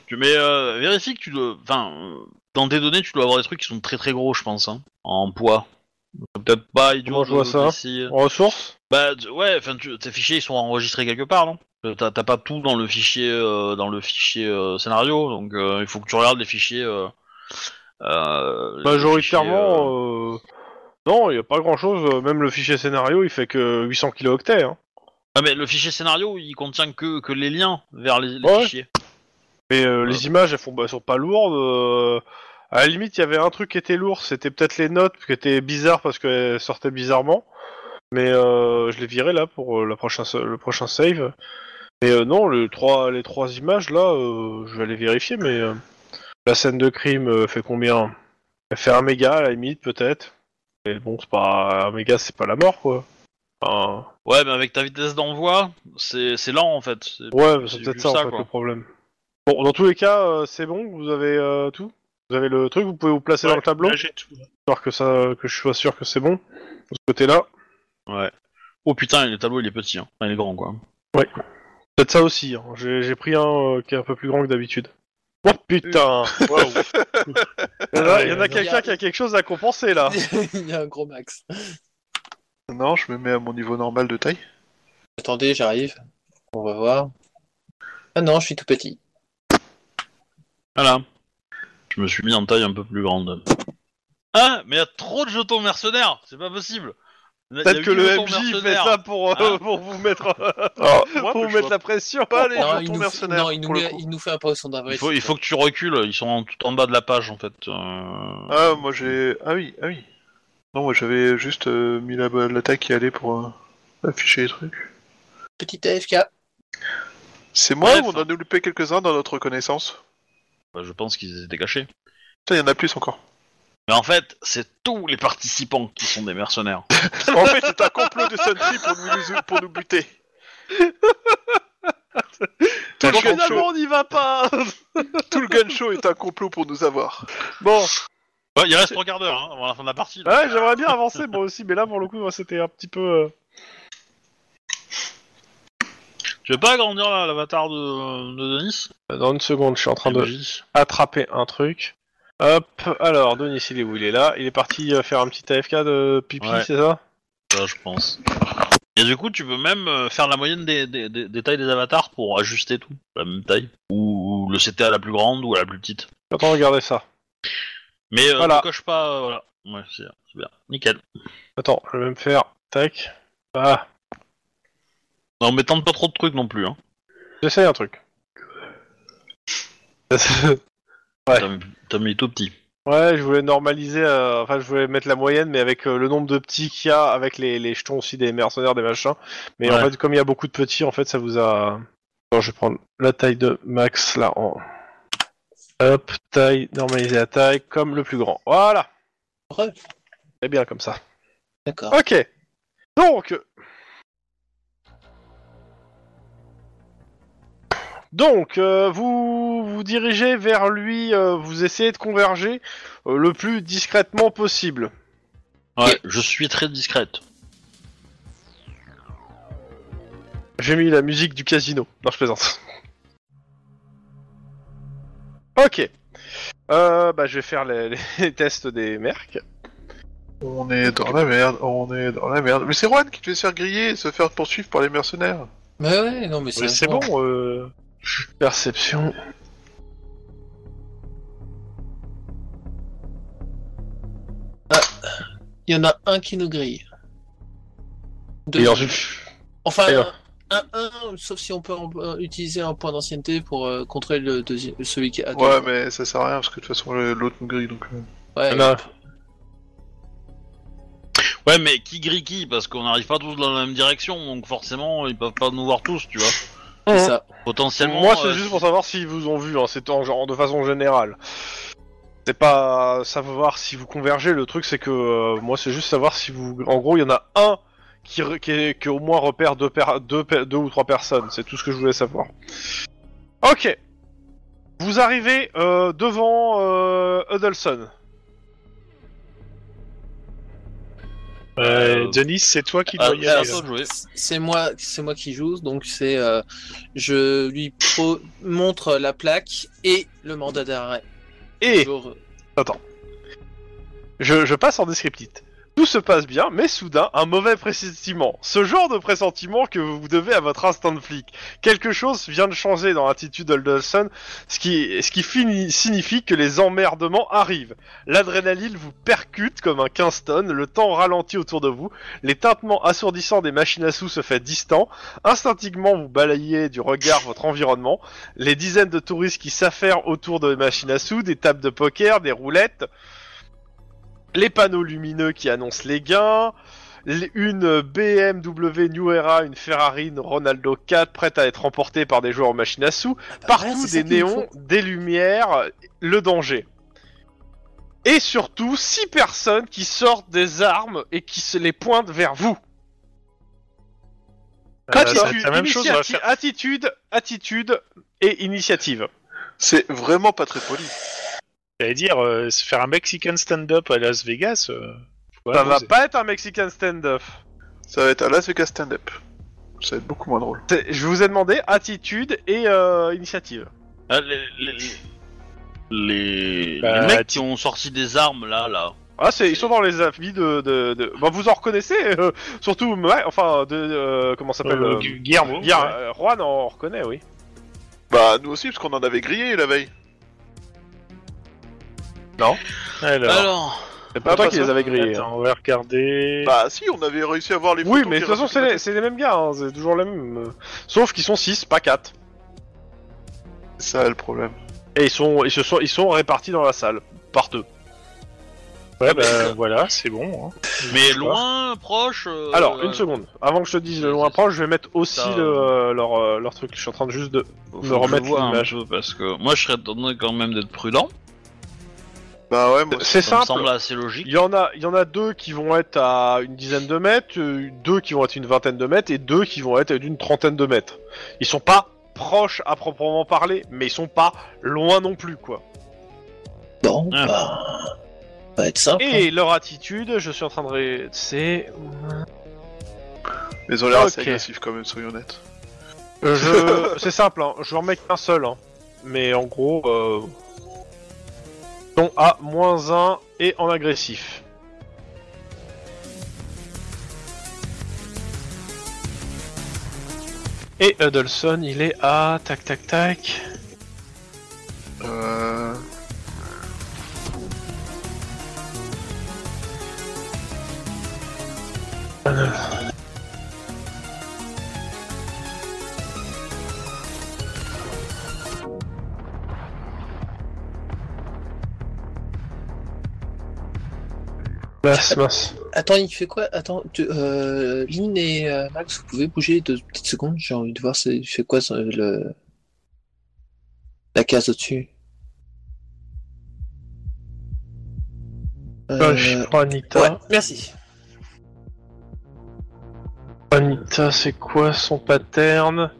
Tu mais euh, vérifie que tu dois. Enfin, euh, dans tes données, tu dois avoir des trucs qui sont très très gros, je pense, hein, en poids. C'est Peut-être pas idiot.
Comment je
de-
vois ça
d'essayer.
En ressources
Bah tu- ouais, enfin, tu- tes fichiers ils sont enregistrés quelque part, non Euh, T'as t'as pas tout dans le fichier euh, dans le fichier euh, scénario, donc euh, il faut que tu regardes les fichiers. euh, euh, les fichiers, euh,
Majoritairement. euh, Non, il n'y a pas grand chose, même le fichier scénario il fait que 800 kilooctets. Hein.
Ah mais le fichier scénario, il contient que que les liens vers les, les
Ouais.
fichiers.
Mais euh, les images, elles, font, elles sont pas lourdes. euh, À la limite, il y avait un truc qui était lourd, c'était peut-être les notes qui étaient bizarres parce qu'elles sortaient bizarrement. Mais euh, je les virais là pour euh, la prochain, sa- le prochain save. Mais euh, non, le trois- les trois images là, euh, je vais les vérifier. Mais euh, la scène de crime euh, fait combien Elle fait un méga à la limite peut-être. Mais bon, c'est pas un méga, c'est pas la mort quoi. Enfin,
Ouais, mais avec ta vitesse d'envoi, c'est c'est lent en fait. C'est-
Ouais, bah,
J'ai
c'est
vu
peut-être ça,
ça,
en fait,
quoi.
le problème. Bon, dans tous les cas, euh, c'est bon, vous avez euh, tout Vous avez le truc, vous pouvez vous placer dans le tableau,
Là, j'ai tout. là.
histoire que, ça, que je sois sûr que c'est bon, de ce côté-là.
Ouais. Oh putain, le tableau il est petit, hein. Enfin, il est grand quoi.
Peut-être ça aussi, hein. j'ai j'ai pris un euh, qui est un peu plus grand que d'habitude. Oh putain [LAUGHS] Il y en a, il y en a quelqu'un qui a quelque chose à compenser,
Ah.
là
[LAUGHS] il y a un gros max.
Non, je me mets à mon niveau normal de taille.
Attendez, j'arrive. On va voir. Ah non, je suis tout petit.
Voilà. Je me suis mis en taille un peu plus grande. Ah, mais il y a trop de jetons mercenaires, c'est pas possible. Il y a- il y a
Peut-être que
huit
le
jetons
MJ fait
mercenaires.
ça pour, euh, [LAUGHS]
Ah.
pour vous mettre,
Alors, moi,
pour vous
je
mettre
vois
la pression [LAUGHS]
pas les
Non, il
jetons
nous,
mercenaires.
non, il, nous
pour le
met-
coup.
il nous fait un poisson d'avril.
Il faut, il faut que tu recules, ils sont en- tout en bas de la page en fait. Euh,
Ah, moi j'ai. Ah oui, ah oui. Non, moi j'avais juste euh, mis la, la taille qui allait pour euh, afficher les trucs.
Petit AFK.
C'est moi
Bref.
ou on en a loupé quelques-uns dans notre connaissance
bah, je pense qu'ils étaient cachés.
Putain, il y en a plus encore. [LAUGHS]
Mais en fait, c'est tous les participants qui sont des mercenaires.
en fait, c'est un complot de Sentry pour nous, pour
[LAUGHS]
nous buter. tout, le gun
Finalement,
show,
on n'y va pas
[LAUGHS] tout le gun show est un complot pour nous avoir.
Bon,
Ouais, il reste trois quarts d'heure hein, avant la fin de la partie. là.
ouais, j'aimerais bien avancer, moi aussi, mais là, pour le coup, moi, c'était un petit peu... euh,
Tu veux pas agrandir la- l'avatar de, de Denis
Dans une seconde, je suis en train de
Magie.
attraper un truc. Hop, alors, Denis, il est où Il est là. Il est parti euh, faire un petit AFK de pipi,
Ouais.
c'est ça
Ça, je pense. Et du coup, tu peux même euh, faire la moyenne des, des- des- des tailles des avatars pour ajuster tout, la même taille. Ou, ou le CT à la plus grande ou à la plus petite.
Je suis en train de regarder ça.
Mais euh,
Voilà.
ne coche pas, euh, voilà. Ouais, c'est c'est bien. Nickel.
Attends, je vais me faire. Tac. Ah,
Non, mais tente pas trop de trucs non plus. Hein.
j'essaye un truc. [LAUGHS] Ouais.
T'as mis- T'as mis tout petit.
Ouais, je voulais normaliser, euh, enfin je voulais mettre la moyenne, mais avec euh, le nombre de petits qu'il y a, avec les, les jetons aussi des mercenaires, des machins. Mais en
Ouais.
fait, comme il y a beaucoup de petits, en fait, ça vous a... Bon, je vais prendre la taille de max, là, en... Hop, taille, normaliser la taille, comme le plus grand. Voilà
Heureux.
C'est bien comme ça.
D'accord.
Ok Donc... Donc, euh, vous vous dirigez vers lui, euh, vous essayez de converger euh, le plus discrètement possible.
Ouais, je suis très discrète.
J'ai mis la musique du casino. Non, je plaisante. Ok. Euh, bah, je vais faire les, les [LAUGHS] tests des mercs.
On est dans la merde, on est dans la merde. Mais c'est Juan qui devait se faire griller et se faire poursuivre par les mercenaires.
Mais ouais, non, mais c'est
Mais c'est bon, euh,
Perception.
Il y en a un qui nous grille. Deux.
Et ensuite-
Enfin,
et
un, un, un, sauf si on peut en- euh, utiliser un point d'ancienneté pour euh, contrôler le deuxième, celui qui a.
Ouais, mais ça sert à rien parce que de toute façon le- l'autre nous grille donc. euh,
Ouais.
il y en a-
Ouais, mais qui grille qui Parce qu'on n'arrive pas tous dans la même direction, donc forcément, ils peuvent pas nous voir tous, tu vois.
C'est ça.
Potentiellement.
Moi, c'est
euh,
juste pour savoir s'ils vous ont vu, hein, c'est en genre de façon générale. C'est pas savoir si vous convergez, le truc c'est que euh, moi c'est juste savoir si vous. En gros, il y en a un qui, re- qui, est- qui au moins repère deux, per- deux, pe- deux ou trois personnes, c'est tout ce que je voulais savoir. Ok. Vous arrivez euh, devant euh, Huddleston.
euh, Denis, c'est toi qui
Ah,
dois y aller.
c'est à toi
là.
de jouer.
C'est moi, c'est moi qui joue, donc c'est euh, je lui pro- montre la plaque et le mandat d'arrêt.
Et
Toujours-
Je, je passe en descriptif. Tout se passe bien, mais soudain, un mauvais pressentiment. Ce genre de pressentiment que vous devez à votre instinct de flic. Quelque chose vient de changer dans l'attitude d'Oldelson, ce qui, ce qui fini- signifie que les emmerdements arrivent. L'adrénaline vous percute comme un Kingston, le temps ralentit autour de vous, les tintements assourdissants des machines à sous se fait distant, instinctivement vous balayez du regard votre environnement, les dizaines de touristes qui s'affairent autour des machines à sous, des tables de poker, des roulettes, les panneaux lumineux qui annoncent les gains, l- une BMW New Era, une Ferrari, une Ronaldo 4 prête à être emportée par des joueurs aux machines à sous,
Ah bah ouais,
partout
c'est ça
des
qu'il nous
néons, des lumières, le danger. Et surtout, six personnes qui sortent des armes et qui se les pointent vers vous.
Euh, ça va
Attitude,
être la même chose, on va
initiati-
faire.
attitude, attitude et initiative.
C'est vraiment pas très poli.
J'allais dire, euh, se faire un Mexican stand-up à Las Vegas. euh, faut
Ça va
oser.
pas être un Mexican stand-up.
Ça va être à Las Vegas stand-up. Ça va être beaucoup moins drôle.
C'est- Je vous ai demandé attitude et euh, initiative.
Ah, les, les, les- les-
Bah,
les mecs
tu-
qui ont sorti des armes là, là.
Ah, c'est, ils sont dans les avis de, de, de- Bah, vous en reconnaissez, euh, surtout, ouais, enfin, de, euh, comment ça s'appelle
Euh,
euh,
Gu- Guillermo.
Guillaume,
ouais.
euh, Juan en reconnaît, oui.
Bah nous aussi parce qu'on en avait grillé la veille.
Alors,
Alors,
C'est pas toi qui
parce
les avais grillés. hein.
attends, on va regarder.
Bah si, on avait réussi à voir les
Oui,
photos
mais de
qui
toute façon, c'est
racontaient-
les, c'est les mêmes gars, hein, c'est toujours les mêmes. euh. Sauf qu'ils sont 6, pas 4.
C'est ça le problème.
Et ils sont, ils, se sont, ils sont répartis dans la salle, par deux.
Ouais, bah, voilà, c'est bon. hein.
mais loin, proche. euh,
Alors, une
euh,
seconde, avant que je te dise le
c'est-
nom
c'est-
approche, je vais mettre aussi
Ça,
le, euh, leur, euh, leur truc. Je suis en train de juste de.
faut
me
que je
remettre
vois un
l'image.
peu, parce que moi, je serais donné quand même d'être prudent.
Bah ouais, moi aussi.
C'est
Ça me
simple.
semble assez logique.
Il y en a, il y en a deux qui vont être à une dizaine de mètres, euh, deux qui vont être une vingtaine de mètres et deux qui vont être d'une trentaine de mètres. Ils sont pas proches à proprement parler, mais ils sont pas loin non plus quoi.
Bon,
Ah.
bah, ça va être simple. hein.
Et leur attitude, je suis en train de, ré- c'est
Mais ils ont l'air assez
Ok.
agressifs quand même, soyons honnêtes.
Euh, je- [LAUGHS] C'est simple, hein, je vais en mettre qu'un seul. hein. Mais en gros, euh... donc à moins 1 et en agressif. Et Huddleston, il est à... Tac, tac, tac.
Euh...
Mince, mince.
Attends, il fait quoi Attends, tu- euh, Lynn et euh, Max, vous pouvez bouger deux petites secondes J'ai envie de voir c'est- il fait quoi ça, le... la case au-dessus. Euh,
Ah, je prends Anita.
ouais, merci.
Anita, c'est quoi son pattern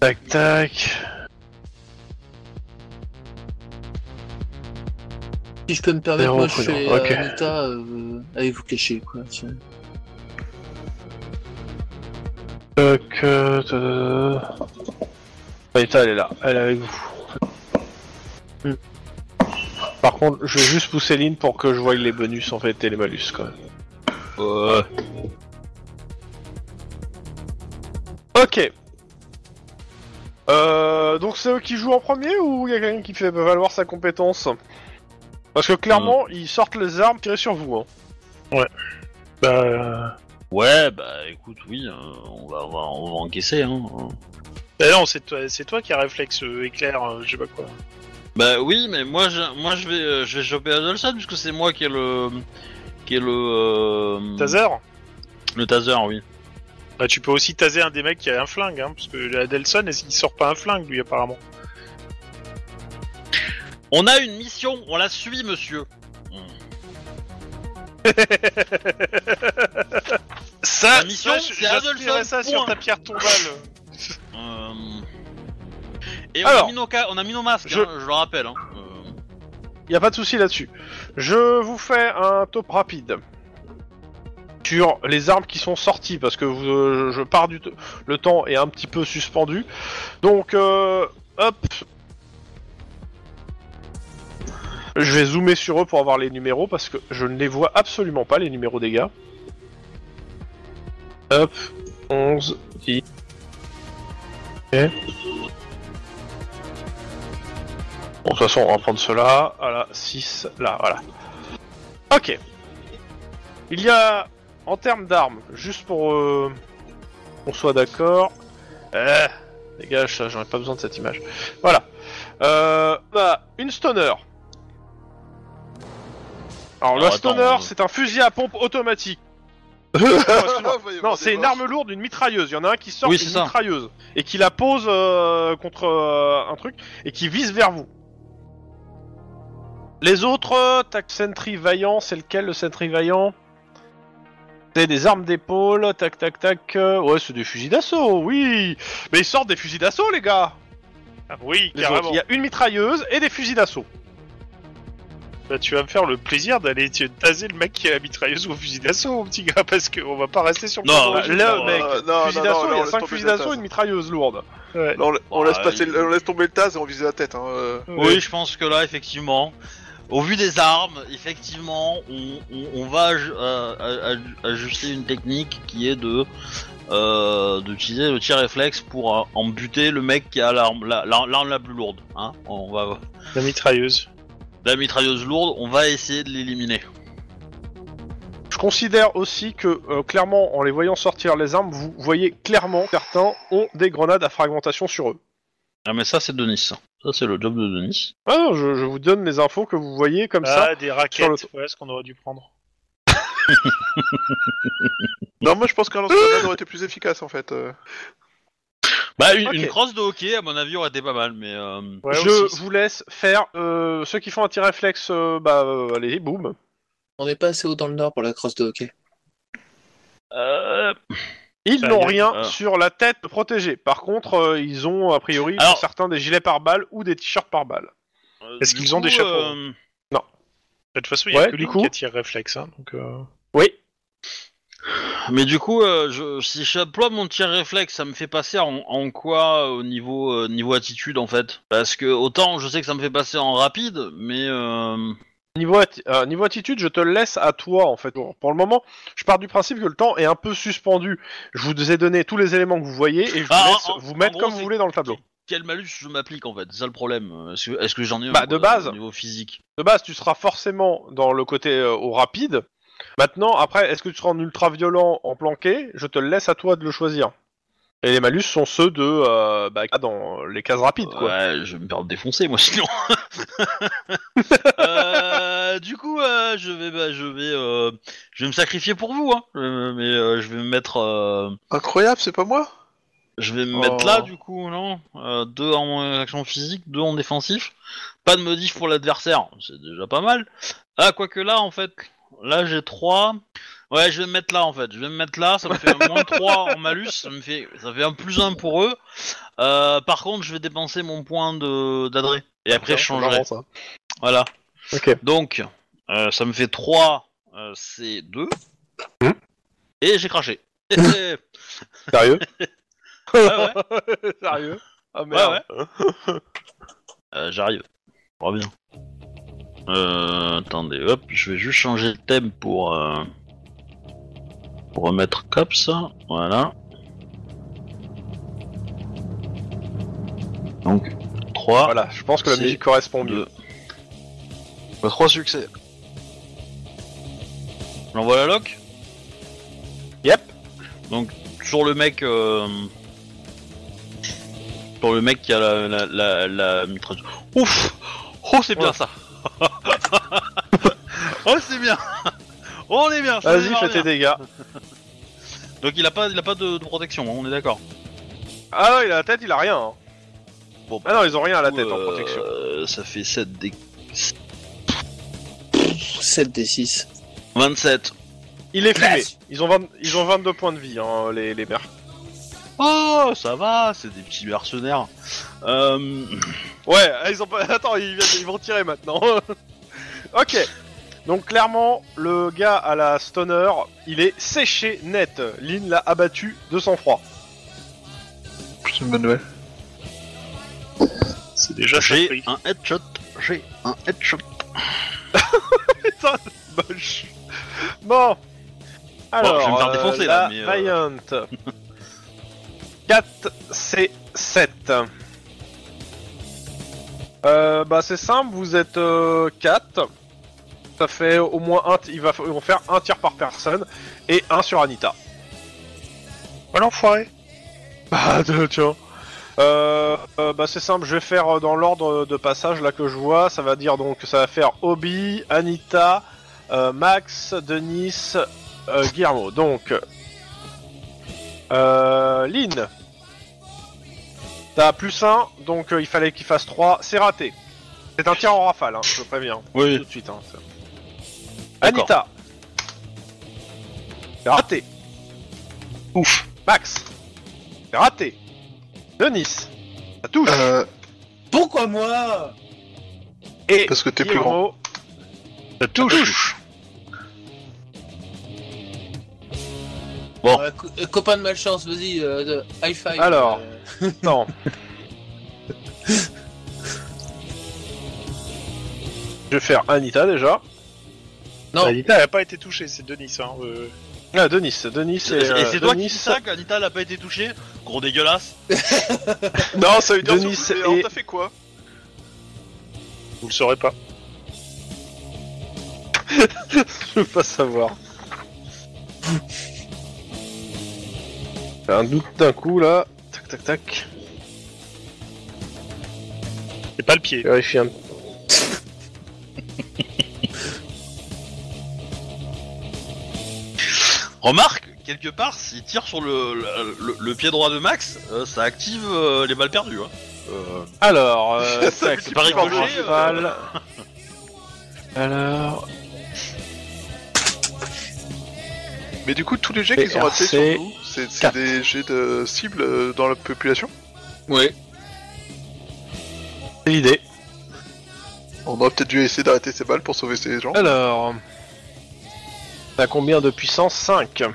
Tac tac.
Si je peux me permettre,
Zéro
moi je
prudent,
fais
ok.
euh, Anita, euh, allez vous cacher quoi. tiens.
Tac. euh, euh. Anita, elle est là, elle est avec vous.
Hmm.
Par contre, je vais juste pousser Lynn pour que je voie les bonus en fait et les malus quand même.
Ok. Euh, donc c'est eux qui jouent en premier ou il y a quelqu'un qui fait valoir sa compétence
Parce que clairement, ils sortent les armes tirées sur vous. Hein.
Bah, euh,
Ouais, bah écoute, oui, euh, on, va, on va- on va encaisser. Hein.
bah non, c'est toi, c'est toi qui as réflexe euh, éclair, euh, je sais pas quoi.
Bah oui, mais moi je, moi, je vais euh, je vais choper Adolson puisque c'est moi qui ai le qui ai le euh,
Taser
Mm.
le taser, oui.
Bah tu peux aussi taser un des mecs qui a un flingue, hein, parce que Adelson, il sort pas un flingue lui apparemment.
On a une mission, on la suit, monsieur. Hmm.
Ça,
La mission,
ça,
c'est
j'aspirais
Adelson,
ça sur
point.
ta pierre tombale.
Euh, Et on,
Alors,
a mis nos ca- on a mis nos masques,
je-
hein, je le rappelle. Hein. Euh,
Y a pas de souci là-dessus. Je vous fais un top rapide sur les armes qui sont sorties parce que vous- euh, je pars du t- le temps est un petit peu suspendu. Donc euh, hop, je vais zoomer sur eux pour avoir les numéros parce que je ne les vois absolument pas les numéros des gars. Hop, 11, 10. Ok. Bon, de toute façon, on va prendre cela. Voilà, 6, là, voilà. Ok. Il y a, en termes d'armes, juste pour euh, qu'on soit d'accord. Euh, dégage ça, j'en ai pas besoin de cette image. Voilà. Euh, on a une stoner. Alors, la
Alors, attends,
stoner,
euh,
c'est un fusil à pompe automatique. Ah,
[LAUGHS]
excuse-moi. [LAUGHS] Non, c'est une arme lourde, une mitrailleuse. Il y en a un qui sort
Oui,
une
c'est ça.
mitrailleuse et qui la pose euh, contre euh, un truc et qui vise vers vous. Les autres, euh, tac, Sentry Vaillant, c'est lequel le Sentry Vaillant C'est des armes d'épaule, tac tac tac. euh, ouais, c'est des fusils d'assaut, oui Mais ils sortent des fusils d'assaut, les gars
Ah, oui,
Les autres,
carrément.
Il y a une mitrailleuse et des fusils d'assaut.
Bah, tu vas me faire le plaisir d'aller te- taser le mec qui a la mitrailleuse ou au fusil d'assaut, mon petit gars, parce qu'on va pas rester sur le
Non,
plan
bah,
d'origine.
là,
Non,
Ah, mec,
euh, non,
fusils
non,
d'assaut,
non,
il y a
laisse
5
tomber
fusils
le
d'assaut et
tas.
une mitrailleuse lourde.
ouais.
Non, on, la- on
Ah,
laisse passer,
il-
le- on laisse tomber le tas et on vise la tête. Hein. euh.
Oui, je pense que là, effectivement, au vu des armes, effectivement, on, on- on va aj- euh, aj- ajuster une technique qui est de euh, d'utiliser le tir réflexe pour euh, en buter le mec qui a l'arme la, la- l'arme la plus lourde. Hein. On va
La mitrailleuse.
la mitrailleuse lourde, on va essayer de l'éliminer.
Je considère aussi que, euh, clairement, en les voyant sortir les armes, vous voyez clairement que certains ont des grenades à fragmentation sur eux.
Ah mais ça c'est Denis. Ça c'est le job de Denis.
Ah non, je, je vous donne les infos que vous voyez comme ça.
Ah, des raquettes,
sur le-
voilà ce qu'on aurait dû prendre.
Non, moi je pense qu'un lance-grenade aurait été plus efficace en fait. euh.
Bah une,
Ok.
une crosse de hockey à mon avis aurait été pas mal, mais euh,
Ouais,
je
aussi.
vous laisse faire euh, ceux qui font un tir réflexe, euh, bah euh, allez, boum.
On n'est pas assez haut dans le nord pour la crosse de hockey.
euh,
Ils
Ça y
n'ont
est.
rien
Ah.
sur la tête protégée. Par contre, euh, ils ont a priori
Alors-
certains des gilets par balles ou des t-shirts par balles.
Est-ce
du
qu'ils ont des
coup,
chapeaux
euh,
Bah, De toute façon, il y a
Ouais,
que
du
lui
coup.
qui attire réflexe. Hein, donc, euh,
Oui.
Mais du coup, euh, je, si j'emploie mon tir réflexe, ça me fait passer en, en quoi euh, au niveau, euh, niveau attitude en fait Parce que autant je sais que ça me fait passer en rapide, mais. euh,
Niveau, atti- euh, niveau attitude, je te le laisse à toi en fait. Bon, pour le moment, je pars du principe que le temps est un peu suspendu. Je vous ai donné tous les éléments que vous voyez et je vous
Ah,
laisse
en- en-
vous mettre
en gros,
comme
c'est-
vous voulez dans le tableau.
Quel malus je m'applique en fait C'est ça le problème. Est-ce que, est-ce que j'en ai un
Bah, de
quoi,
base.
au niveau physique
De base, tu seras forcément dans le côté euh, au rapide. Maintenant, après, est-ce que tu seras en ultra violent, en planqué Je te le laisse à toi de le choisir. Et les malus sont ceux de euh, bah, dans les cases rapides quoi.
Ouais, je vais me faire défoncer moi sinon.
[LAUGHS]
Euh, du coup, euh, je vais, bah, je vais, euh, je vais me sacrifier pour vous, hein. Euh, mais euh, je vais me mettre, euh,
Incroyable, c'est pas moi
je vais me
Oh.
mettre là du coup, non Euh, Deux en action physique, deux en défensif. Pas de modif pour l'adversaire, c'est déjà pas mal. Ah, quoique là en fait, là j'ai trois. Ouais, je vais me mettre là en fait. Je vais me mettre là, ça me fait un moins 3 en malus, ça me fait, ça fait un plus 1 pour eux. Euh, par contre, je vais dépenser mon point de d'adré. Et après, je
C'est
changerai.
marrant, ça.
Voilà.
Ok.
Donc, euh, ça me fait 3, euh, c'est 2.
Mhm.
Et j'ai craché. ouais,
Sérieux
ouais.
Sérieux Ah
ouais,
merde.
ouais. Euh, J'arrive. On va bien. Euh, attendez, hop, je vais juste changer de thème pour, euh, pour remettre Cops. Voilà. Donc, 3.
Voilà, je pense que la
C'est
musique correspond mieux.
Deux. Bah, trois succès. J'envoie la lock
Yep.
Donc, sur le mec. euh, Sur le mec qui a la, la, la, la mitrailleuse. Ouf Oh, c'est bien
Ouais.
ça [LAUGHS] Oh, c'est bien On est bien ça
Vas-y,
démarre
fais tes
bien.
dégâts.
Donc, il a pas, il a pas de, de protection, hein, on est d'accord.
Ah ouais, il a la tête, il a rien. hein.
Bon,
Ah non, ils ont rien à la tête en
Euh,
protection.
Ça fait 7 des.
7 des 6.
27.
Il est fumé.
Classe.
Ils ont, 20 ils ont 22 points de vie, hein, les, les mercs.
Oh, ça va, c'est des petits mercenaires. Euh.
Ouais, ah, ils ont pas. [LAUGHS] Attends, ils, viennent- ils vont tirer maintenant. [LAUGHS] ok. Donc clairement, le gars à la stoner, il est séché net. Lynn l'a abattu de sang-froid.
C'est une bonne nouvelle.
C'est déjà
J'ai
surpris.
un headshot, j'ai un headshot.
Putain, [LAUGHS] moche. Bah, Bon. Alors,
je vais me faire défoncer,
euh,
là,
la
mais, euh,
Valiant. 4, c'est 7. Euh, bah c'est simple, vous êtes 4. Ça fait au moins un, t- il va, ils vont faire un tir par personne et un sur Anita.
Oh l'enfoiré
Bah [LAUGHS] tiens. Euh, euh, bah c'est simple, je vais faire euh, dans l'ordre de passage là que je vois, ça va dire donc ça va faire Obi, Anita, euh, Max, Denis, euh, Guillermo. Donc euh, Lynn. T'as plus 1, donc euh, il fallait qu'il fasse 3, c'est raté. C'est un tir en rafale, hein, je préviens.
Oui.
Tout de suite. Hein, ça.
D'accord.
Anita. C'est raté.
Ouf.
Max. C'est raté. Denis. Ça touche.
Euh,
Pourquoi moi
Et
parce que t'es plus grand.
Guillermo,
Ça touche.
Bon.
Euh, co- euh, copain de malchance, vas-y, euh, de- high five.
Alors.
euh,
Non. Je vais faire Anita déjà.
Non.
Anita elle a pas été touchée, c'est Denis. Hein. euh.
Ah, Denis. Denis
Et,
euh,
c'est toi qui
Denis.
dis ça qu'Anita l'a pas été touchée Gros dégueulasse.
Non, ça veut dire
Denis
sur le
et-
alors, t'as fait quoi
Vous le saurez pas.
[LAUGHS] Je veux pas savoir. J'ai un doute d'un coup là. Tac tac tac.
C'est pas le pied.
Vérifie un
Remarque, quelque part, s'il tire sur le, le, le- le pied droit de Max, euh, ça active euh, les balles perdues. Hein. Euh,
Alors, euh,
Ça
tac,
multiplie par
plan
deux,
principal. Alors,
Mais du coup, tous les jets qu'ils ont ratés sur
PRC,
nous, c'est c'est
quatre.
des jets de cible euh, dans la population
Ouais.
c'est l'idée.
On aurait peut-être dû essayer d'arrêter ces balles pour sauver ces gens.
Alors, t'as combien de puissance 5.
Ah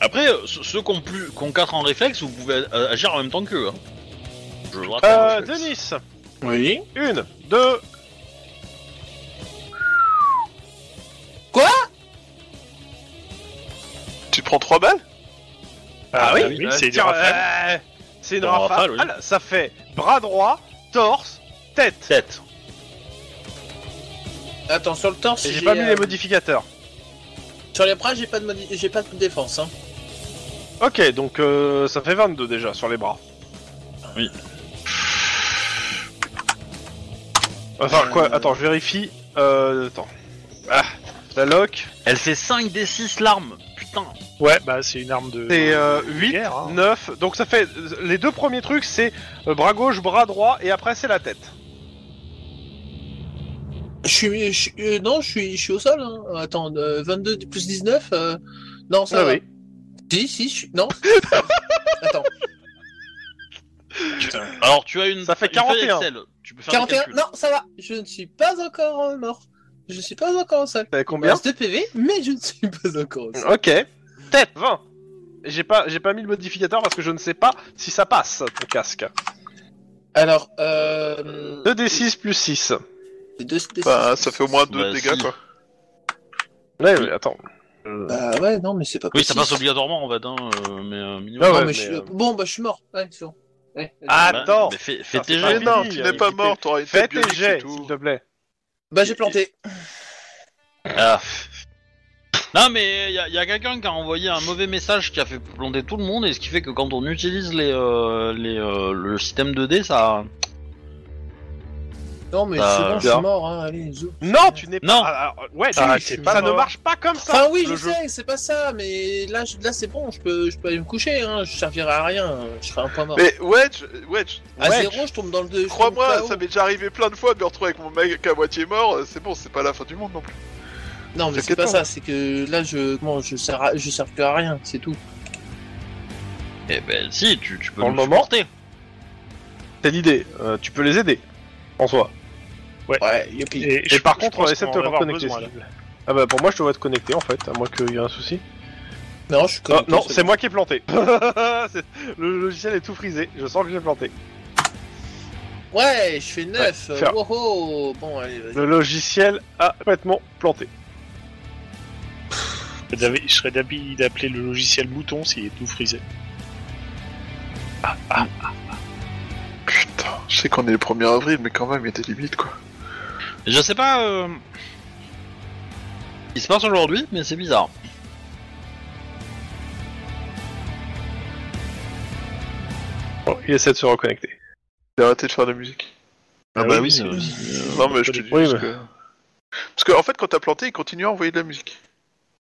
Après, euh, ceux ceux qui ont, plus, qui ont 4 en réflexe, vous pouvez euh, agir en même temps qu'eux. hein. Oh, Je le rappelle.
Euh,
réflexe.
Denis,
Oui.
une, deux.
Tu prends trois balles
Ah,
oui,
bah oui, c'est une
Tiens,
rafale.
euh, c'est une
Une
rafale.
rafale, oui.
Ah là, ça fait bras droit, torse, tête.
Tête.
Attends, sur le torse,
Et j'ai pas mis
euh,
les modificateurs.
Sur les bras, j'ai pas de modi- j'ai pas de défense. Hein.
Ok, donc euh, ça fait 22 déjà sur les bras.
Oui.
Enfin, quoi Attends, je vérifie. Euh, attends. Ah, la lock,
Elle fait 5 des 6 l'arme. Putain.
Ouais, bah c'est une arme de.
c'est euh, 8,
guerre, hein.
9. Donc ça fait. Les deux premiers trucs, c'est euh, bras gauche, bras droit, et après c'est la tête.
Je suis, je suis- euh, non, je suis, je suis au sol. Hein. Euh, Attends, euh, 22 plus 19. euh, Non, ça
Ah
va.
oui.
Si, si, je suis...
[LAUGHS]
non. Attends,
Alors, tu as une.
Ça fait
une feuille
41.
Excel. Tu peux faire des
41.
calculs.
Non, ça va. Je ne suis pas encore euh, mort. Je suis pas encore au sol.
T'avais
Il
combien Oh.
reste deux PV, mais je ne suis pas encore au sol.
Ok. Tête, 20. J'ai pas, j'ai pas mis le modificateur parce que je ne sais pas si ça passe ton casque.
Alors, euh.
2d6 plus 6.
les deux c'est des
Bah,
six.
ça fait au moins deux
Bah,
dégâts,
si.
quoi.
Ouais, mais attends. Euh,
Bah ouais, non, mais c'est pas
Oui,
possible.
ça passe obligatoirement en fait, hein, euh, mais euh, minimum.
Ah
Non,
ouais,
mais
mais,
je suis-
euh,
Bon, bah je suis mort. Ouais, c'est bon. Ouais,
Ah,
euh,
Bah,
attends.
mais fais, fais
Ah,
tes
c'est pas
jets.
Mais
fini,
non, tu
euh,
n'es pas
écoutez,
mort, t'aurais une
Fais
tête
tes
bionique,
jets,
c'est
s'il
tout.
te plaît.
Bah j'ai planté.
Ah. Non, mais il y a, y a quelqu'un qui a envoyé un mauvais message qui a fait planter tout le monde, et ce qui fait que quand on utilise les, euh, les, euh, le système 2D, ça.
Non, mais
Bah,
c'est bon, je
bien.
suis mort. Hein. Allez, zou.
Non, tu n'es pas.
Non.
Ah, alors, ouais, tu-
Ah,
ça
t'es pas
ne
mort.
marche pas comme ça.
Enfin oui, je
le jeu.
sais, c'est pas ça, mais là, je- là c'est bon, je peux, je peux aller me coucher, hein, je servirai à rien, euh, je serai un point mort.
Mais Wedge, Wedge,
à
ouais,
zéro, je tombe dans le 2.
crois-moi, ça m'est déjà arrivé plein de fois de me retrouver avec mon mec à moitié mort, euh, c'est bon, c'est pas la fin du monde non plus.
Non, mais c'est
t'inquiète
pas
pas.
ça, c'est que là, je, comment, je sers, à- je sers plus à rien, c'est tout.
Eh ben, si, tu, tu peux
Pour
nous
le moment.
supporter.
C'est l'idée. Euh, tu peux les aider. En soi.
Ouais, yopi.
Et, je-
par
je
contre,
pense
on essaie de te
qu'on va en avoir
reconnecter,
besoin,
s'il Ah bah pour moi, je te vois te connecter en fait, à moins qu'il y ait un souci.
Non, je suis
Ah,
connecté,
non,
c'est
c'est
bon.
moi qui ai planté. [LAUGHS] C'est- le logiciel est tout frisé. Je sens que j'ai planté.
Ouais, je fais 9.
faire.
Woho Bon, allez, vas-y.
Le logiciel a complètement planté.
là. Je serais d'avis- Je serais d'avis d'appeler le logiciel mouton s'il est tout frisé.
Putain, je sais qu'on est le 1er avril, mais quand même, il y a des limites, quoi.
Je sais pas. euh, Il se passe aujourd'hui, mais c'est bizarre.
Bon, il essaie de se reconnecter.
J'ai arrêté de faire de la musique.
Ah,
oui,
bah oui,
c'est-
euh,
non, mais je te dis
Oui,
parce
mais-
que... Parce que, en fait, quand t'as planté, il continue à envoyer de la musique.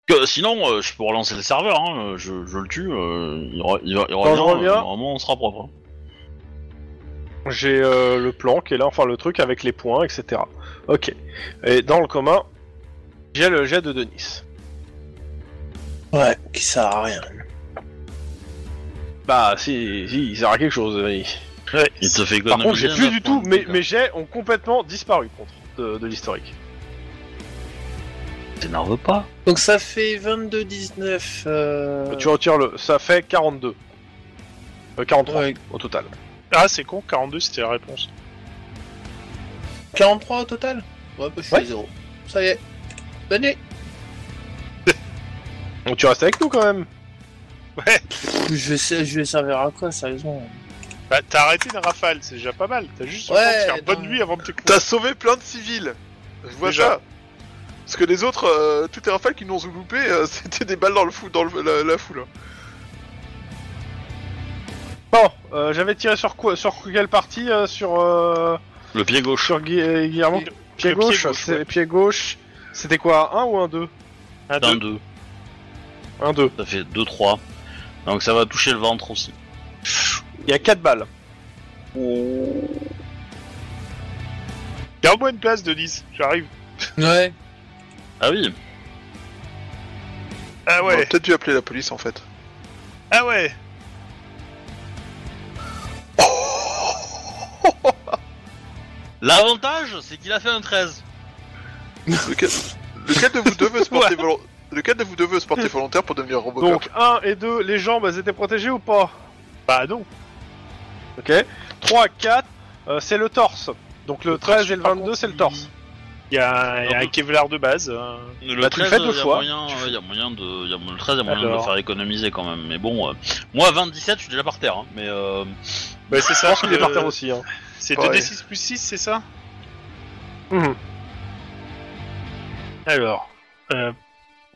que sinon, euh, je peux relancer le serveur, hein, euh, je, je le tue, euh, il, re- il, re- il
Quand je
revient,
reviens-
euh, normalement on sera propre.
J'ai euh, le plan qui est là, enfin le truc avec les points, etc. Ok. Et dans le commun, j'ai le jet de Denis.
Ouais, qui sert à rien.
Bah si, si, il sert à quelque chose, Denis.
Il te fait
Par
économiser
contre, j'ai plus
neuf
du
points
tout,
de
mes,
dégâts.
mes jets ont complètement disparu contre de, de l'historique.
T'énerve pas.
Donc ça fait 22, 19. Euh...
Tu retires le, ça fait 42. Euh, 43
ouais,
au total.
Ah, c'est con, 42 c'était la réponse.
43 au total Ouais, bah, je suis
Ouais.
à 0. Ça y est. Bonne nuit.
Donc tu restes avec nous quand même.
Je vais, je vais servir à quoi, sérieusement
Bah, t'as arrêté une rafale, c'est déjà pas mal. T'as juste le
Ouais,
temps de faire bonne
non.
nuit avant de te coucher.
T'as sauvé plein de civils Je vois
Déjà.
ça Parce que les autres, euh, toutes les rafales qui nous ont loupé, euh, [LAUGHS] c'était des balles dans, le fou, dans le- la, la foule.
Bon, euh, j'avais tiré sur quoi, sur quelle partie euh, Sur euh,
Le pied gauche.
sur Gui- euh, Guillermo.
Le-
Pied
le pied
gauche,
gauche,
c'est-
ouais.
pied gauche. C'était quoi, un 1 ou un 2
Un,
Un,
deux.
deux.
Un 2.
Ça fait 2-3. Donc ça va toucher le ventre aussi.
Il y a 4 balles.
Garde-moi une place, Denise, j'arrive.
Ouais.
Ah oui.
Ah
On aurait
ouais,
peut-être dû appeler la police, en fait.
ah ouais.
L'avantage, c'est qu'il a fait un 13.
[LAUGHS] Lequel, lequel de vous deux veut se porter volon- Le cas de vous deux veut se [LAUGHS] porter volontaire pour devenir Robocop. [LAUGHS]
Donc 1 et 2, les jambes, elles étaient protégées ou pas
Bah non.
Ok. 3, 4, euh, c'est le torse. Donc le,
Le torse,
13 et le
par
22, c'est le torse.
Il y a, un- il y a un Kevlar de base. euh.
Le
Bah, tu le
13,
fais deux
il y a
fois.
moyen, euh, il y a moyen de, il y a, le 13, il y a moyen de le
Alors.
faire économiser quand même. Mais bon, euh, moi 27, je suis déjà par terre. hein, mais euh,
Bah c'est
Je
ça.
pense qu'il est par
euh,
terre aussi. Hein.
C'est
Ouais.
2d6 plus 6, c'est ça
Mhm.
Alors. euh,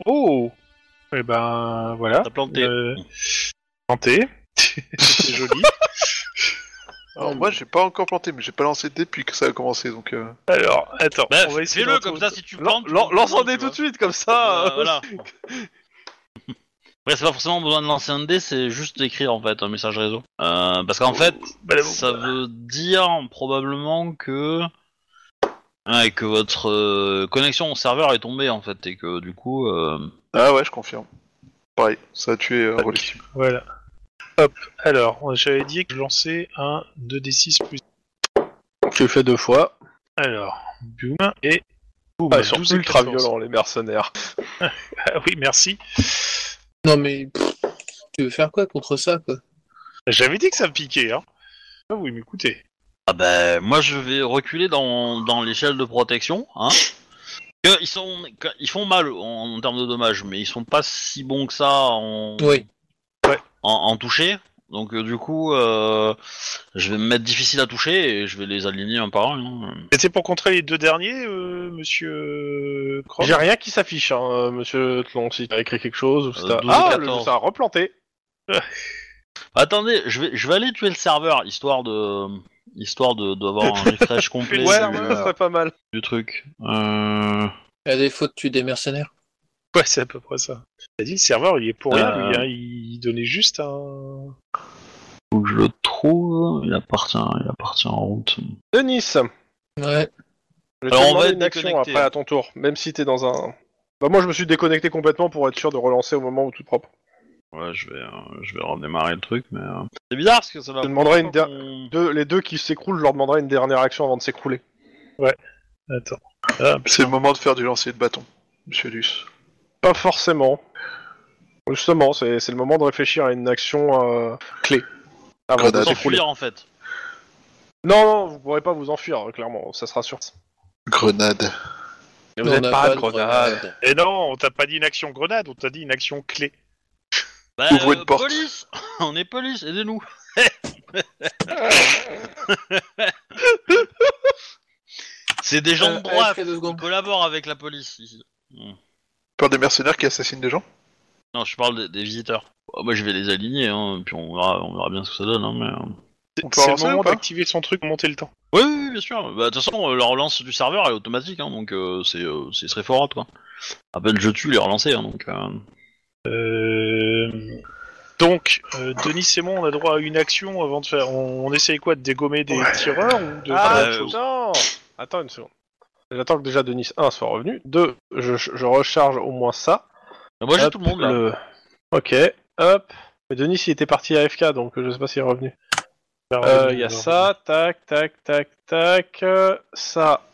Oh Eh ben voilà.
t'as planté.
Euh, Planté. c'est
[LAUGHS]
joli.
Alors moi j'ai pas encore planté, mais j'ai pas lancé de dé depuis que ça a commencé donc. euh,
Alors, attends.
Bah,
on va essayer
fais-le
d'en
comme
trouver-
ça si tu
Lan-
plantes.
lan-
tu-
Lance un
tu
dé tout
vois.
de suite, comme
Oh.
ça.
Euh, voilà. [LAUGHS] Ouais, c'est pas forcément besoin de lancer un dé, c'est juste d'écrire en fait un message réseau. Euh, parce qu'en fait,
Bah, bon.
ça veut dire probablement que ouais, que votre euh, connexion au serveur est tombée en fait et que du coup euh,
Ah ouais, je confirme. Pareil, ça a tué euh, Rolly.
Voilà. Hop. Alors, j'avais dit que je lançais un 2d6 plus.
Tu le fais deux fois.
Alors, boum. Et. Boum.
Ah, ils sont
12 et
ultra
14.
violents, les mercenaires.
[LAUGHS] Ah oui, merci.
Non, mais pff, tu veux faire quoi contre ça, quoi
J'avais dit que ça me piquait, hein. Ah oui, mais écoutez.
Ah ben, moi je vais reculer dans, dans l'échelle de protection, hein. Que Ils sont, que- ils font mal en, en termes de dommages, mais ils sont pas si bons que ça en,
Oui.
en, en toucher. Donc euh, du coup, euh, je vais me mettre difficile à toucher et je vais les aligner un par un. hein.
C'était pour contrer les deux derniers, euh, monsieur Croc
J'ai rien qui s'affiche, hein, euh, monsieur Tlon, si t'as écrit quelque chose ou si
Euh,
t'as-
12,
Ah, le-
14.
ça a replanté.
Attendez, je vais, je vais aller tuer le serveur histoire de, histoire de d'avoir
[LAUGHS]
un refresh complet
Ouais,
du,
ouais, ça serait pas mal.
du truc. Euh,
À défaut de tuer des mercenaires.
[LAUGHS] Ouais, c'est à peu près ça. T'as dit, le serveur, il est pour rien,
Euh.
lui, hein, il donnait juste un...
faut que je le trouve. Il appartient, il appartient en route.
Denis, je vais
Ouais.
te
Alors, on va
demander
être
une action
déconnecté,
après
hein.
à ton tour, même si t'es dans un. Bah, moi, je me suis déconnecté complètement pour être sûr de relancer au moment où tout propre.
Ouais, je vais, euh, je vais redémarrer le truc, mais. euh, C'est bizarre parce que ça
Je
va.
te demanderai une der-
On-
deux- les deux qui s'écroulent, je leur demanderai une dernière action avant de s'écrouler.
Attends. Ah,
C'est le moment de faire du lancer de bâton, monsieur Luce.
Pas forcément. Justement, c'est c'est le moment de réfléchir à une action euh, clé. Avant de
Grenade.
s'écrouler.
s'enfuir en fait.
Non, non, vous pourrez pas vous enfuir, euh, clairement, ça sera sûr.
Grenade.
Mais
Non, on n'a Euh,
Et non, on t'a pas dit une action grenade, on t'a dit une action clé.
Bah,
Ouvre une porte.
Police [LAUGHS] On est
[LAUGHS]
police, aidez-nous [LAUGHS] C'est des gens
Euh,
de droit,
est-ce que deux
on
secondes
collabore avec la police ici.
Peur des mercenaires qui assassinent des gens
Non, je parle des, des visiteurs. Oh, Moi je vais les aligner, hein, puis on verra, on verra bien ce que ça donne. Hein, mais... euh.
On peut
C'est le
relancer ou
moment
pas
d'activer son truc, monter le temps.
Oui, oui, oui, bien sûr. Bah, De toute façon, euh, la relance du serveur est automatique, hein, donc euh, c'est euh, c'est très fort, quoi. À peine je tue, les relancer, hein, donc. euh,
Euh... Donc, euh, Denis et moi, on a droit à une action avant de faire... On, on essaye quoi, de dégommer des tireurs ou de...
Ah
euh,
putain Attends une seconde. J'attends que déjà Denis 1 soit revenu. 2, je, je recharge au moins ça.
Moi j'ai
Hop,
tout le monde là.
le- Ok, hop. Mais Denis il était parti AFK donc euh, je sais pas s'il est revenu. Euh, Il y a ça, tac, tac, tac, tac. euh, ça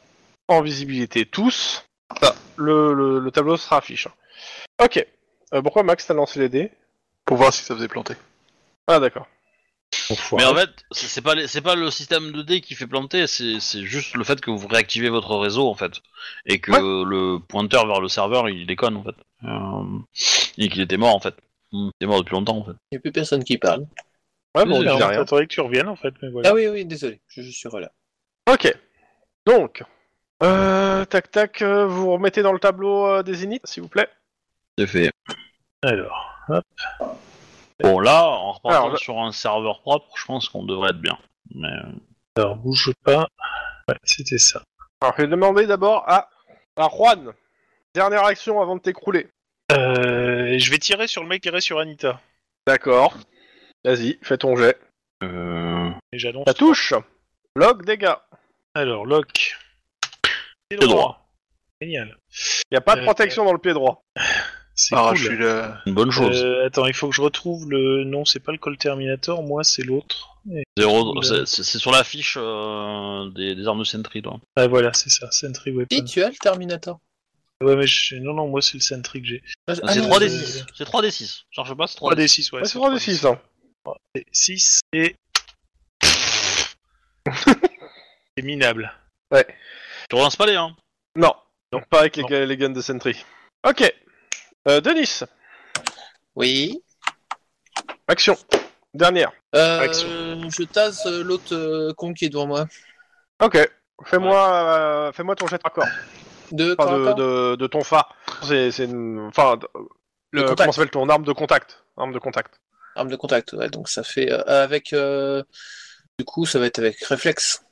en visibilité tous. Ça, le, le- le tableau sera affiché. Ok. Euh, pourquoi Max t'as lancé les dés
Pour voir si ça faisait planter.
Ah d'accord.
Mais en fait, c'est c'est pas les- c'est pas le système de dés qui fait planter, c'est c'est juste le fait que vous réactivez votre réseau en fait et que
Ouais.
le pointeur vers le serveur il déconne en fait Euh, et qu'il était mort en fait. Hmm, Il est mort depuis longtemps en fait.
Il n'y a plus personne qui parle.
Ouais, bon, on
Oui,
disait
alors,
rien.
J'attendais hein, que tu reviennes, en fait, mais voilà.
Ah oui, oui, désolé, je, je suis là.
Ok. Donc, euh, tac tac, euh, vous remettez dans le tableau euh, des init, s'il vous plaît.
C'est fait. Ah.
Alors,
Bon là, en repartant
Alors, là-
sur un serveur propre, je pense qu'on devrait être bien. Mais euh,
alors, bouge pas. Ouais, c'était ça.
Alors, je vais demander d'abord à, à Juan. Dernière action avant de t'écrouler.
Euh, je vais tirer sur le mec tiré sur Anita.
D'accord. Vas-y, fais ton jet.
euh,
Et j'annonce.
La touche. Log dégâts.
Alors, Locke. C'est
droit.
Génial.
Il a pas de
Euh,
protection dans le pied droit.
C'est
Ah,
cool.
je suis là.
une bonne chose.
Euh, attends, il faut que je retrouve le. Non, c'est pas le Col Terminator, moi, c'est l'autre. Et-
Zéro-
euh,
c'est- C'est c'est sur la fiche euh, des, des armes de Sentry, toi.
Ah, voilà, c'est ça, Sentry Weapon.
Si, tu as le Terminator.
Ouais, mais je- non, non, moi c'est le Sentry que j'ai.
Ah,
C'est
non,
3d6. C'est 3d6. Charge pas, c'est 3d6.
3D6, ouais.
Ouais, c'est 3 des 6, hein.
6 et. c'est minable.
Tu relances pas les hein. 1.
Non, donc pas avec les,
Non.
gu- les guns de Sentry. Ok. Euh, Denis,
Oui.
action. Dernière.
Euh,
Action.
je tase euh, l'autre euh, con qui est devant moi.
Ok. Fais-moi euh, fais-moi ton jet de raccord.
De,
Enfin, de,
Corata
de, de ton phare. C'est c'est une- enfin d- le
De contact.
comment s'appelle ton arme de contact Arme de contact.
Arme de contact, ouais, donc ça fait euh, avec. euh, du coup, ça va être avec réflexe.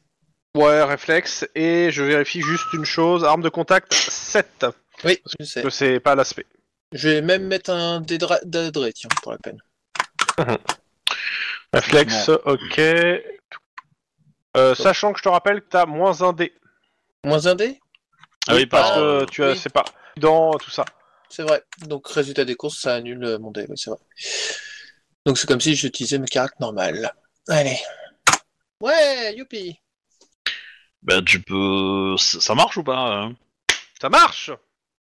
Ouais, réflexe et je vérifie juste une chose, arme de contact 7
Oui, je sais.
que c'est pas l'aspect.
Je vais même mettre un dédra- d'adré, tiens, pour la peine.
Réflexe, OK. Euh, sachant que je te rappelle que t'as moins un dé
Moins un dé
Ah oui,
parce
par,
que
euh,
tu as
oui.
c'est pas dans tout ça.
C'est vrai. Donc, résultat des courses, ça annule euh, mon dé, oui, c'est vrai. Donc, c'est comme si j'utilisais mes caractères normales. Allez. Ouais, youpi
Bah, tu peux. Ça ça marche ou pas hein
Ça marche.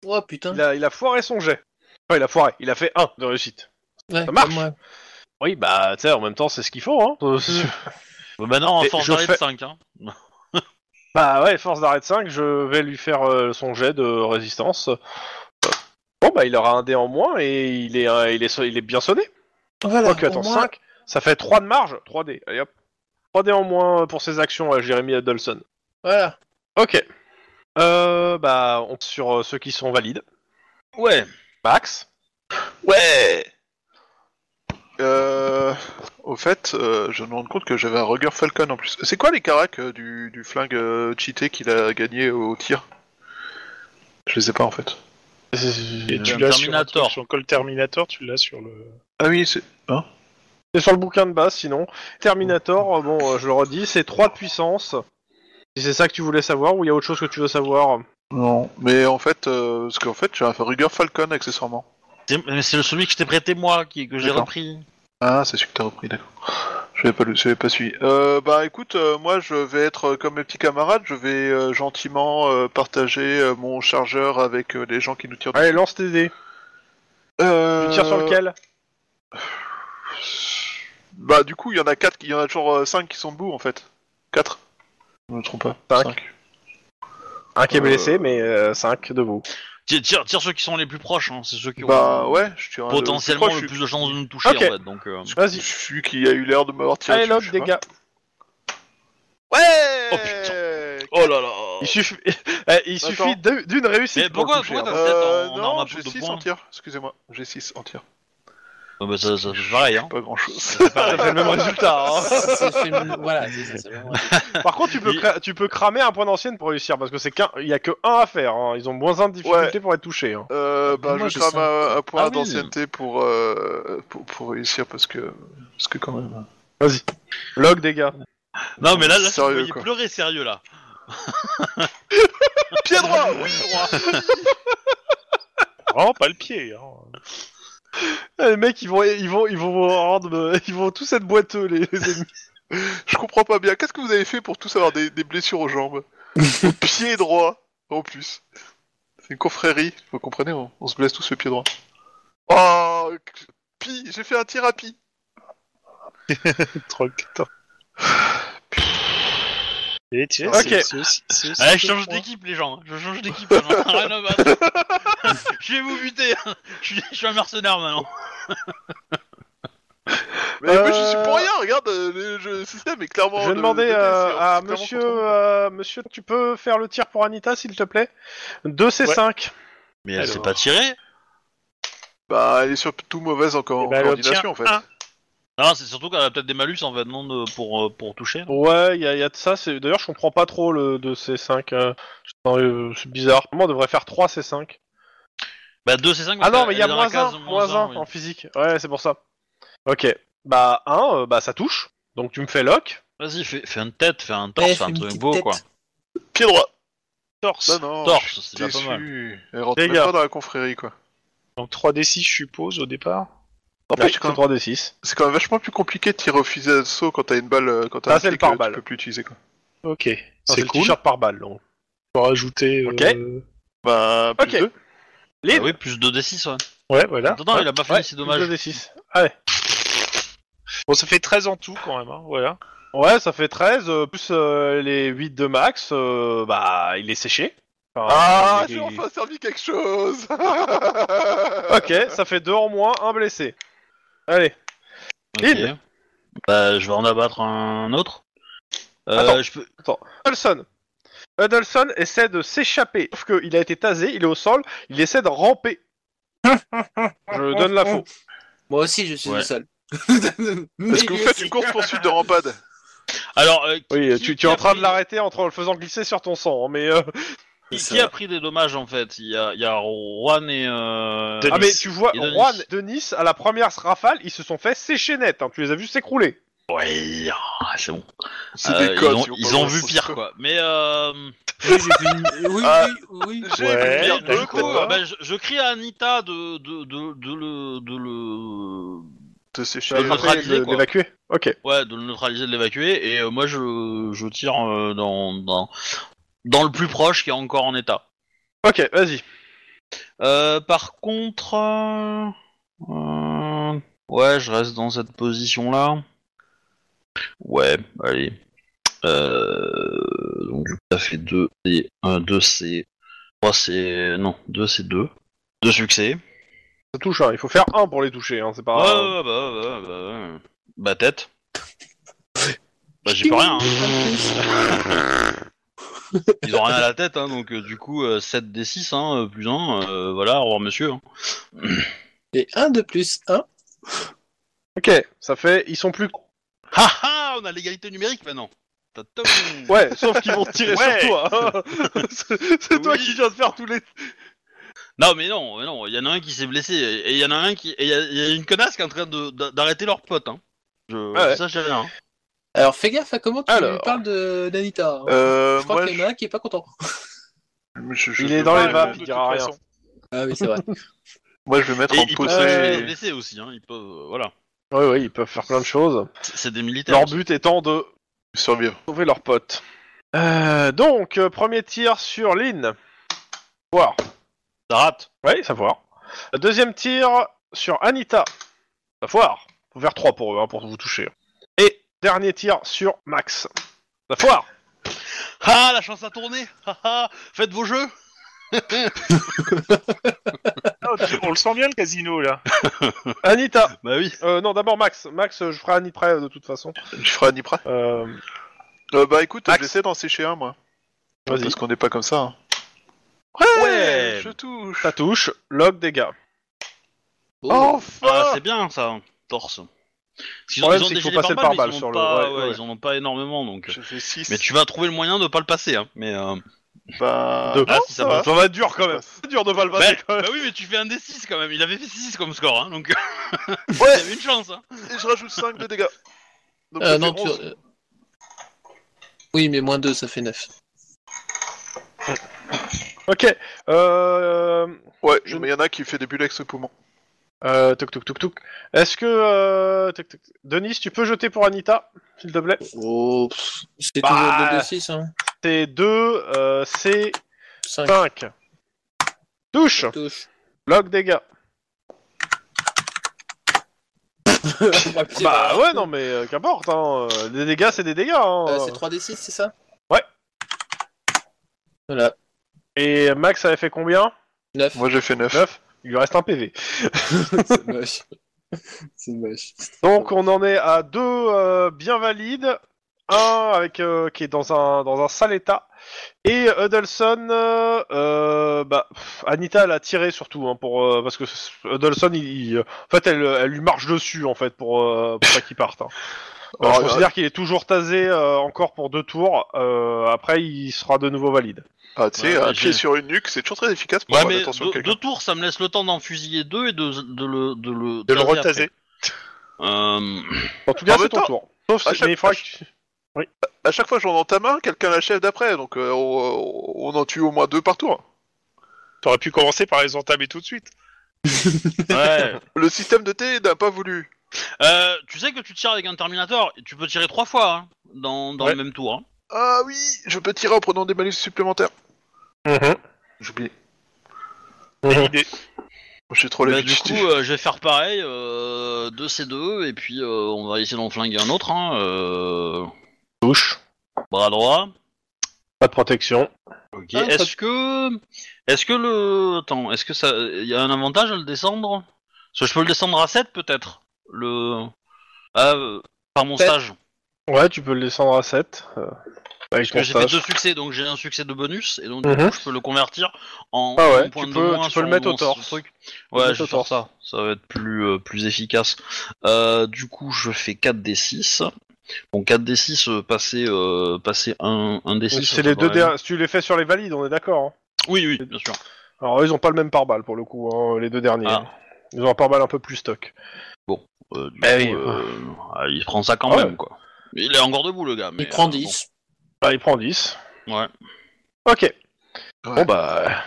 Oh putain
Il a, il a foiré son jet. Enfin, il a foiré, il a fait 1 de réussite.
Ouais,
marche.
comme moi.
Oui, bah, tu sais, en même temps, c'est ce qu'il faut, hein.
Bah, bah non, à
Et
force
je
d'arrêt de
fais-
5. Hein.
[LAUGHS] Bah ouais, force d'arrêt de 5, je vais lui faire euh, son jet de résistance. Bon bah il aura un dé en moins et il est, euh, il est, so- il est bien sonné.
Voilà,
Quoique, attends,
au moins,
5, ça fait 3 de marge, 3 dés, allez hop. 3 dés en moins pour ses actions à Jérémy Adolson.
Voilà.
Ok. Euh, bah on sur euh, ceux qui sont valides.
Ouais.
Max.
Ouais euh, Au fait, euh, je me rends compte que j'avais un Ruger Falcon en plus. C'est quoi les caracs euh, du, du flingue euh, cheaté qu'il a gagné au tir Je les ai pas en fait.
Et tu
un
l'as sur, un
Terminator.
truc, sur Call Terminator, tu l'as sur le.
Ah oui, c'est.
C'est sur le bouquin de base sinon. Terminator, euh, bon euh, je le redis, c'est 3 de puissance. Si c'est ça que tu voulais savoir ou il y a autre chose que tu veux savoir
Non, mais en fait, euh, parce qu'en fait, j'ai un Ruger Falcon accessoirement.
C'est mais c'est celui que je t'ai prêté moi, qui, que j'ai
D'accord.
repris.
Ah, c'est celui que t'as repris, d'accord. Je l'avais pas, lu- je l'avais pas suivi. Euh, bah écoute, euh, moi je vais être euh, comme mes petits camarades, je vais euh, gentiment euh, partager euh, mon chargeur avec euh, les gens qui nous tirent.
Allez, lance tes dés.
Euh,
Tu tires sur lequel
Bah du coup, il y en a quatre, il y en a toujours 5 qui sont debout en fait. 4 Je me trompe
Cinq.
pas. Cinq.
Un qui est
Euh,
blessé, mais 5 debout.
Tire, tire, tire ceux qui sont les plus proches, hein. c'est ceux qui
Bah
ont
ouais, je tire un-
potentiellement
je
le,
suis-
plus de chances de nous toucher
Ok.
en fait. Donc, euh,
Je
Vas-y.
suis qui a eu l'air de m'avoir tiré.
Allez,
dessus,
l'autre,
je sais pas.
dégâts.
Ouais
Oh, Oh là là
Il suffit, [LAUGHS] eh, il suffit de- d'une réussite.
Mais
pour
pourquoi-
le toucher,
pourquoi
hein.
t'as-
Euh,
Sept en- en arme
non,
à
j'ai
poudre de
6
poing.
en tir. Excusez-moi, j'ai 6 en tir.
Ah bah, ça, ça, c'est pareil, hein.
Pas grand chose.
Ça fait le même [LAUGHS] résultat.
[LAUGHS]
hein.
C'est- c'est- voilà, c'est ça, c'est vraiment-
Par contre, tu peux,
Il-
cra- tu peux cramer un point d'ancienne pour réussir parce que c'est qu'un, il y a que un à faire. hein. Ils ont moins un de difficulté pour être touchés. hein.
Euh, bah,
Moi,
je
j'ai
crame
cinq.
un, un point
Ah oui.
d'ancienneté pour, euh, pour, pour réussir parce que. Parce que quand même. hein.
Log dégâts. hein.
Non mais là, là
Sérieux,
il
quoi.
pleurer sérieux là.
[LAUGHS] Pied droit
[LAUGHS]
oui
Vraiment pas le pied. Hein.
Eh, Les mecs, ils vont, ils vont, ils vont, rendre- euh, ils vont tous être boiteux les, les ennemis.
Je comprends pas bien. Qu'est-ce que vous avez fait pour tous avoir des, des blessures
[LAUGHS]
aux jambes Au pied droit, en plus. C'est une confrérie, vous comprenez on, on se blesse tous le pied droit. Oh Pi J'ai fait un tir à pi
Troc, attends. Et tiens,
Ok.
c'est- c'est aussi- c'est aussi
Allez,
que
je change
moi.
d'équipe les gens, je change d'équipe. hein, j'en ai
[LAUGHS]
rien à battre. je vais vous buter, hein. je suis, je suis un mercenaire maintenant.
Mais moi je suis pour rien, regarde, euh, le, jeu- le système est clairement.
Je
Oh, le-
vais demander
le- c'est-
euh,
c'est
à
clairement
Monsieur,
contre nous.
euh, Monsieur, tu peux faire le tir pour Anita, s'il te plaît. 2 C5.
Mais elle
Alors.
s'est pas tirée
Bah, elle est surtout mauvaise en, co-
Eh
en
ben, elle obtient
coordination en fait.
un.
Non, c'est surtout qu'elle a peut-être des malus en fait, non, de- pour, euh, pour toucher.
Ouais, il y, a- y a de ça. c'est- D'ailleurs, je comprends pas trop le de ces 5. hein. c'est bizarre. Moi, on devrait faire 3 C5.
Bah 2 c'est 5
Ah non, mais il y a moins 1, moins 1 en physique. Ouais, c'est pour ça. Ok. Bah 1, bah ça touche. Donc tu me fais lock.
Vas-y, fais, fais une tête, fais un
Ouais,
torse,
fais
fais un
une
truc
petite
beau
tête.
quoi.
Pied droit
Torse.
Non,
Oh,
non,
Torse,
je suis
c'est déjà pas
déçu.
mal.
Elle rentre
Les
même
gars.
pas dans la confrérie quoi.
Donc 3D6, je suppose, au départ.
fait,
Lock,
Ah, je
c'est
crois-
3d6.
C'est quand même vachement plus compliqué de tirer au fusil à assaut quand t'as une balle, euh, quand
Ça,
t'as un
c'est le
flic,
pare-balles.
euh, tu peux plus l'utiliser quoi.
Ok,
Enfin,
c'est
le
cool.
t-shirt par balle. donc.
On va rajouter.
Ok.
euh, Bah, plus
Ok.
deux.
Ah oui, plus 2d6, ouais.
Ouais,
Ah,
voilà.
Non, non, il a pas fini, c'est dommage.
2d6. Allez.
Bon, ça fait 13 en tout quand même, hein, voilà.
Ouais, ça fait 13, euh, plus euh, les 8 de max, euh, bah, il est séché. Enfin,
Ah,
il
j'ai
est-
enfin servi quelque chose
Ok, ça fait 2 en moins, un blessé. Allez.
Ok.
Il.
Bah, je vais en abattre un autre. Euh,
Attends.
je peux...
Hudson. Hudson essaie de s'échapper, sauf qu'il a été tasé, il est au sol, il essaie de ramper.
[LAUGHS]
Je donne l'info.
Moi aussi, je suis
Ouais.
le [LAUGHS] seul.
Est-ce que vous faites une course-poursuite de rampade
Alors, euh, qui-
Oui,
qui-
tu, tu
qui
es
a
en train de
pris-
l'arrêter en tra- le faisant glisser sur ton sang, hein, mais... euh,
Qui, qui a pris des dommages en fait Il y a, il y a Juan et. Euh...
Denis.
Ah mais tu vois,
Et Denis.
Juan de Nice, à la première rafale, ils se sont fait sécher net, hein, tu les as vus s'écrouler.
Ouais, ah, c'est bon.
C'est
Euh,
des codes,
ils ont,
si on
ils
parle
ont
dans ce
vu
sens.
pire quoi. Mais euh...
Oui, j'ai vu une- oui,
Ah.
oui, oui.
J'ai
Eh,
Ouais,
vu bien
t'as
deux
vu
du coup,
quoi
quoi
bah, je, je crie à Anita de de de, de le de le
De sécher.
Euh,
Après,
neutralisé,
de-
quoi.
d'évacuer. Ok.
ouais de le neutraliser de l'évacuer et euh, moi je je tire euh, dans dans dans le plus proche qui est encore en état.
Ok, vas-y.
Euh, par contre, euh, euh, ouais, je reste dans cette position-là. Ouais, allez. Euh, donc du coup, ça fait 2 et 1, 2 c'est 3 c'est non, 2 c'est 2. 2 succès.
Ça touche, hein. il faut faire un pour les toucher, hein. c'est
Ouais,
pas...
ouais, ouais, bah, ouais, ouais, bah, ouais. Bah, tête. bah j'ai pas rien. hein. Ils ont rien à la tête hein, donc euh, du coup 7 des 6 hein, euh, plus 1 voilà, au revoir monsieur. hein.
Et un de plus, un.
Ok, ça fait... Ils sont plus...
Ha ha, on a l'égalité numérique maintenant. T'as top.
Ouais, sauf qu'ils vont tirer
Ouais.
sur toi.
[LAUGHS]
hein. c'est c'est toi
Oui.
qui viens de faire tous les...
Non mais non, mais non, il y en a un qui s'est blessé et il y en a un qui et il y, a- il y a une connasse qui est en train de- d'a- d'arrêter leur pote hein. Je
Ah ouais.
ça j'ai rien. hein.
Alors fais gaffe à comment tu
Alors.
parles de d'Anita. hein.
Euh,
je crois
moi,
qu'il y en a un qui est pas content.
je- je-
Il
je-
est dans
moi,
les
je-
vapes,
de
il
toute
dira rien.
façon.
Ah oui, c'est
[LAUGHS]
vrai.
Moi, je vais mettre
Et
en
ils peuvent
posé.
se
possède-
blesser aussi hein, ils peuvent euh, voilà.
Ouais, ouais, ils peuvent faire plein de choses.
C'est c'est des militaires.
Leur
aussi.
but étant de
Survivre.
sauver leurs potes. Euh, donc, euh, premier tir sur Lynn. Voir.
Ça rate.
Ouais, ça foire. Deuxième tir sur Anita. Ça foire. Faut faire 3 pour eux, hein, pour vous toucher. Et dernier tir sur Max. Ça foire.
Ah la chance a tourné. Ah, ah, Faites vos jeux.
Ah, tu- [LAUGHS] on le sent bien le casino là.
Anita.
Bah oui.
Euh, non, d'abord Max. Max, euh, je ferai un près de toute façon.
Tu feras Nipra
Euh,
euh, Bah écoute,
Axe.
j'essaie d'en sécher un, moi.
Vas-y.
Parce qu'on n'est pas comme ça. hein.
Ouais. Ah,
Je touche
Ça touche. Log dégâts.
Oh.
Ah,
Enfin
c'est bien ça. Torse. Parce qu'ils
Le
ont,
problème,
ils ont
c'est qu'il faut
défilé
passer
par
le pare-balles
balle, mais ils en
sur
ont
le-
pas,
ouais,
ouais,
ouais.
ils en ont pas énormément donc.
Je fais 6.
Mais tu vas trouver le moyen de pas le passer hein. Mais euh,
Bah...
Deux.
ah, si ça
ça va.
passe.
Ça va être dur quand même. C'est dur de pas le
Bah,
passer, quand même.
bah oui, mais tu fais un des 6 quand même. Il avait fait 6 comme score, hein, donc il
Ouais
avait une chance. Hein.
Et je rajoute 5 de dégâts. Donc,
Euh,
ça
non,
fait
tu-
11.
euh, Oui, mais moins 2, ça fait 9.
Ok. Euh...
Ouais,
je-
mais il y en a qui fait des bulles avec ce poumon.
Euh, toc toc toc toc. Est-ce que euh... toc, toc, toc. Denis, tu peux jeter pour Anita, s'il te plaît
Oh, pff, c'est
Bah.
toujours 2 de 6, hein.
C'est 2, euh, c'est
5
5. Touche.
touches.
Log dégâts. [LAUGHS] Bah ouais, non mais euh, qu'importe. Hein. euh, Des dégâts, c'est des dégâts. Hein.
Euh, c'est 3d6, c'est ça
Ouais.
Voilà,
Et Max avait fait combien
9. [LAUGHS]
Moi, j'ai fait 9.
9. Il lui reste un PV.
c'est moche. c'est moche.
Donc on en est à deux euh, bien valides, un avec euh, qui est dans un dans un sale état et Huddleston, euh, euh, bah pff, Anita l'a tiré surtout hein, pour euh, parce que Huddleston il, il- en fait elle, elle lui marche dessus en fait pour, euh, pour pas qu'il parte. hein. Euh,
Alors,
je considère qu'il est toujours tasé euh, encore pour deux tours. euh, après il sera de nouveau valide.
Ah, tu sais,
Ouais,
un
j'ai-
pied sur une nuque, c'est toujours très efficace pour
Ouais,
avoir
mais
l'attention de
deux,
quelqu'un.
deux tours, ça me laisse le temps d'en fusiller deux et de, de le de le
De le
taser
retaser.
après. Euh,
En
Ah,
tout cas
En
c'est
même
ton
temps,
tour. Sauf
à
si-
chaque-
mais il faudra
à
que tu-
À chaque fois que j'en entame un, quelqu'un l'achève d'après, donc euh, on, on en tue au moins deux par tour.
T'aurais pu commencer par les entamer tout de suite.
ouais.
Le système de thé n'a pas voulu.
Euh, tu sais que tu tires avec un Terminator, tu peux tirer trois fois hein, dans, dans
Ouais.
le même tour. Hein.
Ah oui, je peux tirer en prenant des malus supplémentaires.
Mhm.
J'oublie.
Bonne idée.
Je suis Oh, trop
Bah,
la
du coup, euh, je vais faire pareil, euh, deux c'est deux, et puis euh, on va essayer d'en flinguer un autre. Hein, euh,
Touche.
bras droit.
Pas de protection.
Ok.
Ah,
est-ce que, est-ce que le, attends, est-ce que ça, il y a un avantage à le descendre Parce que je peux le descendre à 7 peut-être. Le, ah, euh, par mon
Sept.
stage.
Ouais, tu peux le descendre à 7. euh, avec
Parce que
ton
j'ai fait
stage.
deux succès, donc j'ai un succès de bonus, et donc du
Mhm.
coup, je peux le convertir en
Ah ouais,
en point
tu
de
peux-
moins
tu peux le
sur
mettre au
mon-
torse.
truc.
le
Ouais,
mettre
je
au
vais faire
torse.
ça. Ça va être plus, euh, plus efficace. Euh, du coup, je fais 4 d 6. Bon, 4 d 6, passer, euh, passer 1, d 6.
C'est les deux derniers. Tu les fais sur les valides, on est d'accord. hein.
Oui, oui, bien sûr.
Alors, eux, ils ont pas le même pare-balles pour le coup, hein, les deux derniers.
Ah.
Ils ont un pare-balles un peu plus stock.
Euh, du
Eh
Ben
coup,
oui.
euh, ah, il prend ça quand
Ah ouais.
même, quoi. Il est encore debout, le gars. Mais,
Il prend
euh,
10.
Ah, il prend 10.
bon. Ouais.
Ok. Bon, bah.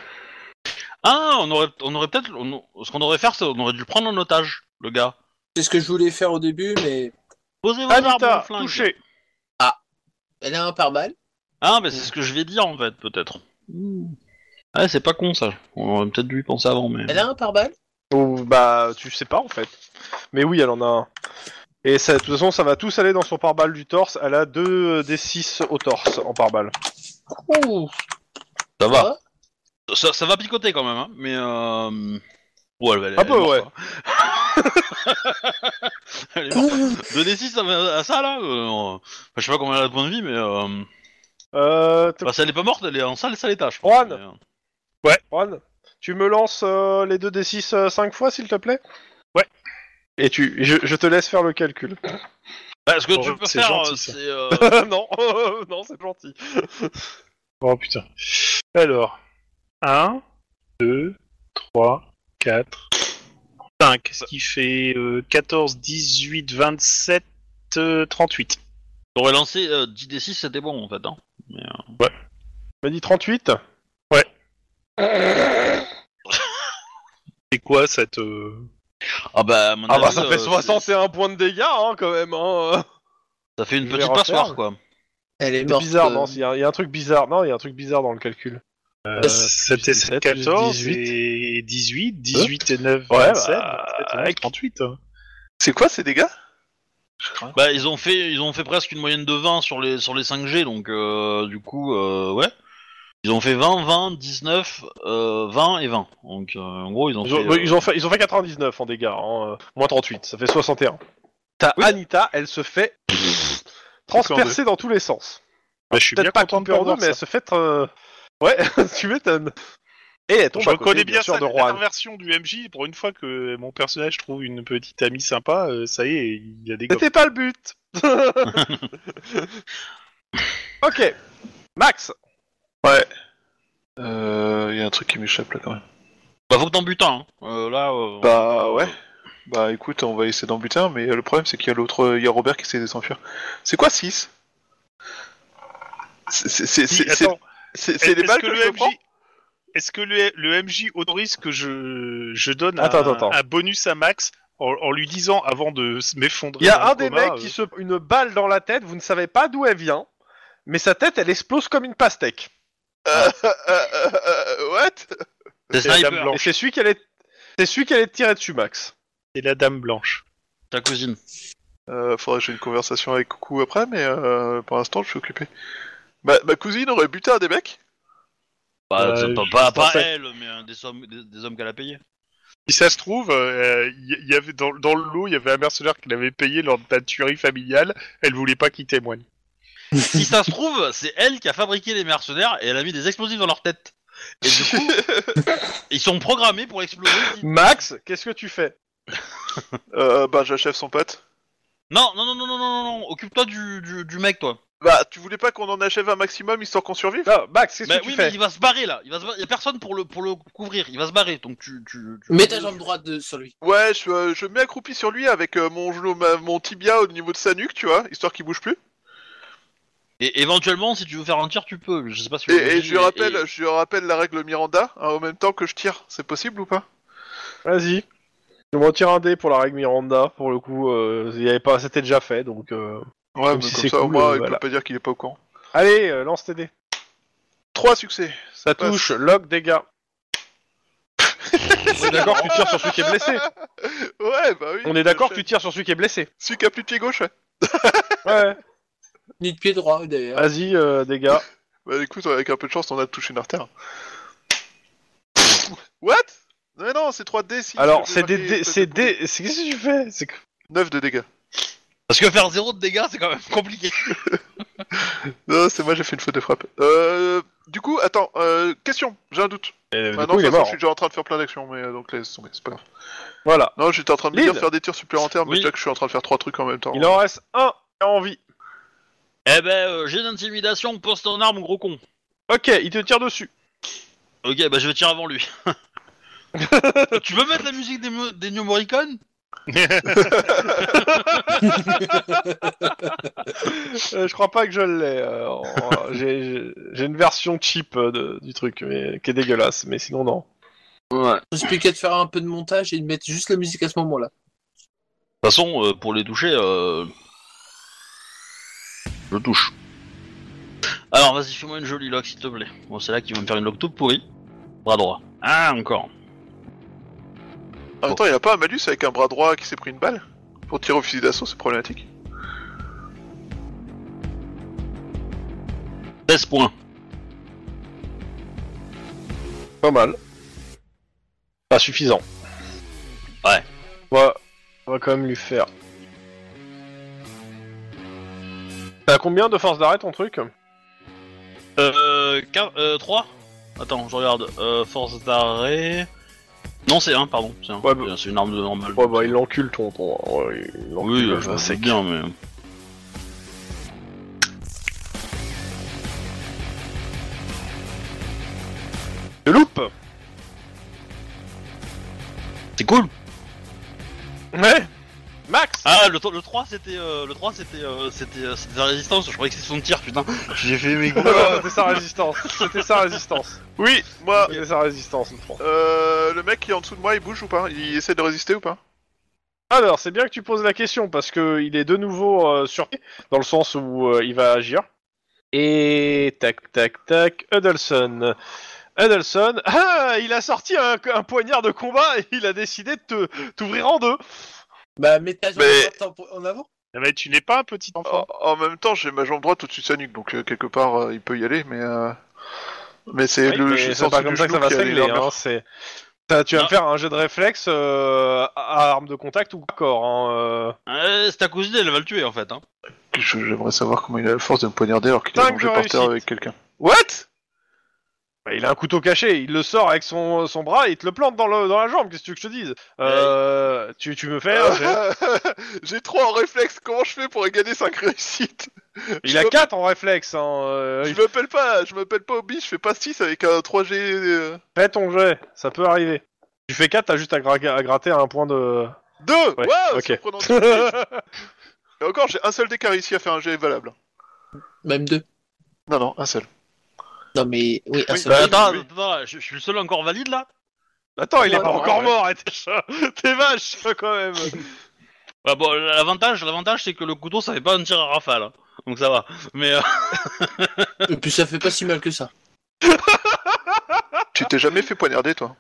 Ah, on aurait, on aurait peut-être. on- ce qu'on devrait faire, c'est on aurait dû le prendre en otage, le gars.
C'est ce que je voulais faire au début, mais
Posez vos armes,
Anita,
vos flingues.
touché.
elle a un par balle.
Ah, mais c'est ce que je vais dire, en fait, peut-être.
Hmm.
Ouais, c'est pas con, ça. On aurait peut-être dû y penser avant, mais.
Elle a un par balle.
Ou, bah, tu sais pas en fait. Mais oui, elle en a un. Et ça, de toute façon, ça va tous aller dans son pare-balles du torse. Elle a 2 des 6 au torse en pare-balles.
Ouh,
Ça va.
va
Ça, ça va picoter quand même, hein, mais. Euh... Ouais, elle, elle,
Un peu,
elle meurt,
ouais.
quoi. [LAUGHS] Elle est morte. Donner 6 à, à ça, là euh, enfin, Je sais pas combien elle a de points de vie, mais. Euh...
Euh,
Bah, si elle est pas morte, elle est en sale, sale état, je pense.
Juan
mais, euh,
Juan, tu me lances euh, les 2 des 6 5 fois, s'il te plaît
Ouais.
Et tu, je, je te laisse faire le calcul.
Bah, ce que
Oh,
tu peux
c'est
faire,
gentil,
euh,
ça.
c'est. euh,
[LAUGHS] non, non, [LAUGHS] c'est gentil.
Oh putain. Alors, 1, 2, 3, 4, 5. Ce qui fait euh, 14, 18, 27, euh, 38.
T'aurais lancé euh, 10 d 6, c'était bon, en fait. Hein.
M'a dit 38
C'est quoi cette. euh,
Ah, bah, à mon
Ah bah
avis,
ça
euh,
fait
c'est-
61 points de dégâts hein, quand même. Hein.
Ça fait une
Je vais
petite
refaire.
passoire, quoi.
Elle est
C'est
morte.
bizarre,
euh,
non Il y, a- y a un truc bizarre. Non, il y a un truc bizarre dans le calcul. Bah,
Euh, 7 et 7,
17,
14
18.
et 18, 18 et 9,
Hein Ouais,
27,
bah,
27, 29, 38. hein.
C'est quoi ces dégâts
Bah, ils ont fait, ils ont fait presque une moyenne de 20 sur les, sur les 5G, donc euh, du coup, euh, ouais. Ils ont fait 20, 20, 19, euh, 20 et 20. Donc, euh, en gros, ils ont
Ils
fait.
ont, bah,
euh,
ils ont fait, ils ont fait 99 en dégâts, hein, euh, moins 38, ça fait 61. Ta
Oui.
Anita, elle se [LAUGHS] fait transpercer dans tous les sens.
Bah, je suis bien
Peut-être pas
content
coupée
de
en deux,
voir
mais
ça.
elle se fait. euh, Ouais, [LAUGHS] tu m'étonnes. Et elle tombe
Je
à côté,
reconnais bien,
sûr,
ça,
de Juan.
l'interversion du MJ. Pour une fois que mon personnage trouve une petite amie sympa, euh, ça y est, il y a des gosses.
C'était pas le [LAUGHS] but. ok, Max.
Ouais. Euh, y a un truc qui m'échappe là quand même.
Bah, faut que t'en butes un. hein. Euh, là, euh,
Bah ouais. Bah écoute, on va essayer d'en buter un, mais euh, le problème c'est qu'il y a l'autre, il y a Robert qui essaie de s'enfuir. C'est quoi 6 C'est c'est-
Si,
c'est- c'est-
attends,
c'est-
est-ce
c'est les balles
que
que,
le
je me
MJ
prends
Est-ce que le, le MJ autorise que je, je donne
Attends,
un,
attends, attends.
un bonus à Max en, en lui disant avant de s- m'effondrer
Il y a
dans
un
le
des
coma,
mecs
euh,
qui se une balle dans la tête, vous ne savez pas d'où elle vient, mais sa tête elle explose comme une pastèque.
Euh, euh, euh, What
c'est
c'est la
Sniper,
dame
Et
blanche.
c'est celui qu'elle est c'est celui qu'elle est tirée dessus Max.
C'est la dame blanche.
ta cousine.
euh, Faudra que j'ai une conversation avec Coucou après, mais euh, pour l'instant je suis occupé. Ma, ma cousine aurait buté un des mecs
Bah,
Euh,
c'est pas,
je
pas, pas
pensais-
elle, mais euh, des, hommes, des, des hommes qu'elle a payés.
Si ça se trouve, euh, il y- il y avait dans, dans le lot, il y avait un mercenaire qui l'avait payé lors de la tuerie familiale. Elle voulait pas qu'il témoigne.
si ça se trouve, c'est elle qui a fabriqué les mercenaires et elle a mis des explosifs dans leur tête. Et du coup,
[LAUGHS]
ils sont programmés pour exploser.
Max, qu'est-ce que tu fais
euh, Bah j'achève son pote.
Non, non, non, non, non, non, non, non. occupe-toi du, du, du mec, toi.
Bah tu voulais pas qu'on en achève un maximum histoire qu'on survive
Non, Max, qu'est-ce
Bah
que tu
oui, mais
fais
il va se barrer là. Il va se barrer. Y a personne pour le, pour le couvrir. Il va se barrer, donc tu. tu, tu-
Mets ta jambe droite de- sur lui.
Ouais, je, euh, je me mets accroupi sur lui avec euh, mon genou, ma- mon tibia au niveau de sa nuque, tu vois, histoire qu'il bouge plus.
Et éventuellement, si tu veux faire un tir, tu peux. Je sais pas si.
Et,
vous l'avez
et
dit,
je lui
mais-
rappelle,
et-
je lui rappelle la règle Miranda hein, en même temps que je tire. C'est possible ou pas
Vas-y. Je me retire un dé pour la règle Miranda pour le coup, euh, il y avait pas c'était déjà fait donc euh.
Ouais,
mais
mais
si
comme
c'est
ça au
cool,
moins
euh,
il
voilà.
peut pas dire qu'il est pas au courant.
Allez, euh, lance tes dés.
Trois succès. [LAUGHS]
Ça
passe.
touche, log dégâts. On est d'accord que tu tires sur celui qui est blessé.
Ouais, bah oui.
On est d'accord que
je-
tu tires sur celui qui est blessé.
Celui qui a plus de pied gauche, ouais.
Ouais.
Ni de pied droit, d'ailleurs.
Vas-y, euh, dégâts.
Bah écoute, avec un peu de chance, on a touché une artère. What Mais non, c'est 3D, si.
Alors, c'est des, dé- c'est des, c'est qu'est-ce que tu fais C'est que-
9 de dégâts.
Parce que faire zéro de dégâts, c'est quand même [LAUGHS] compliqué.
Non, c'est moi, j'ai fait une faute de frappe. Euh, du coup, attends, euh, question, j'ai un doute.
Euh,
Ah
du
non,
coup, il est
de toute façon,
mort.
je suis déjà en train de faire plein d'actions, mais euh, donc laisse tomber, c'est pas grave.
Voilà.
Non, j'étais en train de me
Lynn.
dire faire des tirs supplémentaires, mais
Oui.
déjà que je suis en train de faire trois trucs en même temps.
Il en reste un qui a envie.
Eh ben, euh, j'ai d'intimidation, pose ton arme, gros con.
Ok, il te tire dessus.
Ok, bah je vais tirer avant lui. [LAUGHS] tu peux mettre la musique des, mo- des New Morricone
Euh, je crois pas que je l'ai. euh, en- [LAUGHS] j'ai- J'ai j'ai une version cheap euh, de- du truc, mais qui est dégueulasse. Mais sinon non.
Ouais.
Je suis qu'à de faire un peu de montage et de mettre juste la musique à ce moment-là.
De toute façon, euh, pour les toucher, euh, je touche. Alors, vas-y, fais-moi une jolie lock, s'il te plaît. Bon, c'est là qu'ils vont me faire une lock toute pourrie. Bras droit. Ah, encore.
En même temps, il a pas un malus avec un bras droit qui s'est pris une balle Pour tirer au fusil d'assaut, c'est problématique.
16 points.
Pas mal. Pas suffisant.
Ouais.
Ouais, on va quand même lui faire. T'as combien de force d'arrêt ton truc
Euh, 3 Attends, je regarde. Euh, force d'arrêt. Non, c'est 1, pardon. C'est un.
Ouais, bah-
C'est une arme de normale.
Ouais, bah il l'encule ton. ton- ouais, il l'encule,
Oui,
euh,
enfin,
c'est
c'est bien, mais.
Le loupe
C'est cool
Ouais
[LAUGHS]
Max
Ah, le, to- le 3 c'était. euh, le 3 c'était. euh, c'était euh, c'était la résistance, je croyais que c'était son tir,
[LAUGHS]
putain. J'ai fait mes gros.
Non, C'était sa résistance. C'était sa résistance.
Oui, moi,
C'était sa résistance, le franc.
euh, le mec qui est en dessous de moi, il bouge ou pas Il essaie de résister ou pas
Alors, c'est bien que tu poses la question parce que il est de nouveau euh, sur dans le sens où euh, il va agir. Et tac tac tac, Huddleston. Huddleston, [LAUGHS] ah, il a sorti un, un poignard de combat et il a décidé de te- t'ouvrir en deux.
Bah, mets-toi
Mais-
en avant.
Ah, Mais tu n'es pas un petit enfant.
En- En même temps, j'ai ma jambe droite au-dessus de sa nuque, donc euh, quelque part, euh, il peut y aller, mais. euh, Mais c'est
Oui,
le.
mais
je
c'est
sens
pas
du
comme ça que ça
genou
va
qui a les
s'égler.
larmes.
hein, c'est- Ça, tu vas me
Non.
faire un jet de réflexe euh, à à arme de contact ou corps. Hein, euh.
Euh, c'est ta cousine, elle va le tuer en fait. Hein.
Je- J'aimerais savoir comment il a la force de me poignarder alors qu'il est
Cinq
allongé par terre
réussites.
avec quelqu'un.
What Bah, il a un couteau caché, il le sort avec son, son bras et il te le plante dans, le, dans la jambe, qu'est-ce que tu veux que je te dise euh, tu, tu me fais
[LAUGHS]
un [LAUGHS] jet.
Ah, J'ai 3 en réflexe, comment je fais pour gagner 5 réussites
Il a 4 en réflexe, hein. euh,
Je
il
m'appelle pas, je m'appelle pas Obi, je fais pas 6 avec un 3G. euh,
fait ton jet, ça peut arriver. Tu fais 4, t'as juste à, gra- à gratter à un point de...
2
Ouais,
Waouh
ok.
surprenant. Et encore, j'ai un seul dé qui a réussi à faire un jet valable.
Même deux.
Non, non, un seul.
Non, mais oui, un
Oui,
seul.
Bah,
bah,
attends,
oui.
attends, attends, je, je suis le seul encore valide là
Attends, il est
Ouais,
pas
ouais,
encore
ouais.
mort, hein, t'es cha- [LAUGHS] t'es vache quand même
Bah bon, l'avantage, l'avantage c'est que le couteau ça fait pas un tir à rafale. hein. Donc ça va. Mais euh,
Et puis, ça fait pas si mal que ça.
Tu t'es jamais fait poignarder, toi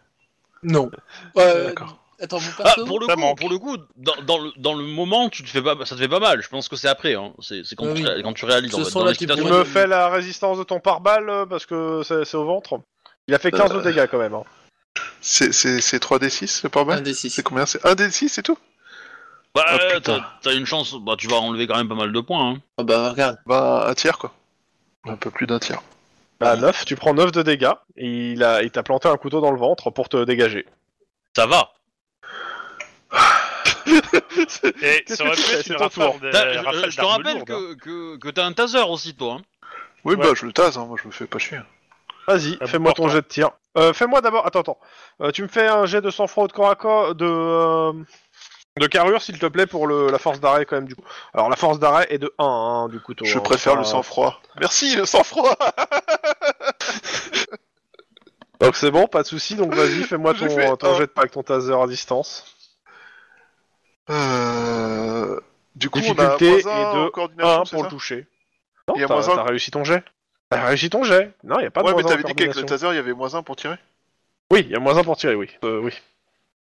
Non. Euh,
D'accord.
attends, mon
ah, [LAUGHS]
perso,
pour, le
ça
coup,
manque.
pour le coup, dans, dans le, dans le moment, tu te fais pas, ça te fait pas mal. Je pense que c'est après. Hein. C'est c'est quand,
Oui,
tu
oui.
ré- quand tu réalises.
Ce
En fait.
sont
Dans
là qui
Tu
l'excitation.
Ouais,
me
ouais.
fais la résistance de ton pare-balles euh, parce que c'est c'est au ventre. Il a fait 15 de
Euh.
dégâts quand même. hein.
C'est c'est- c'est 3D6 le
un
Ah
pare-balles
des six.
C'est combien C'est 1D6 c'est tout
Bah,
Ah,
euh,
putain.
t'as- t'as une chance. Bah, tu vas enlever quand même pas mal de points. Hein.
Ah bah, regarde.
Bah, un tiers quoi. Un peu plus d'un tiers.
Bah 9, tu prends 9 de dégâts et il a- il t'a planté un couteau dans le ventre pour te dégager.
Ça va.
Et
Qu'est-ce
Eh, ça
que
aurait
tu
pu
fais
être
C'est
une
ton
rafale de-
T'as- Bah, je-
Euh, rafale
je te
d'armes
rappelle
lourdes, hein.
que, que, que t'as un taser aussi, toi. Hein.
Oui,
Ouais.
bah je le tase, hein, moi je me fais pas chier.
Vas-y,
Ah,
fais-moi ton
pourtant.
jet de tir. Euh, fais-moi d'abord. Attends, attends. Euh, tu me fais un jet de sang-froid ou de corps à corps de. euh, De carrure, s'il te plaît, pour le, la force d'arrêt, quand même, du coup. Alors, la force d'arrêt est de 1, hein, du couteau.
je
hein,
préfère
pas-
le sang-froid. Merci, le sang-froid
Donc, c'est bon, pas de souci. Donc,
[LAUGHS]
vas-y, fais-moi
J'ai
ton,
fait
ton
un.
jet de pack, ton taser à distance.
Euh, Du coup,
Difficulté
on a moins un
et de
en coordination,
1
c'est
pour le
ça
toucher. Non,
Il y a
t'as,
moins un.
t'as réussi ton jet. T'as réussi ton jet. Non, il a pas de
Ouais,
moins
mais
un en
t'avais dit qu'avec le
coordination.
taser, il y avait moins 1 pour tirer
Oui, il y a moins 1 pour tirer, oui. Euh, oui.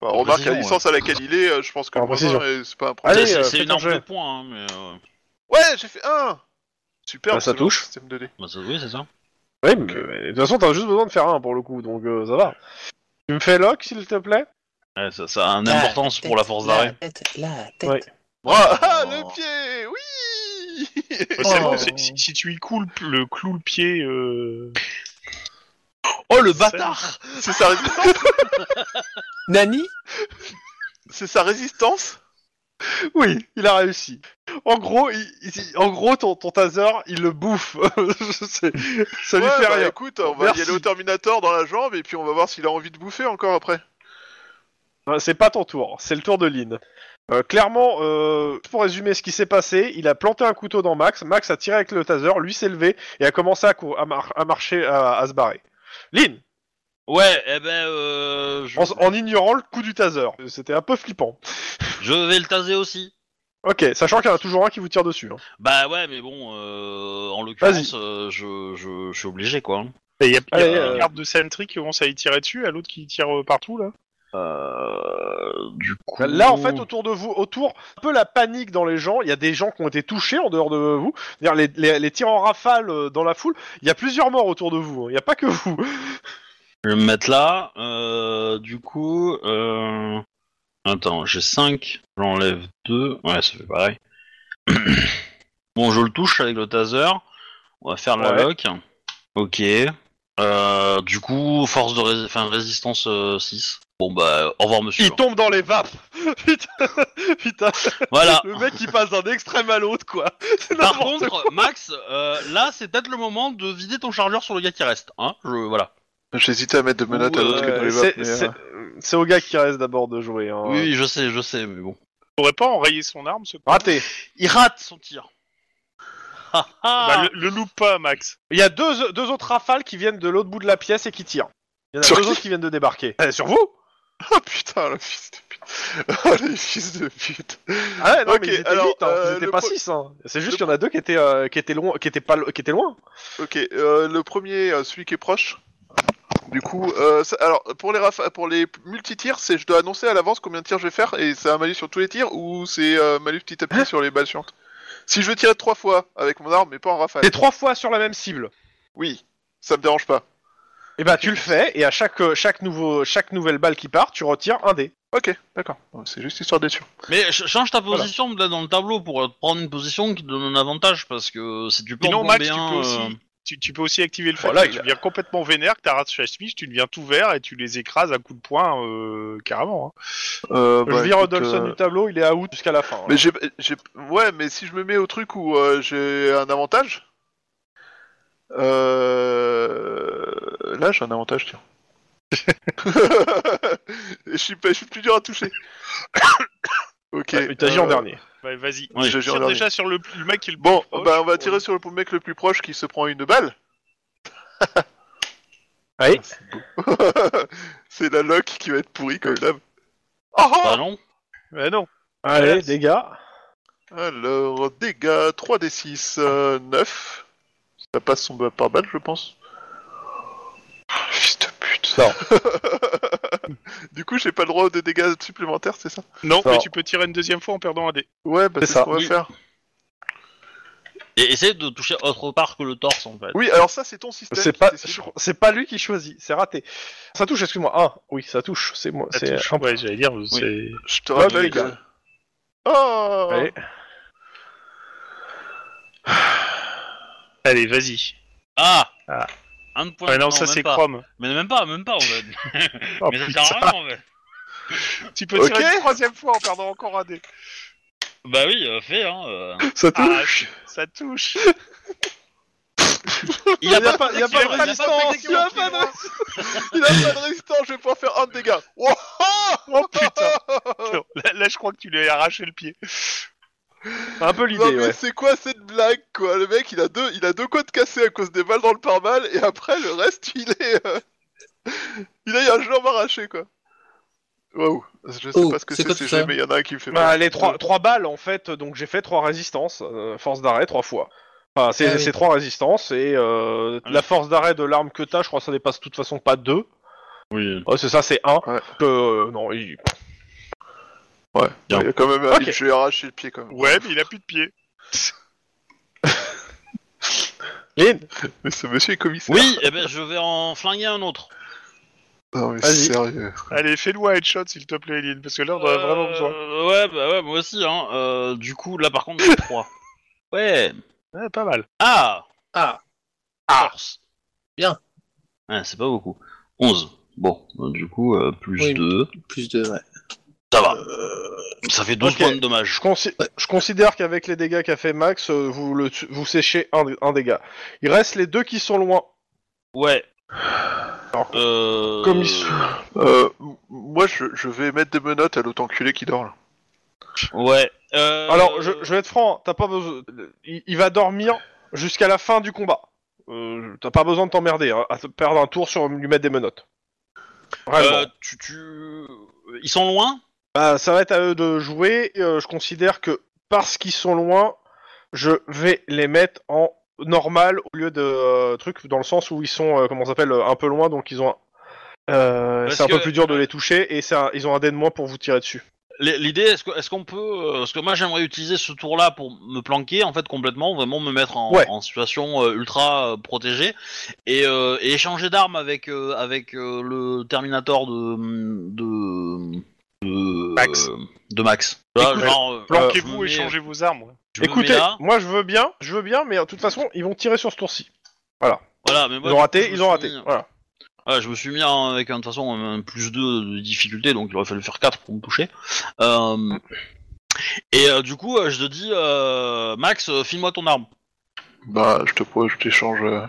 Bah, remarque, la
précision,
licence à laquelle il est, euh, je pense que
En
le voisin, euh, c'est pas un problème.
Allez,
C'est-
euh,
c'est
fais
une
ton
arme
jet.
de poing, hein, mais. euh,
Ouais, j'ai fait un Super,
Bah, ça touche.
Système 2D.
bah, ça- oui, c'est ça.
Oui, mais de toute façon, t'as juste besoin de faire un pour le coup, donc euh, ça va. Tu me fais lock, s'il te plaît
Ouais, ça, ça a une
La
importance pour la
tête,
force d'arrêt.
Ah, La tête, la tête.
Ouais.
Ah, ah,
Oh.
le pied Oui
Bah, c'est
Oh.
bon, c'est- si, si tu y coules le clou le pied, euh,
Oh le
Ça-
bâtard
C'est sa résistance
Nani
C'est sa résistance
Oui, il a réussi. En gros, il- il- en gros ton, ton taser, il le bouffe. [LAUGHS] Je sais, ça lui
Ouais,
fait
bah,
rien.
Écoute, on va
Merci.
y aller au Terminator dans la jambe et puis on va voir s'il a envie de bouffer encore après.
Non, C'est pas ton tour, c'est le tour de Lynn. Euh, clairement, euh, pour résumer ce qui s'est passé, il a planté un couteau dans Max, Max a tiré avec le taser, lui s'est levé et a commencé à, cou- à, mar- à marcher, à, à se barrer. Lynn,
Ouais, eh ben, euh, je,
en, s- en ignorant le coup du taser, c'était un peu flippant.
je vais le taser aussi.
Ok, sachant qu'il y en a toujours un qui vous tire dessus. hein.
Bah ouais, mais bon, euh, en l'occurrence, euh, je, je, je suis obligé, quoi.
il y a, y a
Allez,
un
euh.
garde de Sentry qui commence à y tirer dessus, à l'autre qui tire euh, partout là.
Euh, du coup...
Là, en
Oh.
fait, autour de vous, autour, un peu la panique dans les gens. Il y a des gens qui ont été touchés en dehors de vous. C'est-à-dire les, les- les tirs en rafale euh, dans la foule. Il y a plusieurs morts autour de vous. hein. Il n'y a pas que [LAUGHS] vous.
Je vais me mettre là. Euh, du coup... Euh... Attends, j'ai 5. J'enlève 2. Ouais, ça fait pareil. [COUGHS] bon, je le touche avec le taser. On va faire la
Ouais.
lock. Ok. Euh, du coup, force de rés- enfin, résistance euh, 6. Bon bah, au revoir monsieur.
Il tombe dans les vapes. [LAUGHS] Putain, putain. [LAUGHS]
Voilà.
Le mec qui passe d'un extrême à l'autre, quoi. C'est
[LAUGHS] Par
n'importe quoi.
contre, Max, euh, là, c'est peut-être le moment de vider ton chargeur sur le gars qui reste. Hein je, voilà.
J'hésitais à mettre de menottes à
Ouh,
l'autre que dans
Euh,
les
c'est-
vapes, mais,
c'est-
euh,
C'est au gars qui reste d'abord de jouer. hein.
Oui, oui, je sais, je sais, mais bon.
T'aurais pas enrayé son arme ce
Raté.
Il rate son tir. Ah, ah.
Bah, le, le loupe pas, Max.
Il y a deux, deux autres rafales qui viennent de l'autre bout de la pièce et qui tirent. Il y en a
Sur
deux
qui
autres qui viennent de débarquer. Eh, sur vous
Ah [LAUGHS] putain, le fils de pute [LAUGHS] Ah, les fils de pute
Ah ouais, non,
Ok,
mais ils étaient
alors,
huit, hein,
euh,
ils étaient
le
pas
pro-
6. Hein. C'est juste qu'il
le
y en a deux qui étaient, euh, qui étaient, loin, qui étaient, pas, lo- qui étaient loin.
Ok, euh, le premier, euh, celui qui est proche. Du coup, euh, ça- alors pour les rafa- pour les multitirs, c'est je dois annoncer à l'avance combien de tirs je vais faire et c'est un malus sur tous les tirs ou c'est euh, malus petit à
Hein
petit sur les balles suivantes. Si je veux tirer trois fois avec mon arme mais pas en rafale.
T'es trois fois sur la même cible.
Oui, ça me dérange pas.
Et bah tu le fais, et à chaque, euh, chaque, nouveau, chaque nouvelle balle qui part, tu retires un dé.
Ok, d'accord. C'est juste histoire d'être sûr.
Mais ch- change ta position là dans le tableau pour euh, prendre une position qui te donne un avantage parce que euh, si tu peux
Sinon,
en
Max,
bomber
tu
un,
peux
euh,
aussi. Tu, tu peux aussi activer le fait
Voilà,
que
Oh, il
tu
a-
deviens complètement vénère, que t'arraches ta chemise, tu deviens tout vert et tu les écrases à coups de poing euh, carrément. hein.
Euh,
je
bah,
vire
écoute,
Dolson
euh,
du tableau, il est à out jusqu'à la fin. hein.
Mais j'ai, j'ai- ouais, mais si je me mets au truc où euh, j'ai un avantage, euh... là j'ai un avantage,
[LAUGHS]
tiens. je suis pas, je suis plus dur à toucher. [COUGHS] ok.
Ouais, mais t'as dit en
euh,
dernier.
Bah, vas-y.
Ouais,
j'ai dit
Tire
en dernier.
déjà Oh, sur le, le mec qui est le
Bon,
proche.
bah on va tirer sur le mec le plus proche qui se prend une balle. [LAUGHS]
Allez.
C'est la lock qui va être pourrie comme d'hab. Oh
bah non.
Bah non.
Allez, dégâts.
Alors, dégâts 3d6, euh, 9. Ça passe son bas par balle, je pense. Fils de pute.
Non.
[LAUGHS] du coup, j'ai pas le droit de dégâts supplémentaires, c'est ça
Non,
Non.
mais tu peux tirer une deuxième fois en perdant un dé.
Ouais, bah
C'est
c'est
ça,
ce qu'on va
oui.
faire.
Et essaye de toucher autre part que le torse en fait.
Oui, alors ça, c'est ton système.
C'est
qui
pas,
décide.
je crois- c'est pas lui qui choisit, c'est raté. Ça touche, excuse-moi. Un, oui, ça touche. C'est moi.
Ça
C'est
touche.
un-
Ouais, j'allais dire, c'est.
Je te
Ouais,
rappelle
les
que-
gars.
Oh
Allez.
Allez, vas-y.
Ah,
Ah.
Un de point.
Ouais, non, ça
même
c'est
pas.
Chrome.
Mais même pas, même pas en fait.
[LAUGHS] Oh,
Mais ça
putain.
sert à rien en fait.
Tu peux
Ok.
tirer une troisième fois en perdant encore un dé.
Bah oui, euh, fais hein. euh.
Ça touche.
Ah, ça touche.
Il
Il
a
y a
pas
pas, il y a pas de
il y a pas de
résistance.
protection,
il y a
c'est
pas de-
vrai.
[LAUGHS] Il a pas de résistance, je vais pouvoir faire un de dégâts. Wow
Oh
[LAUGHS]
putain. Non, là, là, je crois que tu lui as arraché le pied.
Un peu
non
l'idée.
mais
ouais.
c'est quoi cette blague quoi Le mec il a deux il a deux côtes cassées à cause des balles dans le pare-balles et après le reste il est euh, [LAUGHS] il a eu un jambe arraché quoi. Waouh, je sais
Oh,
pas ce que
c'est
c'est
quoi
ces
tout ça
jeux, mais il y en a un qui me fait
Bah,
mal.
les trois, trois balles en fait, donc j'ai fait trois résistances, euh, force d'arrêt trois fois. Enfin, c'est
Ah oui.
c'est trois résistances et euh,
Ah oui.
la force d'arrêt de l'arme que t'as, je crois que ça dépasse de toute façon pas deux.
Oui.
Oh, c'est ça, c'est un.
Ouais.
Euh, non, il-
Ouais.
Bien.
Il a quand même.
Ok.
Je lui ai arraché le pied quand même.
Ouais, mais il a plus de pied.
Lynn,
Mais ce monsieur est commissaire.
Oui, eh ben je vais en flinguer un autre.
Non, mais
Vas-y.
sérieux.
Allez, fais-nous un headshot, s'il te plaît, Lynn, parce que
Ah
là, on en
bah,
a vraiment besoin.
Euh, Ouais, bah ouais, moi aussi. Hein. Euh, du coup, là par contre, j'ai 3. Ouais.
Ouais, pas mal.
Ah
Ah,
Force.
Bien.
Ouais, c'est pas beaucoup. 11. Bon, euh, du coup, euh, plus
Oui. Euh,
2.
plus de. ouais.
Ça va. Ça fait 12
ok.
points de dommage.
je, consi- je considère qu'avec les dégâts qu'a fait Max, euh, vous, le tu- vous séchez un, un dégât. Il reste les deux qui sont loin.
Ouais.
Alors,
Euh...
comme ils sont-
Euh, m- moi, je, je vais mettre des menottes à l'autre enculé qui dort là.
Ouais. Euh,
Alors, je, je vais être franc, hein, t'as pas besoin. Il, il va dormir jusqu'à la fin du combat. Euh, t'as pas besoin de t'emmerder, hein, à te perdre un tour sur lui mettre des menottes. Vraiment.
euh, tu, tu... Ils sont loin
Bah, ça va être à eux de jouer. euh, je considère que parce qu'ils sont loin, je vais les mettre en normal au lieu de euh, truc dans le sens où ils sont euh, comment ça s'appelle euh, un peu loin donc ils ont un- euh,
Parce
c'est un peu
que-
plus dur de les toucher et c'est un- ils ont un dé de moins pour vous tirer dessus.
L- L'idée, est-ce que- est-ce qu'on peut. euh, Parce que moi, j'aimerais utiliser ce tour-là pour me planquer, en fait, complètement, vraiment me mettre en,
Ouais.
en situation euh, ultra euh, protégée et, euh, et échanger d'armes avec, euh, avec euh, le Terminator de. de. de
Max.
euh, de Max. Là,
Écoute,
genre, euh, je me
Planquez-vous
mets-
et changez vos armes.
je me mets
Écoutez,
là.
moi je veux bien, je veux bien mais euh, de toute façon, ils vont tirer sur ce tour-ci.
Voilà, mais moi,
Ils ont
du
raté,
coup, je
ils
me
ont
suis
raté.
mis-
Voilà.
voilà, je me suis mis en- avec, de toute façon, un plus 2 de difficulté, donc il aurait fallu faire 4 pour me toucher. Euh, et euh, du coup, euh, je te dis, euh, Max, euh, file-moi ton arme.
Bah, je te pose, je t'échange. euh,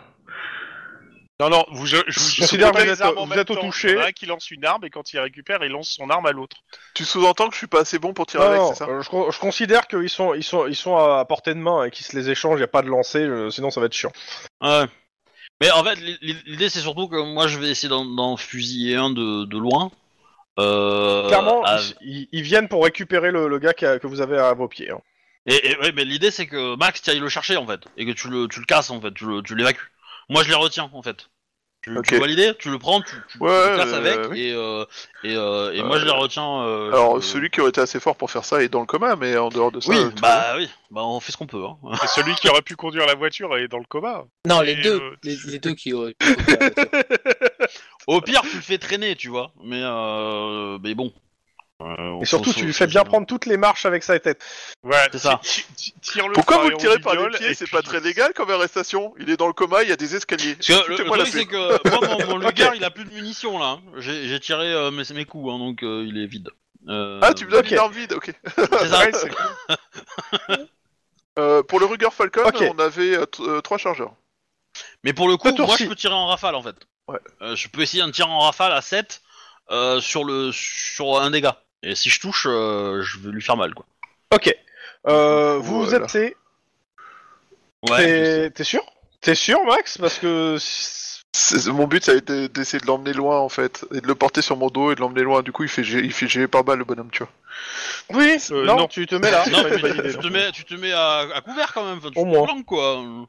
Non, non, vous, je, je,
Je
je
considère
sautez
que vous
les
êtes-
armes en
vous
même
êtes au
temps.
toucher.
Il y en a un qui lance une arme et quand il récupère, il lance son arme à l'autre.
Tu sous-entends que je suis pas assez bon pour tirer
Non,
avec,
non,
c'est ça
euh, je, con- je considère qu'ils sont ils sont ils sont à portée de main et qu'ils se les échangent, y a pas de lancer, euh, sinon ça va être chiant.
Ouais. Mais en fait, l'i- l'i- l'idée c'est surtout que moi je vais essayer d'en- d'en fusiller un de, de loin. Euh,
Clairement,
à-
ils, ils viennent pour récupérer le, le gars qui a- que vous avez à vos pieds. hein.
Et, et- ouais, mais l'idée c'est que Max, tu ailles le chercher en fait. Et que tu le, tu le casses en fait, tu le- tu l'évacues. Moi je les retiens en fait. Tu,
Ok.
tu vois l'idée Tu le prends, tu, tu- tu
Ouais,
le casses
euh,
avec.
oui.
Et, euh, et, euh, et moi je les retiens. euh,
Alors,
je-
celui qui aurait été assez fort pour faire ça est dans le coma, mais en dehors de ça.
Oui,
euh, tout va bien.
bah oui, bah on fait ce qu'on peut. Hein. [LAUGHS]
Et celui qui aurait pu conduire la voiture est dans le coma.
Non, les
Et,
deux,
euh,
les, les deux qui auraient pu faire la voiture.
Au pire, tu le fais traîner, tu vois. Mais, euh, mais bon. Euh,
Et surtout, tu lui fais bien prendre toutes les marches avec sa tête.
Ouais,
C'est ça.
ti- ti- Tire le
Pourquoi
phare
vous
et
le
on
tirez par les
guignole,
pieds
et
C'est
puis-
pas très légal comme arrestation. Il est dans le coma, il y a des escaliers.
Parce que le, le
Foutez-moi la
truc
paix.
c'est que euh, moi mon,
[LAUGHS]
mon Luger il a plus de munitions là. hein. J'ai j'ai tiré euh, mes, mes coups hein, donc euh, il est vide. Euh,
Ah, tu me donnes
ok.
une arme vide, ok.
c'est ça.
Ouais, c'est-
Euh, pour le Ruger Falcon,
Ok.
on avait euh, t- euh, trois chargeurs.
Mais pour le coup,
Le tour
moi
ci.
je peux tirer en rafale en fait.
Ouais.
Euh, je peux essayer un tir en rafale à 7 euh, sur le sur un dégât. Et si je touche, euh, je vais lui faire mal quoi.
Ok. Euh, vous vous
Voilà.
êtes.
Ouais.
T'es t'es sûr T'es sûr, Max Parce que. c'est-
C'est- Mon but, ça a été d'essayer de l'emmener loin, en fait, et de le porter sur mon dos et de l'emmener loin. Du coup, il fait gé- il fait gérer par balle, le bonhomme, tu vois.
Oui.
Euh,
non,
non.
tu te mets là.
[LAUGHS] Non,
c'est
mais
une bonne idée,
tu,
non.
te mets, tu te mets à, à couvert quand même. Enfin, tu
Au
te
moins.
planques, quoi. Euh,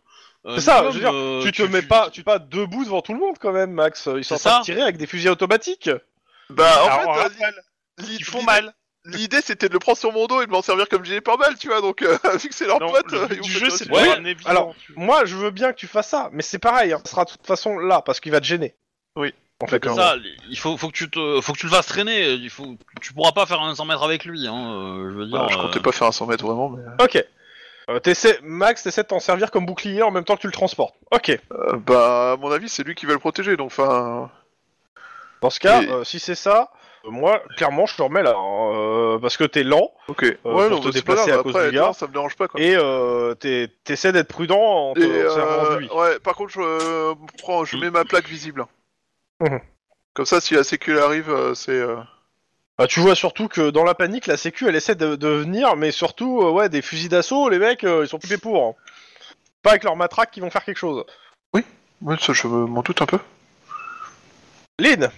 C'est ça,
minimum,
je veux dire,
euh,
tu te mets pas, tu te mets pas debout devant tout le monde quand même, Max. Ils sont en
C'est ça.
train de tirer avec des fusils automatiques.
Bah, en
Alors,
fait,
Ah, on
euh,
rappelle,
l'i-
ils font
l'idée-
mal.
L'idée, c'était de le prendre sur mon dos et de m'en servir comme gilet par balle, tu vois. Donc, euh, [LAUGHS] vu que c'est leur
Non,
pote,
le
euh,
but
ils
du
vont
jeu,
faire
c'est de
Ouais,
le ramener vivant.
alors, Moi, je veux bien que tu fasses ça, mais c'est pareil. Hein. Ça sera de toute façon là parce qu'il va te gêner.
Oui.
En fait,
C'est ça, il faut, faut que tu te, faut que tu le fasses traîner. Il faut, tu pourras pas faire un 100 mètres avec lui. Hein, euh, je veux dire.
Bah, je
euh,
comptais pas faire un 100 mètres vraiment, mais.
Ok. Euh, t'essaies- Max, t'essaies de t'en servir comme bouclier en même temps que tu le transportes. Ok.
Euh, bah, à mon avis, c'est lui qui va le protéger, donc enfin.
Dans ce cas,
Et-
euh, si c'est ça, euh, moi, clairement, je te remets là. hein, euh, parce que t'es lent
Ok. ouais,
pour te
non, mais Euh, c'est pas
déplacer
grave,
à cause
après,
du gars.
non, ça me dérange pas, quoi.
et euh, t'es- t'essaies d'être prudent en te
Et,
en servant
euh,
de lui.
ouais, par contre, je, euh, prends, je mets ma plaque visible.
Mhm.
Comme ça, si la sécu arrive, euh, c'est. euh,
Bah, tu vois surtout que dans la panique, la sécu, elle essaie de, de venir, mais surtout, euh, ouais, des fusils d'assaut, les mecs, euh, ils sont occupés pour. hein. Pas avec leur matraque qui vont faire quelque chose.
Ouais, ça, je m'en doute un peu.
Lynn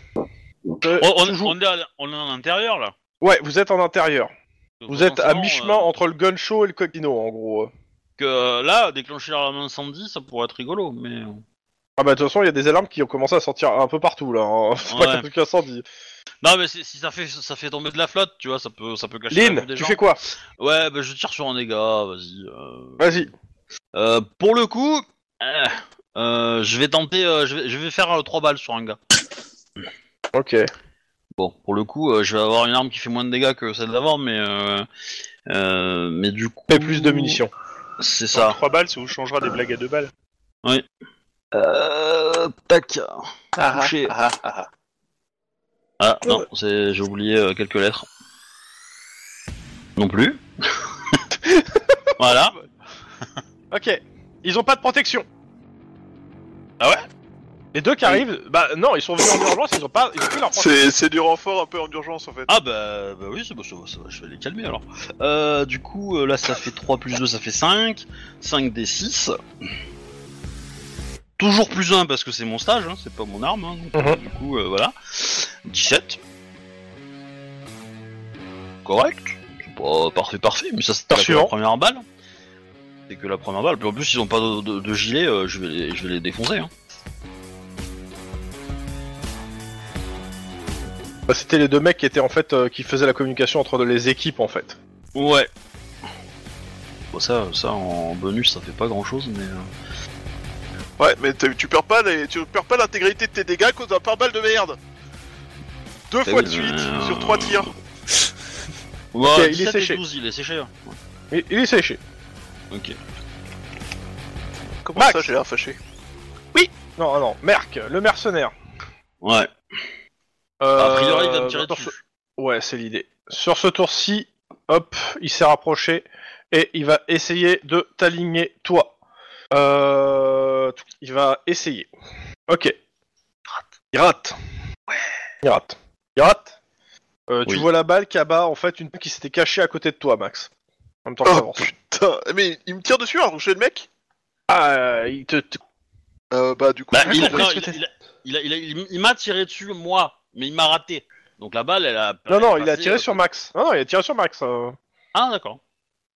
Euh,
on, on-
toujours-
on est à- on est à l'intérieur là.
Ouais, vous êtes en intérieur.
Donc,
Vous êtes à
forcément,
mi-chemin
euh,
entre le gun show et le coquino, en gros. euh.
que, euh, là, déclencher un incendie, ça pourrait être rigolo, mais.
Ah bah de toute façon, il y a des alarmes qui ont commencé à sortir un peu partout là. hein. [LAUGHS] C'est pas
Ouais.
qu'un truc incendie.
Non, mais si si ça fait, ça fait tomber de la flotte, tu vois, ça peut, ça peut cacher la
Lynn,
vue des
tu
gens.
fais quoi
Ouais, bah, je tire sur un dégât, vas-y. euh.
Vas-y.
Euh, pour le coup, euh, euh, je vais tenter, euh, je, vais, je vais faire 3 balles sur un gars.
Ok.
Bon, pour le coup, euh, je vais avoir une arme qui fait moins de dégâts que celle d'avant, mais euh, euh, mais du coup.
Fais plus de munitions.
C'est
Dans
ça.
3 balles, ça vous changera des blagues à 2 balles.
Euh, tac.
Ah, ah,
Touché.
ah, ah, ah.
Ah non, c'est j'ai oublié euh, quelques lettres. Non plus. [LAUGHS] voilà.
Ok. Ils ont pas de protection.
Ah ouais
Les deux qui arrivent, bah non, ils sont venus en urgence, ils ont pas, ils ont plus leur protection.
C'est c'est du renfort un peu en urgence en fait.
Ah bah, bah oui, c'est bon, ça va, ça va, je vais les calmer alors. Euh, du coup, euh, là ça fait 3 plus 2, ça fait 5. 5 des 6. Toujours plus 1 parce que c'est mon stage, hein, c'est pas mon arme. hein, donc, euh, Du coup, euh, voilà. 17. Correct. C'est pas parfait, parfait, mais ça c'est pas que la
Suivant.
première balle. C'est que la première balle. Puis en plus, ils ont pas de, de- de gilet, euh, je, vais les, je vais les défoncer. Hein.
Bah, C'était les deux mecs qui étaient en fait euh, qui faisaient la communication entre les équipes en fait.
Ouais. Bon, ça, ça en bonus, ça fait pas grand chose, mais. euh,
Ouais, mais t'as- tu perds pas les- tu perds pas l'intégralité de tes dégâts à cause d'un pare-balles de merde. Deux
T'as
fois
vu,
de suite
euh,
sur trois tirs.
Ouais,
Ok, il est
17 et
séché.
12, il est séché. hein.
Il, il est séché.
Ok.
Comment
Max.
ça j'ai l'air fâché.
Non, ah non, Merc, le mercenaire.
Ouais.
Euh,
A priori, il va me tirer
sur
dessus.
ce- Ouais, c'est l'idée. Sur ce tour-ci, hop, il s'est rapproché et il va essayer de t'aligner toi. Euh... Il va essayer. Ok. Il rate. Il rate. Il rate. Euh, Tu
Oui.
vois la balle qui abat en fait une qui s'était cachée à côté de toi, Max. En même temps que
Oh
t'avances.
putain, mais il me tire dessus alors que j'ai le mec
Ah, il te, te-
Euh bah du coup.
Bah,
je
il,
comprends
non,
ce que
il-
t'es-
il a- il a- il a- il- il m'a tiré dessus, moi, mais il m'a raté. Donc la balle, elle a.
Non,
elle
non,
est
il a
passée,
tiré
euh,
sur Max. Non, non, il a tiré sur Max. euh.
Ah, d'accord.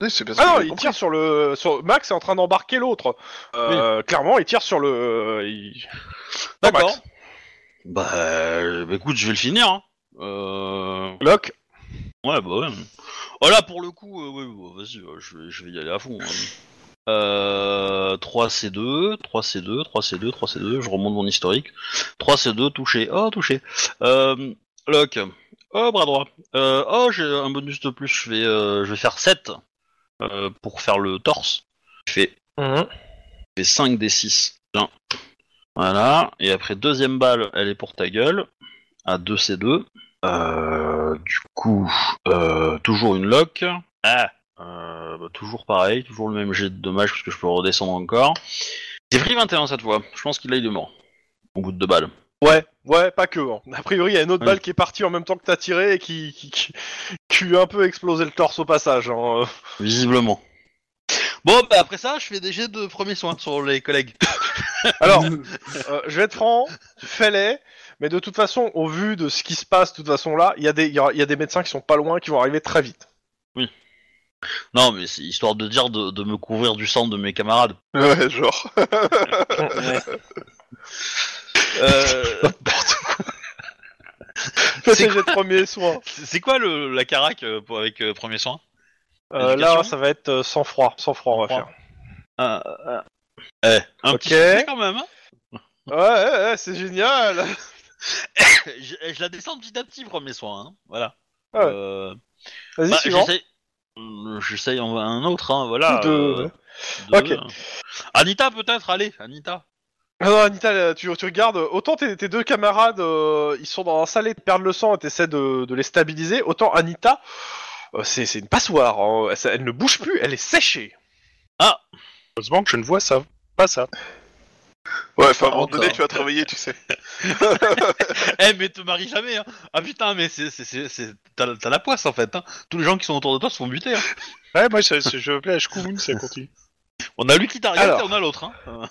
Oui, c'est bien ce
Ah
que
non,
j'ai
il
compris.
tire sur le. Sur... Max est en train d'embarquer l'autre. Euh, Clairement, il tire sur le. euh, il- Non,
D'accord.
Max.
Bah, euh, bah, écoute, je vais le finir. Hein. Euh...
Locke.
Ouais, bah ouais. Oh là, pour le coup, euh, ouais, ouais, vas-y, euh, je, vais, je vais y aller à fond. hein. Euh, 3C2, 3C2, 3C2, 3C2, je remonte mon historique. 3C2, touché, oh, touché. Euh, lock, oh, bras droit. Euh, oh, j'ai un bonus de plus, je vais, euh, je vais faire 7 euh, pour faire le torse. Je fais,
Mhm.
je fais 5 des 6. Bien. Voilà, et après, deuxième balle, elle est pour ta gueule, à 2C2. Euh, du coup, euh, toujours une lock. Ah, euh, bah, toujours pareil, toujours le même jet de dommage parce que je peux redescendre encore. J'ai pris 21 cette fois. Je pense qu'il a il est mort. Au bout de deux balles.
Ouais, ouais, pas que. hein. A priori, il y a une autre
Oui.
balle qui est partie en même temps que t'as tiré et qui, qui, qui, qui lui a un peu explosé le torse au passage. hein.
Visiblement. Bon, bah après ça, je fais des jets de premiers soins sur les collègues.
ah.
[LAUGHS] Alors, euh, je vais être franc, fais-les. Mais de toute façon, au vu de ce qui se passe, de toute façon là, il y, a des- il y a- il y a des médecins qui sont pas loin, qui vont arriver très vite. [LAUGHS]
Non, mais c'est histoire de dire de, de me couvrir du sang de mes camarades.
Ouais, genre.
Euh,
Fais
C'est
tes jets de premier soin.
c'est c'est quoi le, la carac euh, pour- avec euh, premiers soins
Euh,
Éducation
là, ça va être euh, sans froid. Sans froid, on va
Sang-froid.
faire.
Ah, ah. Eh, un
Ok.
petit succès quand même. hein.
Ouais, ouais, ouais, c'est génial.
[LAUGHS] je, je la descends petit à petit, premier soin. hein. Voilà.
Ah ouais.
Euh,
Vas-y,
bah,
suivant.
j'essaye- Euh, J'essaye en- un autre, hein, voilà.
Deux.
euh,
Ok.
deux. Anita, peut-être, allez, Anita. [LAUGHS]
Ah Non, Anita, là, tu, tu regardes, euh, autant tes, tes deux camarades, euh, ils sont dans un salé, de perdre le sang et t'essaies de, de les stabiliser, autant Anita, euh, c'est c'est une passoire, hein. elle, elle ne bouge plus, elle est séchée.
Ah. Heureusement que je ne vois ça. Pas ça.
Ouais, enfin à un moment
Encore.
donné tu vas travailler, tu sais.
Eh, mais te marie jamais, hein. Ah putain, mais c'est, c'est, c'est, c'est- t'as, t'as la poisse en fait, hein. Tous les gens qui sont autour de toi se font buter. hein.
Ouais, moi, ça- ça- je plais à Shkumun, ça continue.
On a lui qui t'a regardé,
Alors.
on a l'autre, hein. Euh,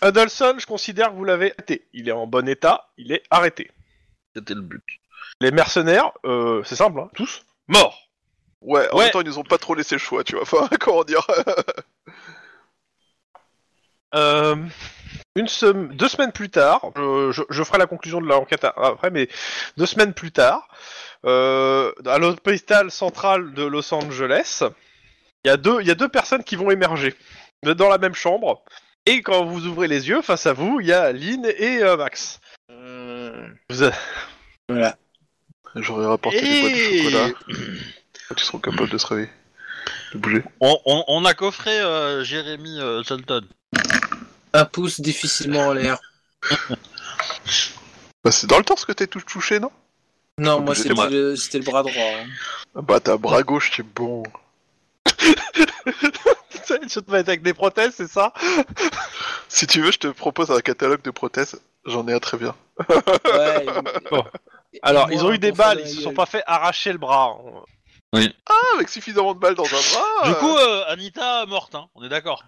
Adelson, je considère que vous l'avez arrêté. Il est en bon état, il est arrêté.
C'était le but.
Les mercenaires, euh, c'est simple, hein, tous, morts.
Ouais, en
Ouais.
[LAUGHS] même temps ils nous ont pas trop laissé le choix, tu vois. Enfin, comment dire
Euh, une sem- deux semaines plus tard, euh, je, je- je ferai la conclusion de l'enquête a- après, mais deux semaines plus tard, euh, à l'hôpital central de Los Angeles, il y, a deux- il y a deux personnes qui vont émerger dans la même chambre. Et quand vous ouvrez les yeux, face à vous, il y a Lynn et euh, Max. [LAUGHS] Vous a-
Voilà.
J'aurais rapporté des boîtes de
Et-
chocolat. Ah, Ils seront capables de se réveiller. De bouger.
On, on- on a coffré euh, Jérémy euh, Shelton.
Un pouce difficilement en l'air.
Bah, c'est dans le torse que t'es tout touché, non
Non, moi,
Obligé
c'était
de-
le, c'était le bras droit.
[LAUGHS]
hein.
Ah Bah, t'as bras gauche qui est bon.
Je te mets avec des prothèses, c'est ça
Si tu veux, je te propose un catalogue de prothèses. J'en ai un très bien.
Ouais,
Bon.
et- et
Oh. Alors,
moi,
ils ont eu
un
des
pour faire
balles,
la
ils se
gueule.
sont pas fait arracher le bras. hein.
Ah, avec suffisamment de balles dans un bras.
Du
euh,
coup, euh, Anita morte, hein, on est d'accord.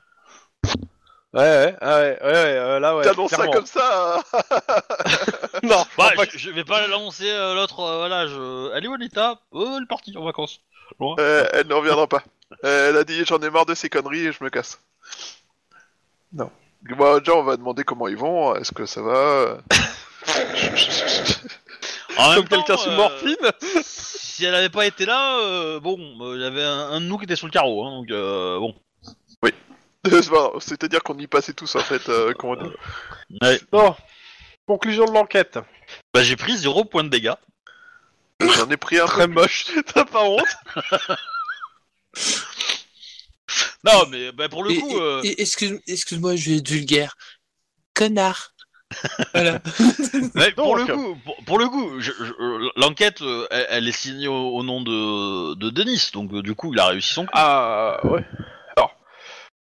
Ouais, ouais, ah ouais, ouais, ouais, euh, là, ouais.
T'annonces ça
clairement.
comme ça. euh,
Non, je
Bah,
crois pas
je, je vais pas l'annoncer euh, l'autre, euh, voilà, je... elle est où Anita Euh, Elle est partie en vacances.
euh, elle ne reviendra pas. Euh, elle a dit j'en ai marre de ces conneries et je me casse. Non. Bon, déjà, on va demander comment ils vont. Est-ce que ça va
En
que-
même
comme quelqu'un
temps,
sous
euh,
morphine.
[LAUGHS] si elle avait pas été là, euh, bon, euh, il y avait un, un de nous qui était sous le carreau, hein, donc euh, bon.
[LAUGHS] C'est pas- C'est-à-dire qu'on y passait tous en fait. euh, comment dire.
Bon, conclusion de l'enquête.
Bah, j'ai pris 0 point de dégâts.
Euh.
J'en ai pris un.
Très [LAUGHS] moche. T'as pas honte
Non, mais bah, pour le
Et-
coup,
et-
euh,
et- excuse- Excuse-moi, je vais être vulgaire.
[LAUGHS]
Connard. voilà.
ouais, pour,
donc.
le coup pour, pour le coup, je- je- euh, l'enquête, euh, elle, elle est signée au, au nom de, de Denis, donc euh, du coup, il a réussi son coup.
[LAUGHS] Ah, ouais. Alors,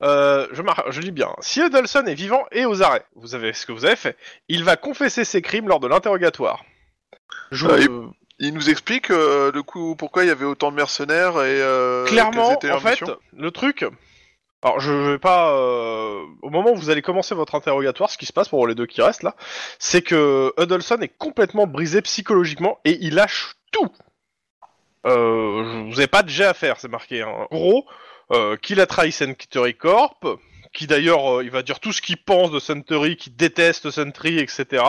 euh, je, mar- je lis bien. Si Edelson est vivant et aux arrêts, vous savez ce que vous avez fait, il va confesser ses crimes lors de l'interrogatoire. Je-
Ah, Il nous explique euh, le coup pourquoi il y avait autant de mercenaires et euh, quelles
clairement,
étaient
en
leurs
fait,
missions.
le truc. Alors, je vais pas. euh, Au moment où vous allez commencer votre interrogatoire, ce qui se passe pour les deux qui restent là, c'est que Huddleston est complètement brisé psychologiquement et il lâche tout. Euh, je- vous avez pas de jet à faire, c'est marqué. hein. En Gros, euh, qu'il a trahi Century Corp, qui d'ailleurs, euh, il va dire tout ce qu'il pense de Century, qu'il déteste Century, etc.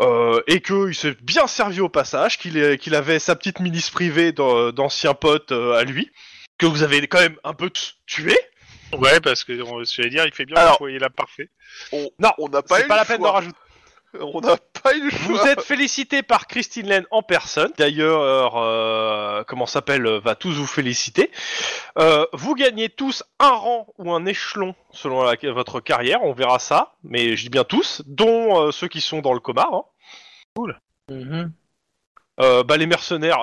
Euh, et qu'il s'est bien servi au passage, qu'il est- qu'il avait sa petite milice privée d'an- d'anciens potes euh, à lui que vous avez quand même un peu t- tué.
Ouais, parce que on- j'allais dire, il fait bien
Alors-
d'envoyer la parfait.
On,
Non,
on n'a pas eu
C'est pas
le
la peine
choix.
d'en rajouter.
On n'a pas eu le
Vous
choix.
êtes félicité par Christine Lane en personne. D'ailleurs, euh, comment s'appelle euh, va tous vous féliciter. Euh, vous gagnez tous un rang ou un échelon selon la- votre carrière. On verra ça, mais je dis bien tous, dont euh, ceux qui sont dans le coma. hein.
Mhm.
Euh, bah les mercenaires,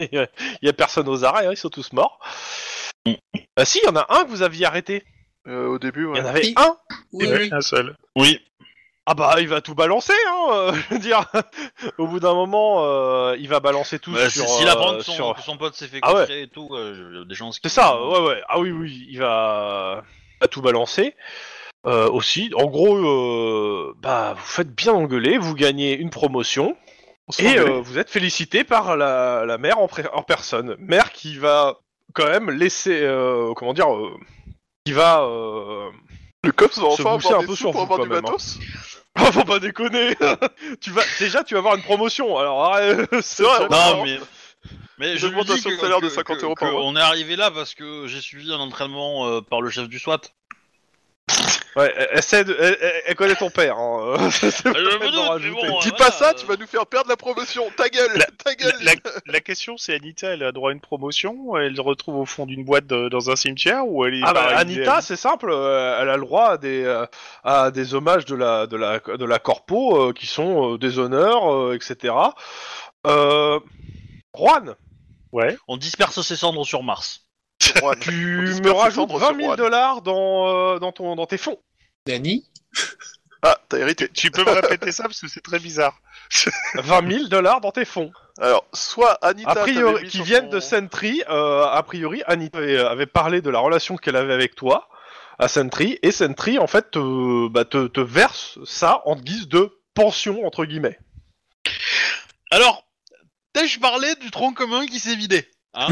il y a personne aux arrêts, hein, ils sont tous morts.
Mm.
Ah si, il y en a un que vous aviez arrêté.
Euh, au début,
Il y
ouais.
en
Bah,
avait
Oui.
un
Oui,
Ouais,
oui.
un seul.
Oui.
Ah bah il va tout balancer, hein, euh, [LAUGHS] je veux dire. Au bout d'un moment, euh, il va balancer tout
Bah, si-
sur.
S'il apprend
euh,
que son,
sur-
que son pote s'est fait
Ah ouais.
coffrer et tout, euh, je- des gens.
C'est ça, ouais ouais. Ah oui oui, il va, il va tout balancer. Euh, aussi, en gros, euh, bah vous faites bien engueuler, vous gagnez une promotion
On se
et
fait engueuler.
euh, vous êtes félicité par la, la mère en, pré- en personne, mère qui va quand même laisser, euh, comment dire, euh, qui va. euh,
le cops va enfin
bousser
avoir
un
des
peu
sous
sur
pour
vous,
avoir
quand
du
même, hein.
matos.
[LAUGHS] Ah, faut pas déconner. tu vas déjà, tu vas avoir une promotion. Alors, euh, [LAUGHS] c'est
vrai,
pas-
on
Non, mais. Mais je lui dis
Augmentation
que,
de salaire de
que-
50
que-
euros par
que
mois.
On est arrivé là parce que j'ai suivi un entraînement euh, par le chef du SWAT.
Ouais, elle- elle, sait de- elle- elle- elle connaît ton père. hein, euh, c'est pas
je me
la peine d'en
doute,
rajouter.
mais bon,
Dis
voilà,
pas ça,
euh,
tu vas nous faire perdre la promotion. Ta gueule,
La-
ta
La,
gueule.
la- la question, c'est Anita, elle a droit à une promotion Elle se retrouve au fond d'une boîte de- dans un cimetière ou elle est
[LAUGHS] Ah bah,
paralysée
Anita, c'est simple, euh, elle a le droit à des, euh, à des hommages de la, de la, de la corpo euh, qui sont euh, des honneurs, euh, etc. Euh, Juan,
On disperse ses cendres sur Mars.
[LAUGHS]
Juan, on
tu
disperse
me
les
rajoutes
cendres sur
20 000
Juan.
dollars dans, euh, dans, ton, dans tes fonds.
Dani
Ah, t'as hérité.
Tu peux me répéter ça parce que c'est très bizarre.
20 000 dollars dans tes fonds.
Alors, soit Anita.
A
t'avais
priori,
mis
qui
sur
viennent
ton-
de Sentry, euh, a priori, Anita avait, avait parlé de la relation qu'elle avait avec toi à Sentry, et Sentry, en fait, te, bah, te, te verse ça en guise de pension, entre guillemets.
Alors, t'ai-je parlé du tronc commun qui s'est vidé hein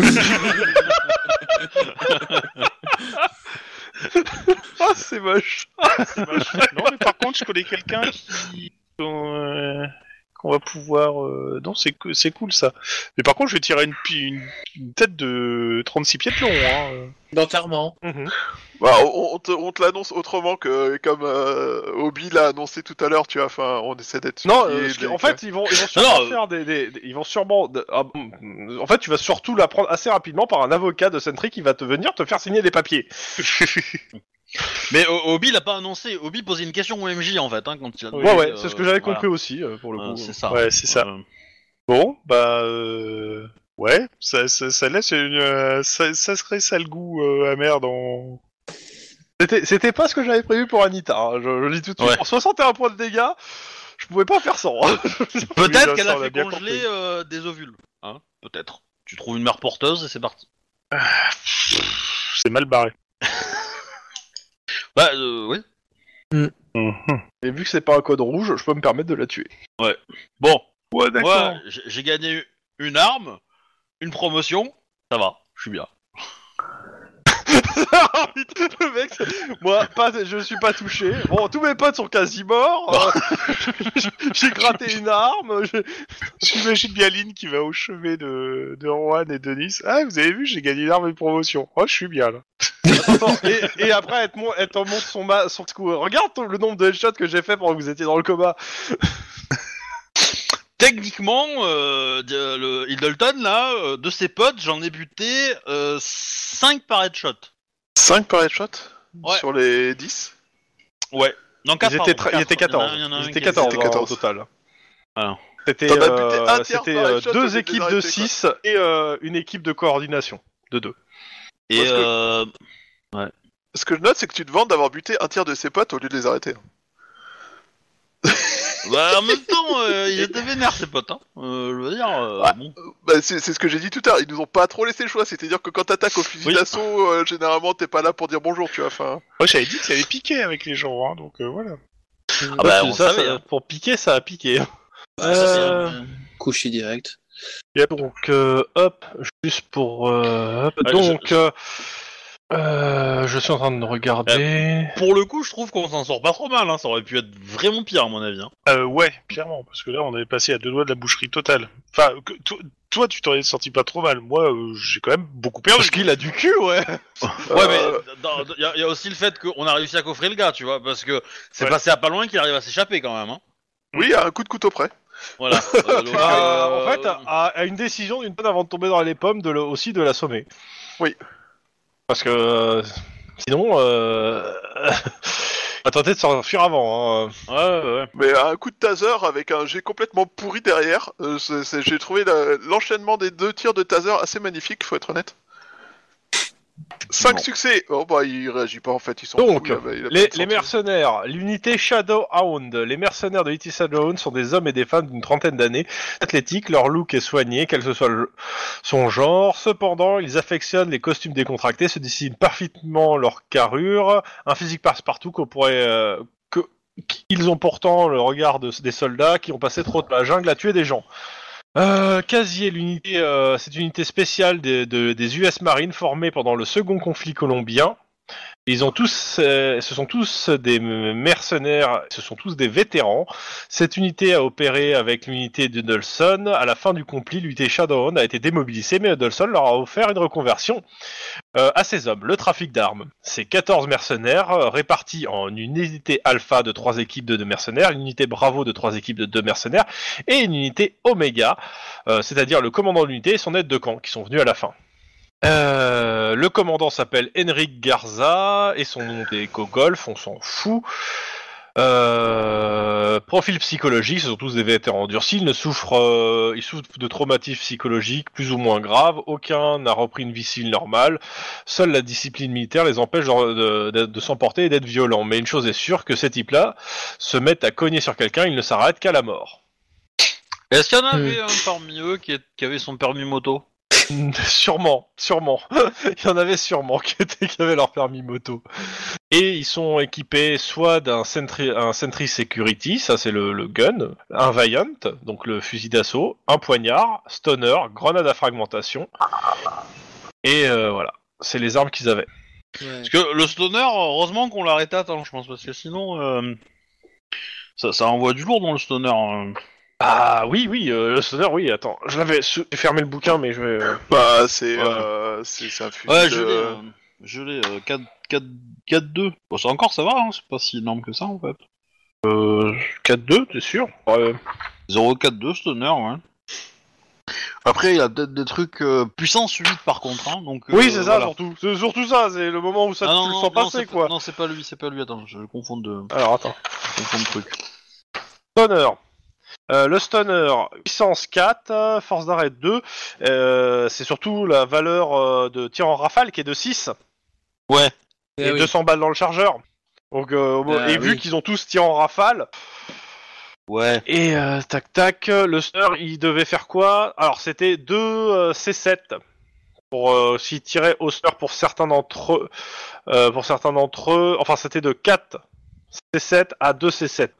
Ah, c'est moche.
non, mais par contre, je connais quelqu'un qui. dont, euh, qu'on va pouvoir. euh, Non, c'est cou- c'est cool ça. Mais par contre, je vais tirer une, pi- une, une tête de 36 pieds de long. Hein. euh.
D'enterrement.
Bah, on, on te, on te l'annonce autrement que comme euh, Obi l'a annoncé tout à l'heure, tu vois. Enfin, on essaie d'être.
Non,
subtil,
euh, parce que, en
délicat.
fait, ils vont,
[LAUGHS]
ils vont sûrement
Non, euh,
faire des, des- des- ils vont sûrement. de- ah, mm, en fait, tu vas surtout l'apprendre assez rapidement par un avocat de Sentry qui va te venir te faire signer des papiers.
[LAUGHS] Mais O- Obi l'a pas annoncé. Obi posait une question au MJ en fait hein, quand il a
ouais,
demandé,
ouais,
euh,
c'est ce que j'avais
voilà.
compris aussi euh, pour le
Euh,
coup.
c'est ça.
Ouais, c'est ça.
Euh,
Bon, bah. euh, Ouais, ça, ça, ça laisse une. euh, Ça, ça serait ça le goût euh, amer dans.
C'était- C'était pas ce que j'avais prévu pour Anita. hein, Je, je le dis tout de suite.
Ouais.
Pour 61 points de dégâts, je pouvais pas faire sans. hein.
Peut-être
Oui,
qu'elle
Vincent,
a
on a
fait
bien
congeler
compris.
euh, des ovules. Hein, Peut-être. Tu trouves une mère porteuse et c'est parti.
C'est mal barré.
Bah euh, oui.
Et vu que c'est pas un code rouge, je peux me permettre de la [LAUGHS] tuer.
Bon,
Ouais,
moi j'ai j'ai gagné une arme, une promotion, ça va, je suis bien.
Ah, le mec, c'est- moi, pas, je suis pas touché. Bon, tous mes potes sont quasi
Oh,
morts. euh, [LAUGHS] J'ai gratté une arme. je-
[LAUGHS] J'imagine bien Lynn qui va au chevet de, de Rohan et Denis. Ah, vous avez vu, j'ai gagné une arme de promotion. Oh, je suis bien là.
et, et après, elle te, mon- elle te montre son, ma- son coup. Regarde ton- le nombre de headshots que j'ai fait pendant que vous étiez dans le coma.
Techniquement, euh, de- le Hiddleton là, euh, de ses potes, j'en ai buté euh, 5 par headshot.
5 par headshot
Ouais.
sur les 10
Non, 4
Ils étaient, tra- ils étaient 14. Ils étaient Ah. 14,
Ils étaient
hein,
14.
au total.
Voilà.
C'était
T'en as buté
euh,
Ah,
un tiers
c'était,
par
euh,
headshot, t'as dû
deux
les
équipes
arrêter,
de
quoi.
6 et euh, une équipe de coordination de 2.
Et
Parce que-
euh,
Ce que je note, c'est que tu te vantes d'avoir buté un tiers de ses potes au lieu de les arrêter.
bah, en même temps, euh, ils étaient vénères ces potes. Hein. Euh, je veux dire, euh,
Ouais.
bon.
Bah, c'est c'est ce que j'ai dit tout à l'heure, ils nous ont pas trop laissé le choix, c'est-à-dire que quand t'attaques au fusil
Oui.
d'assaut, euh, généralement t'es pas là pour dire bonjour, tu vois. Enfin,
Moi, j'avais dit que ça allait piquer avec les gens, hein, donc euh, voilà.
Ah bah, on
ça,
savait,
ça- euh,
hein.
Pour piquer, ça a piqué.
Ah, ça, c'est
Euh,
un-
Couché direct.
Donc, euh, hop, juste pour. euh, hop.
Ouais,
Donc, euh, euh, je suis en train de regarder.
Pour le coup, je trouve qu'on s'en sort pas trop mal. Hein. Ça aurait pu être vraiment pire, à mon avis. hein.
Euh, ouais, clairement, parce que là, on est passé à deux doigts de la boucherie totale. Enfin, que- to- toi, tu t'en es sorti pas trop mal. Moi, euh, j'ai quand même beaucoup perdu.
Parce qu'il a du cul,
[LAUGHS]
ouais.
Ouais,
euh,
mais dans- dans- y, a- y a aussi le fait qu'on a réussi à coffrer le gars, tu vois, parce que c'est
Ouais.
passé à pas loin qu'il arrive à s'échapper quand même. Hein.
Oui, à un coup de couteau près.
Voilà. Euh, donc,
Euh, en
euh,
fait, à, à une décision d'une tonne avant de tomber dans les pommes, de le- aussi de l'assommer.
Oui.
Parce que euh, sinon, euh... [LAUGHS] va tenter de s'enfuir avant. Hein.
ouais, ouais, ouais.
Mais à un coup de taser avec un jet complètement pourri derrière, euh, c'est- c'est- j'ai trouvé la- l'enchaînement des deux tirs de taser assez magnifique, faut être honnête. 5
Bon.
succès Oh bah il réagit pas en fait, ils sont
Donc,
fous, il a- il a
Les,
pas de
les
sens.
mercenaires, l'unité Shadowhound. Les mercenaires de E.T. Shadowhound sont des hommes et des femmes d'une trentaine d'années, athlétiques, leur look est soigné, quel que soit le- son genre. Cependant, ils affectionnent les costumes décontractés, se dessinent parfaitement leur carrure, un physique passe-partout qu'on pourrait... euh, que, qu'ils ont pourtant le regard de- des soldats qui ont passé trop de la jungle à tuer des gens. Euh, Casier, l'unité, euh, c'est une unité spéciale des, de- des US Marines formée pendant le second conflit colombien. Ils ont tous, euh, ce sont tous des m- mercenaires, ce sont tous des vétérans. Cette unité a opéré avec l'unité de Dulson. À la fin du conflit, l'unité Shadowhand a été démobilisée, mais Dulson leur a offert une reconversion euh, à ses hommes, le trafic d'armes. Ces 14 mercenaires, euh, répartis en une unité Alpha de trois équipes de deux mercenaires, une unité Bravo de trois équipes de deux mercenaires, et une unité Omega, euh, c'est-à-dire le commandant de l'unité et son aide de camp, qui sont venus à la fin. Euh, le commandant s'appelle Henrik Garza et son nom est Golf, on s'en fout. Euh, profil psychologique, ce sont tous des vétérans endurcis, ils ne souffrent, euh, ils souffrent de traumatismes psychologiques plus ou moins graves, aucun n'a repris une vie civile normale, seule la discipline militaire les empêche de, de- de- de s'emporter et d'être violents. Mais une chose est sûre, que ces types-là se mettent à cogner sur quelqu'un, ils ne s'arrêtent qu'à la mort.
Est-ce qu'il y en avait un parmi eux qui, est- qui avait son permis moto
[LAUGHS] sûrement, sûrement. [LAUGHS] Il y en avait sûrement qui, étaient, qui avaient leur permis moto. Et ils sont équipés soit d'un Sentry, un Sentry Security, ça c'est le, le gun, un Vaillant, donc le fusil d'assaut, un poignard, stoner, grenade à fragmentation. Et euh, voilà, c'est les armes qu'ils avaient.
Ouais.
Parce que le stoner, heureusement qu'on l'arrêtait à temps, je pense, parce que sinon, euh, ça, ça envoie du lourd dans le stoner. hein.
Ah oui, oui, euh, le stoner, oui, attends. Je l'avais sou- j'ai fermé le bouquin, mais je vais. euh,
Bah, c'est
Ouais.
euh, c'est c'est un fusil.
Ouais, je l'ai,
euh,
hein.
euh, je l'ai, euh, 4 4 4-2. Bon, ça encore, ça va, hein, c'est pas si énorme que ça, en fait.
Euh, 4-2, t'es sûr Euh,
0-4-2, stoner, ouais. Après, il a peut-être des trucs euh, puissance 8, par contre, hein, donc...
Oui,
euh,
c'est ça,
voilà.
surtout. C'est surtout ça, c'est le moment où ça,
Ah, non,
tu le
non,
sens
non,
passer,
c'est pas-
quoi.
Non, c'est pas lui, c'est pas lui, attends, je confonds de,
Alors, attends.
je confonds de trucs.
Stoner. Euh, le stoner, puissance 4, euh, force d'arrêt 2. euh, c'est surtout la valeur euh, de tir en rafale qui est de 6
Ouais.
et
Eh oui.
200 balles dans le chargeur. Donc, euh, bon,
Ah,
et vu
oui.
qu'ils ont tous tir en rafale,
Ouais.
et euh, tac tac, euh, le stoner il devait faire quoi Alors c'était 2 euh, C7 pour euh, s'il tirait au stoner pour certains d'entre eux, euh, pour certains d'entre eux, enfin c'était de 4 C7 à 2 C7.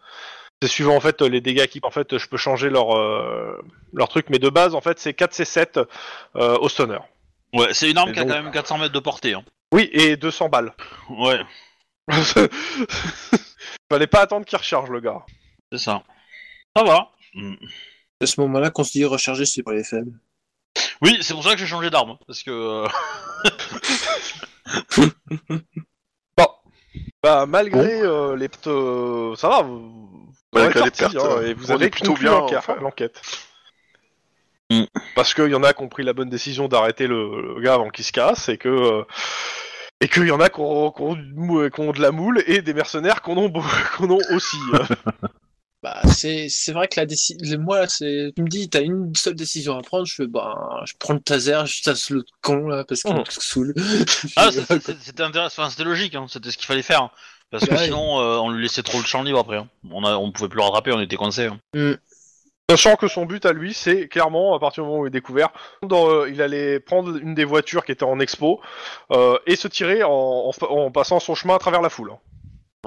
C'est suivant en fait les dégâts qui en fait je peux changer leur euh, leur truc mais de base en fait c'est 4 C7 euh, au stoner.
Ouais, c'est une arme
Et
qui a
donc-
quand même 400 mètres de portée, hein.
Oui, et 200 balles. [LAUGHS]
Ouais,
Fallait pas attendre qu'il recharge le gars.
c'est ça. Ça va.
C'est à ce moment-là qu'on se dit recharger, c'est pour les faibles.
Oui, c'est pour ça que j'ai changé d'arme, parce que... euh,
Bah malgré euh, les petites, euh, ça va. Vous... vous
Malgré
en
les
êtes sortis,
pertes,
hein,
euh,
et vous
on
avez
est plutôt
plutôt bien hein,
bien, enfin.
l'enquête.
Mm.
Parce qu'il y en a qui ont pris la bonne décision d'arrêter le, le gars avant qu'il se casse et que euh, et qu'il y en a qui ont, qui ont du mou- qui ont de la moule et des mercenaires qu'on ont, beau- [LAUGHS] qu'on ont aussi. euh. [LAUGHS]
Bah, c'est, c'est vrai que la décision. Moi, c'est. Tu me dis, t'as une seule décision à prendre, je fais, bah, je prends le taser, je tasse le con, là, parce qu'il
Oh.
me [LAUGHS] saoule.
Ah, c'est- c'est- c'est- c'était intéressant, enfin, c'était logique, hein, c'était ce qu'il fallait faire. hein. Parce que
Ouais.
sinon, euh, on lui laissait trop le champ libre après. hein. On, a, on pouvait plus le rattraper, on était coincés. hein.
Sachant que son but à lui, c'est clairement à partir du moment où il est découvert, dans, euh, il allait prendre une des voitures qui était en expo euh, et se tirer en, en- en passant son chemin à travers la foule. hein.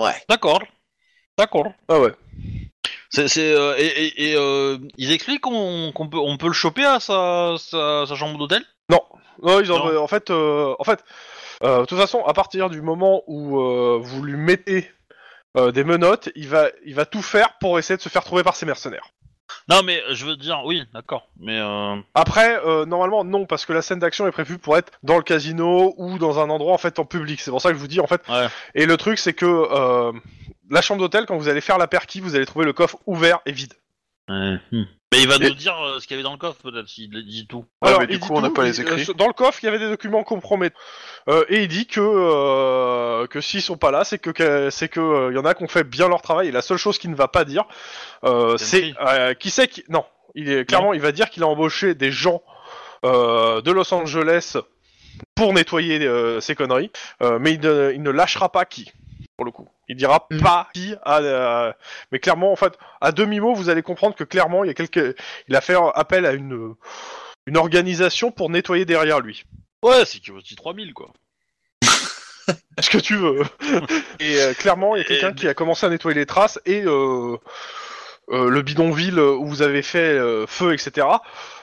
Ouais.
D'accord. D'accord.
Ah ouais.
C'est, c'est, euh, et et- et, euh, ils expliquent qu'on, qu'on peut, on peut le choper à sa, sa, sa chambre d'hôtel
Non, ils en,
Non.
en fait, euh, en fait, euh, de toute façon, à partir du moment où euh, vous lui mettez euh, des menottes, il va, il va tout faire pour essayer de se faire trouver par ses mercenaires.
Non, mais euh, je veux dire, oui, d'accord. Mais euh,
Après, euh, normalement, non, parce que la scène d'action est prévue pour être dans le casino ou dans un endroit en fait en public. C'est pour ça que je vous dis en fait.
Ouais.
Et le truc, c'est que euh, la chambre d'hôtel, quand vous allez faire la perquis, vous allez trouver le coffre ouvert et vide.
hmm. mais il va
Et-
nous dire euh, ce qu'il y avait dans le coffre, peut-être, s'il dit tout.
Ouais, mais
il
du
dit
coup, on n'a
tout,
pas
il-
les écrits.
euh, dans le coffre, il y avait des documents compromettants. Euh, et il dit que euh, que s'ils sont pas là, c'est que- que c'est que euh, il y en a qui ont fait bien leur travail. Et la seule chose qu'il ne va pas dire, euh, c'est
Dempsey.
euh, qui c'est qui. Non, il est clairement, il va dire qu'il a embauché des gens euh, de Los Angeles pour nettoyer euh, ses conneries, Euh, mais il ne, il ne lâchera pas qui. Pour le coup, il dira
Mm.
pas qui. à- à- mais clairement, en fait, à demi mot, vous allez comprendre que clairement, il y a quelques, il a fait appel à une une organisation pour nettoyer derrière lui.
Ouais, c'est qu'il veut aussi 3000, quoi.
ce que tu veux. [LAUGHS] et euh, clairement, il y a quelqu'un
Et-
qui a commencé à nettoyer les traces et euh, euh, le bidonville où vous avez fait euh, feu, etc.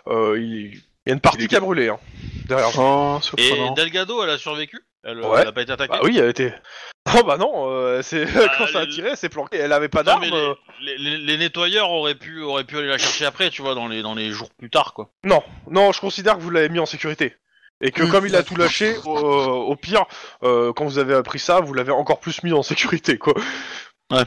euh, il il y a une partie
Il est-
qui a brûlé hein, derrière. vous.
Oh,
Et
surprenant.
Delgado, elle a survécu Elle, euh,
Ouais.
elle a pas été attaquée
Bah oui, elle était. Oh bah non, euh, c'est [LAUGHS] quand
Ah,
ça a
le-
tiré, c'est planqué. Elle avait pas
Non,
d'arme.
mais
euh,
les, les- les nettoyeurs auraient pu, auraient pu aller la chercher après, tu vois, dans les, dans les jours plus tard, quoi.
Non, non, je considère que vous l'avez mis en sécurité. Et que
Mm.
comme il a tout lâché, euh, au pire, euh, quand vous avez appris ça, vous l'avez encore plus mis en sécurité, quoi.
Ouais.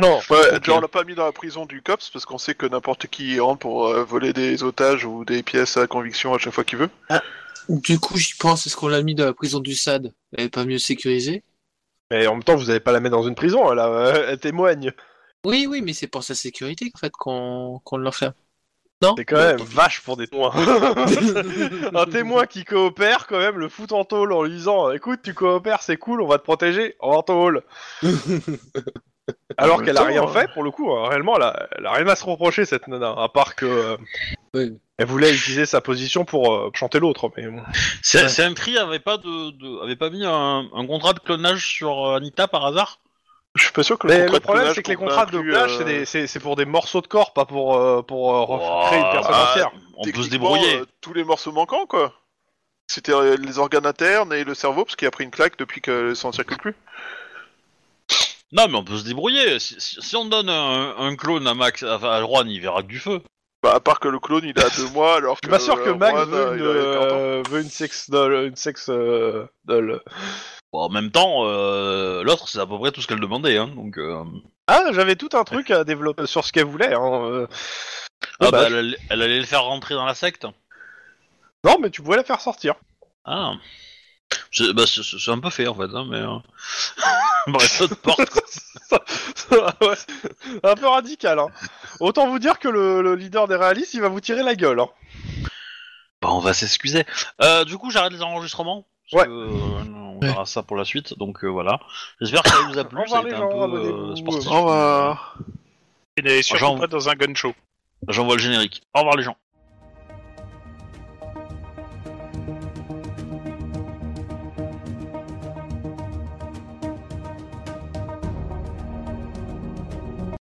Non,
Ouais,
Ok.
genre, on l'a pas mis dans la prison du COPS parce qu'on sait que n'importe qui y rentre pour euh, voler des otages ou des pièces à conviction à chaque fois qu'il veut.
Du coup, j'y pense, est-ce qu'on l'a mis dans la prison du SAD Elle est pas mieux sécurisée
mais en même temps, vous avez pas la mettre dans une prison, elle, a- elle témoigne.
Oui, oui, mais c'est pour sa sécurité, en fait, qu'on, qu'on l'enferme.
C'est quand même vache pour des témoins. un témoin qui coopère, quand même, le fout en tôle en lui disant Écoute, tu coopères, c'est cool, on va te protéger, en tôle.
En
Alors
même
qu'elle a
temps,
rien
euh.
fait, pour le coup, hein. réellement, elle a, elle a rien à se reprocher, cette nana, à part que. euh,
Oui.
Elle voulait utiliser sa position pour euh, chanter l'autre, mais bon.
C'est
Ouais.
c'est un tri avait pas de, de- avait pas mis un, un contrat de clonage sur euh, Anita par hasard
Je suis pas sûr que le
Mais
contrat
le
de
problème,
clonage
c'est que les
qu'on a
contrats de
inclus,
plage,
euh,
c'est des- c'est c'est pour des morceaux de corps, pas pour, euh, pour euh, recréer une personne
Ouah,
entière.
Bah, On peut se
techniquement,
débrouiller.
euh, tous les morceaux manquants, quoi. c'était euh, les organes internes et le cerveau, parce qu'il a pris une claque depuis que ça ne circule plus.
Non, mais on peut se débrouiller. Si, si- si on donne un, un clone à Max, à, à Juan, il verra que du feu.
Bah, à part que le clone, il a deux mois, alors
Je
que.
suis pas sûr que
euh,
Max
Juan,
veut,
euh,
une,
il a 40 ans.
euh, veut une sex doll. Une sex euh, doll.
Bon, en même temps, euh, l'autre, c'est à peu près tout ce qu'elle demandait. Hein, donc, euh,
Ah, j'avais tout un truc à développer sur ce qu'elle voulait. Hein. euh.
Ah,
Dommage.
bah, elle, allait- elle allait le faire rentrer dans la secte.
Non, mais tu pouvais la faire sortir.
Ah. C'est bah, c'est- c'est un peu fait, en fait. Hein, mais... euh, [LAUGHS]
[LAUGHS]
Bref, ça te porte.
Ouais, un peu radical. Hein. Autant vous dire que le, le leader des réalistes, il va vous tirer la gueule. Hein.
Bah, on va s'excuser. Euh, du coup, j'arrête les enregistrements. parce que, euh, on verra ça pour la suite. Donc euh, voilà. J'espère que ça vous a
Au
plu.
revoir,
ça a été
les
un
gens,
peu
abonnez-vous.
euh, sportif.
Au revoir.
Et n'allez surtout
Genre-
pas dans un gun show.
J'envoie le générique. Au revoir les gens.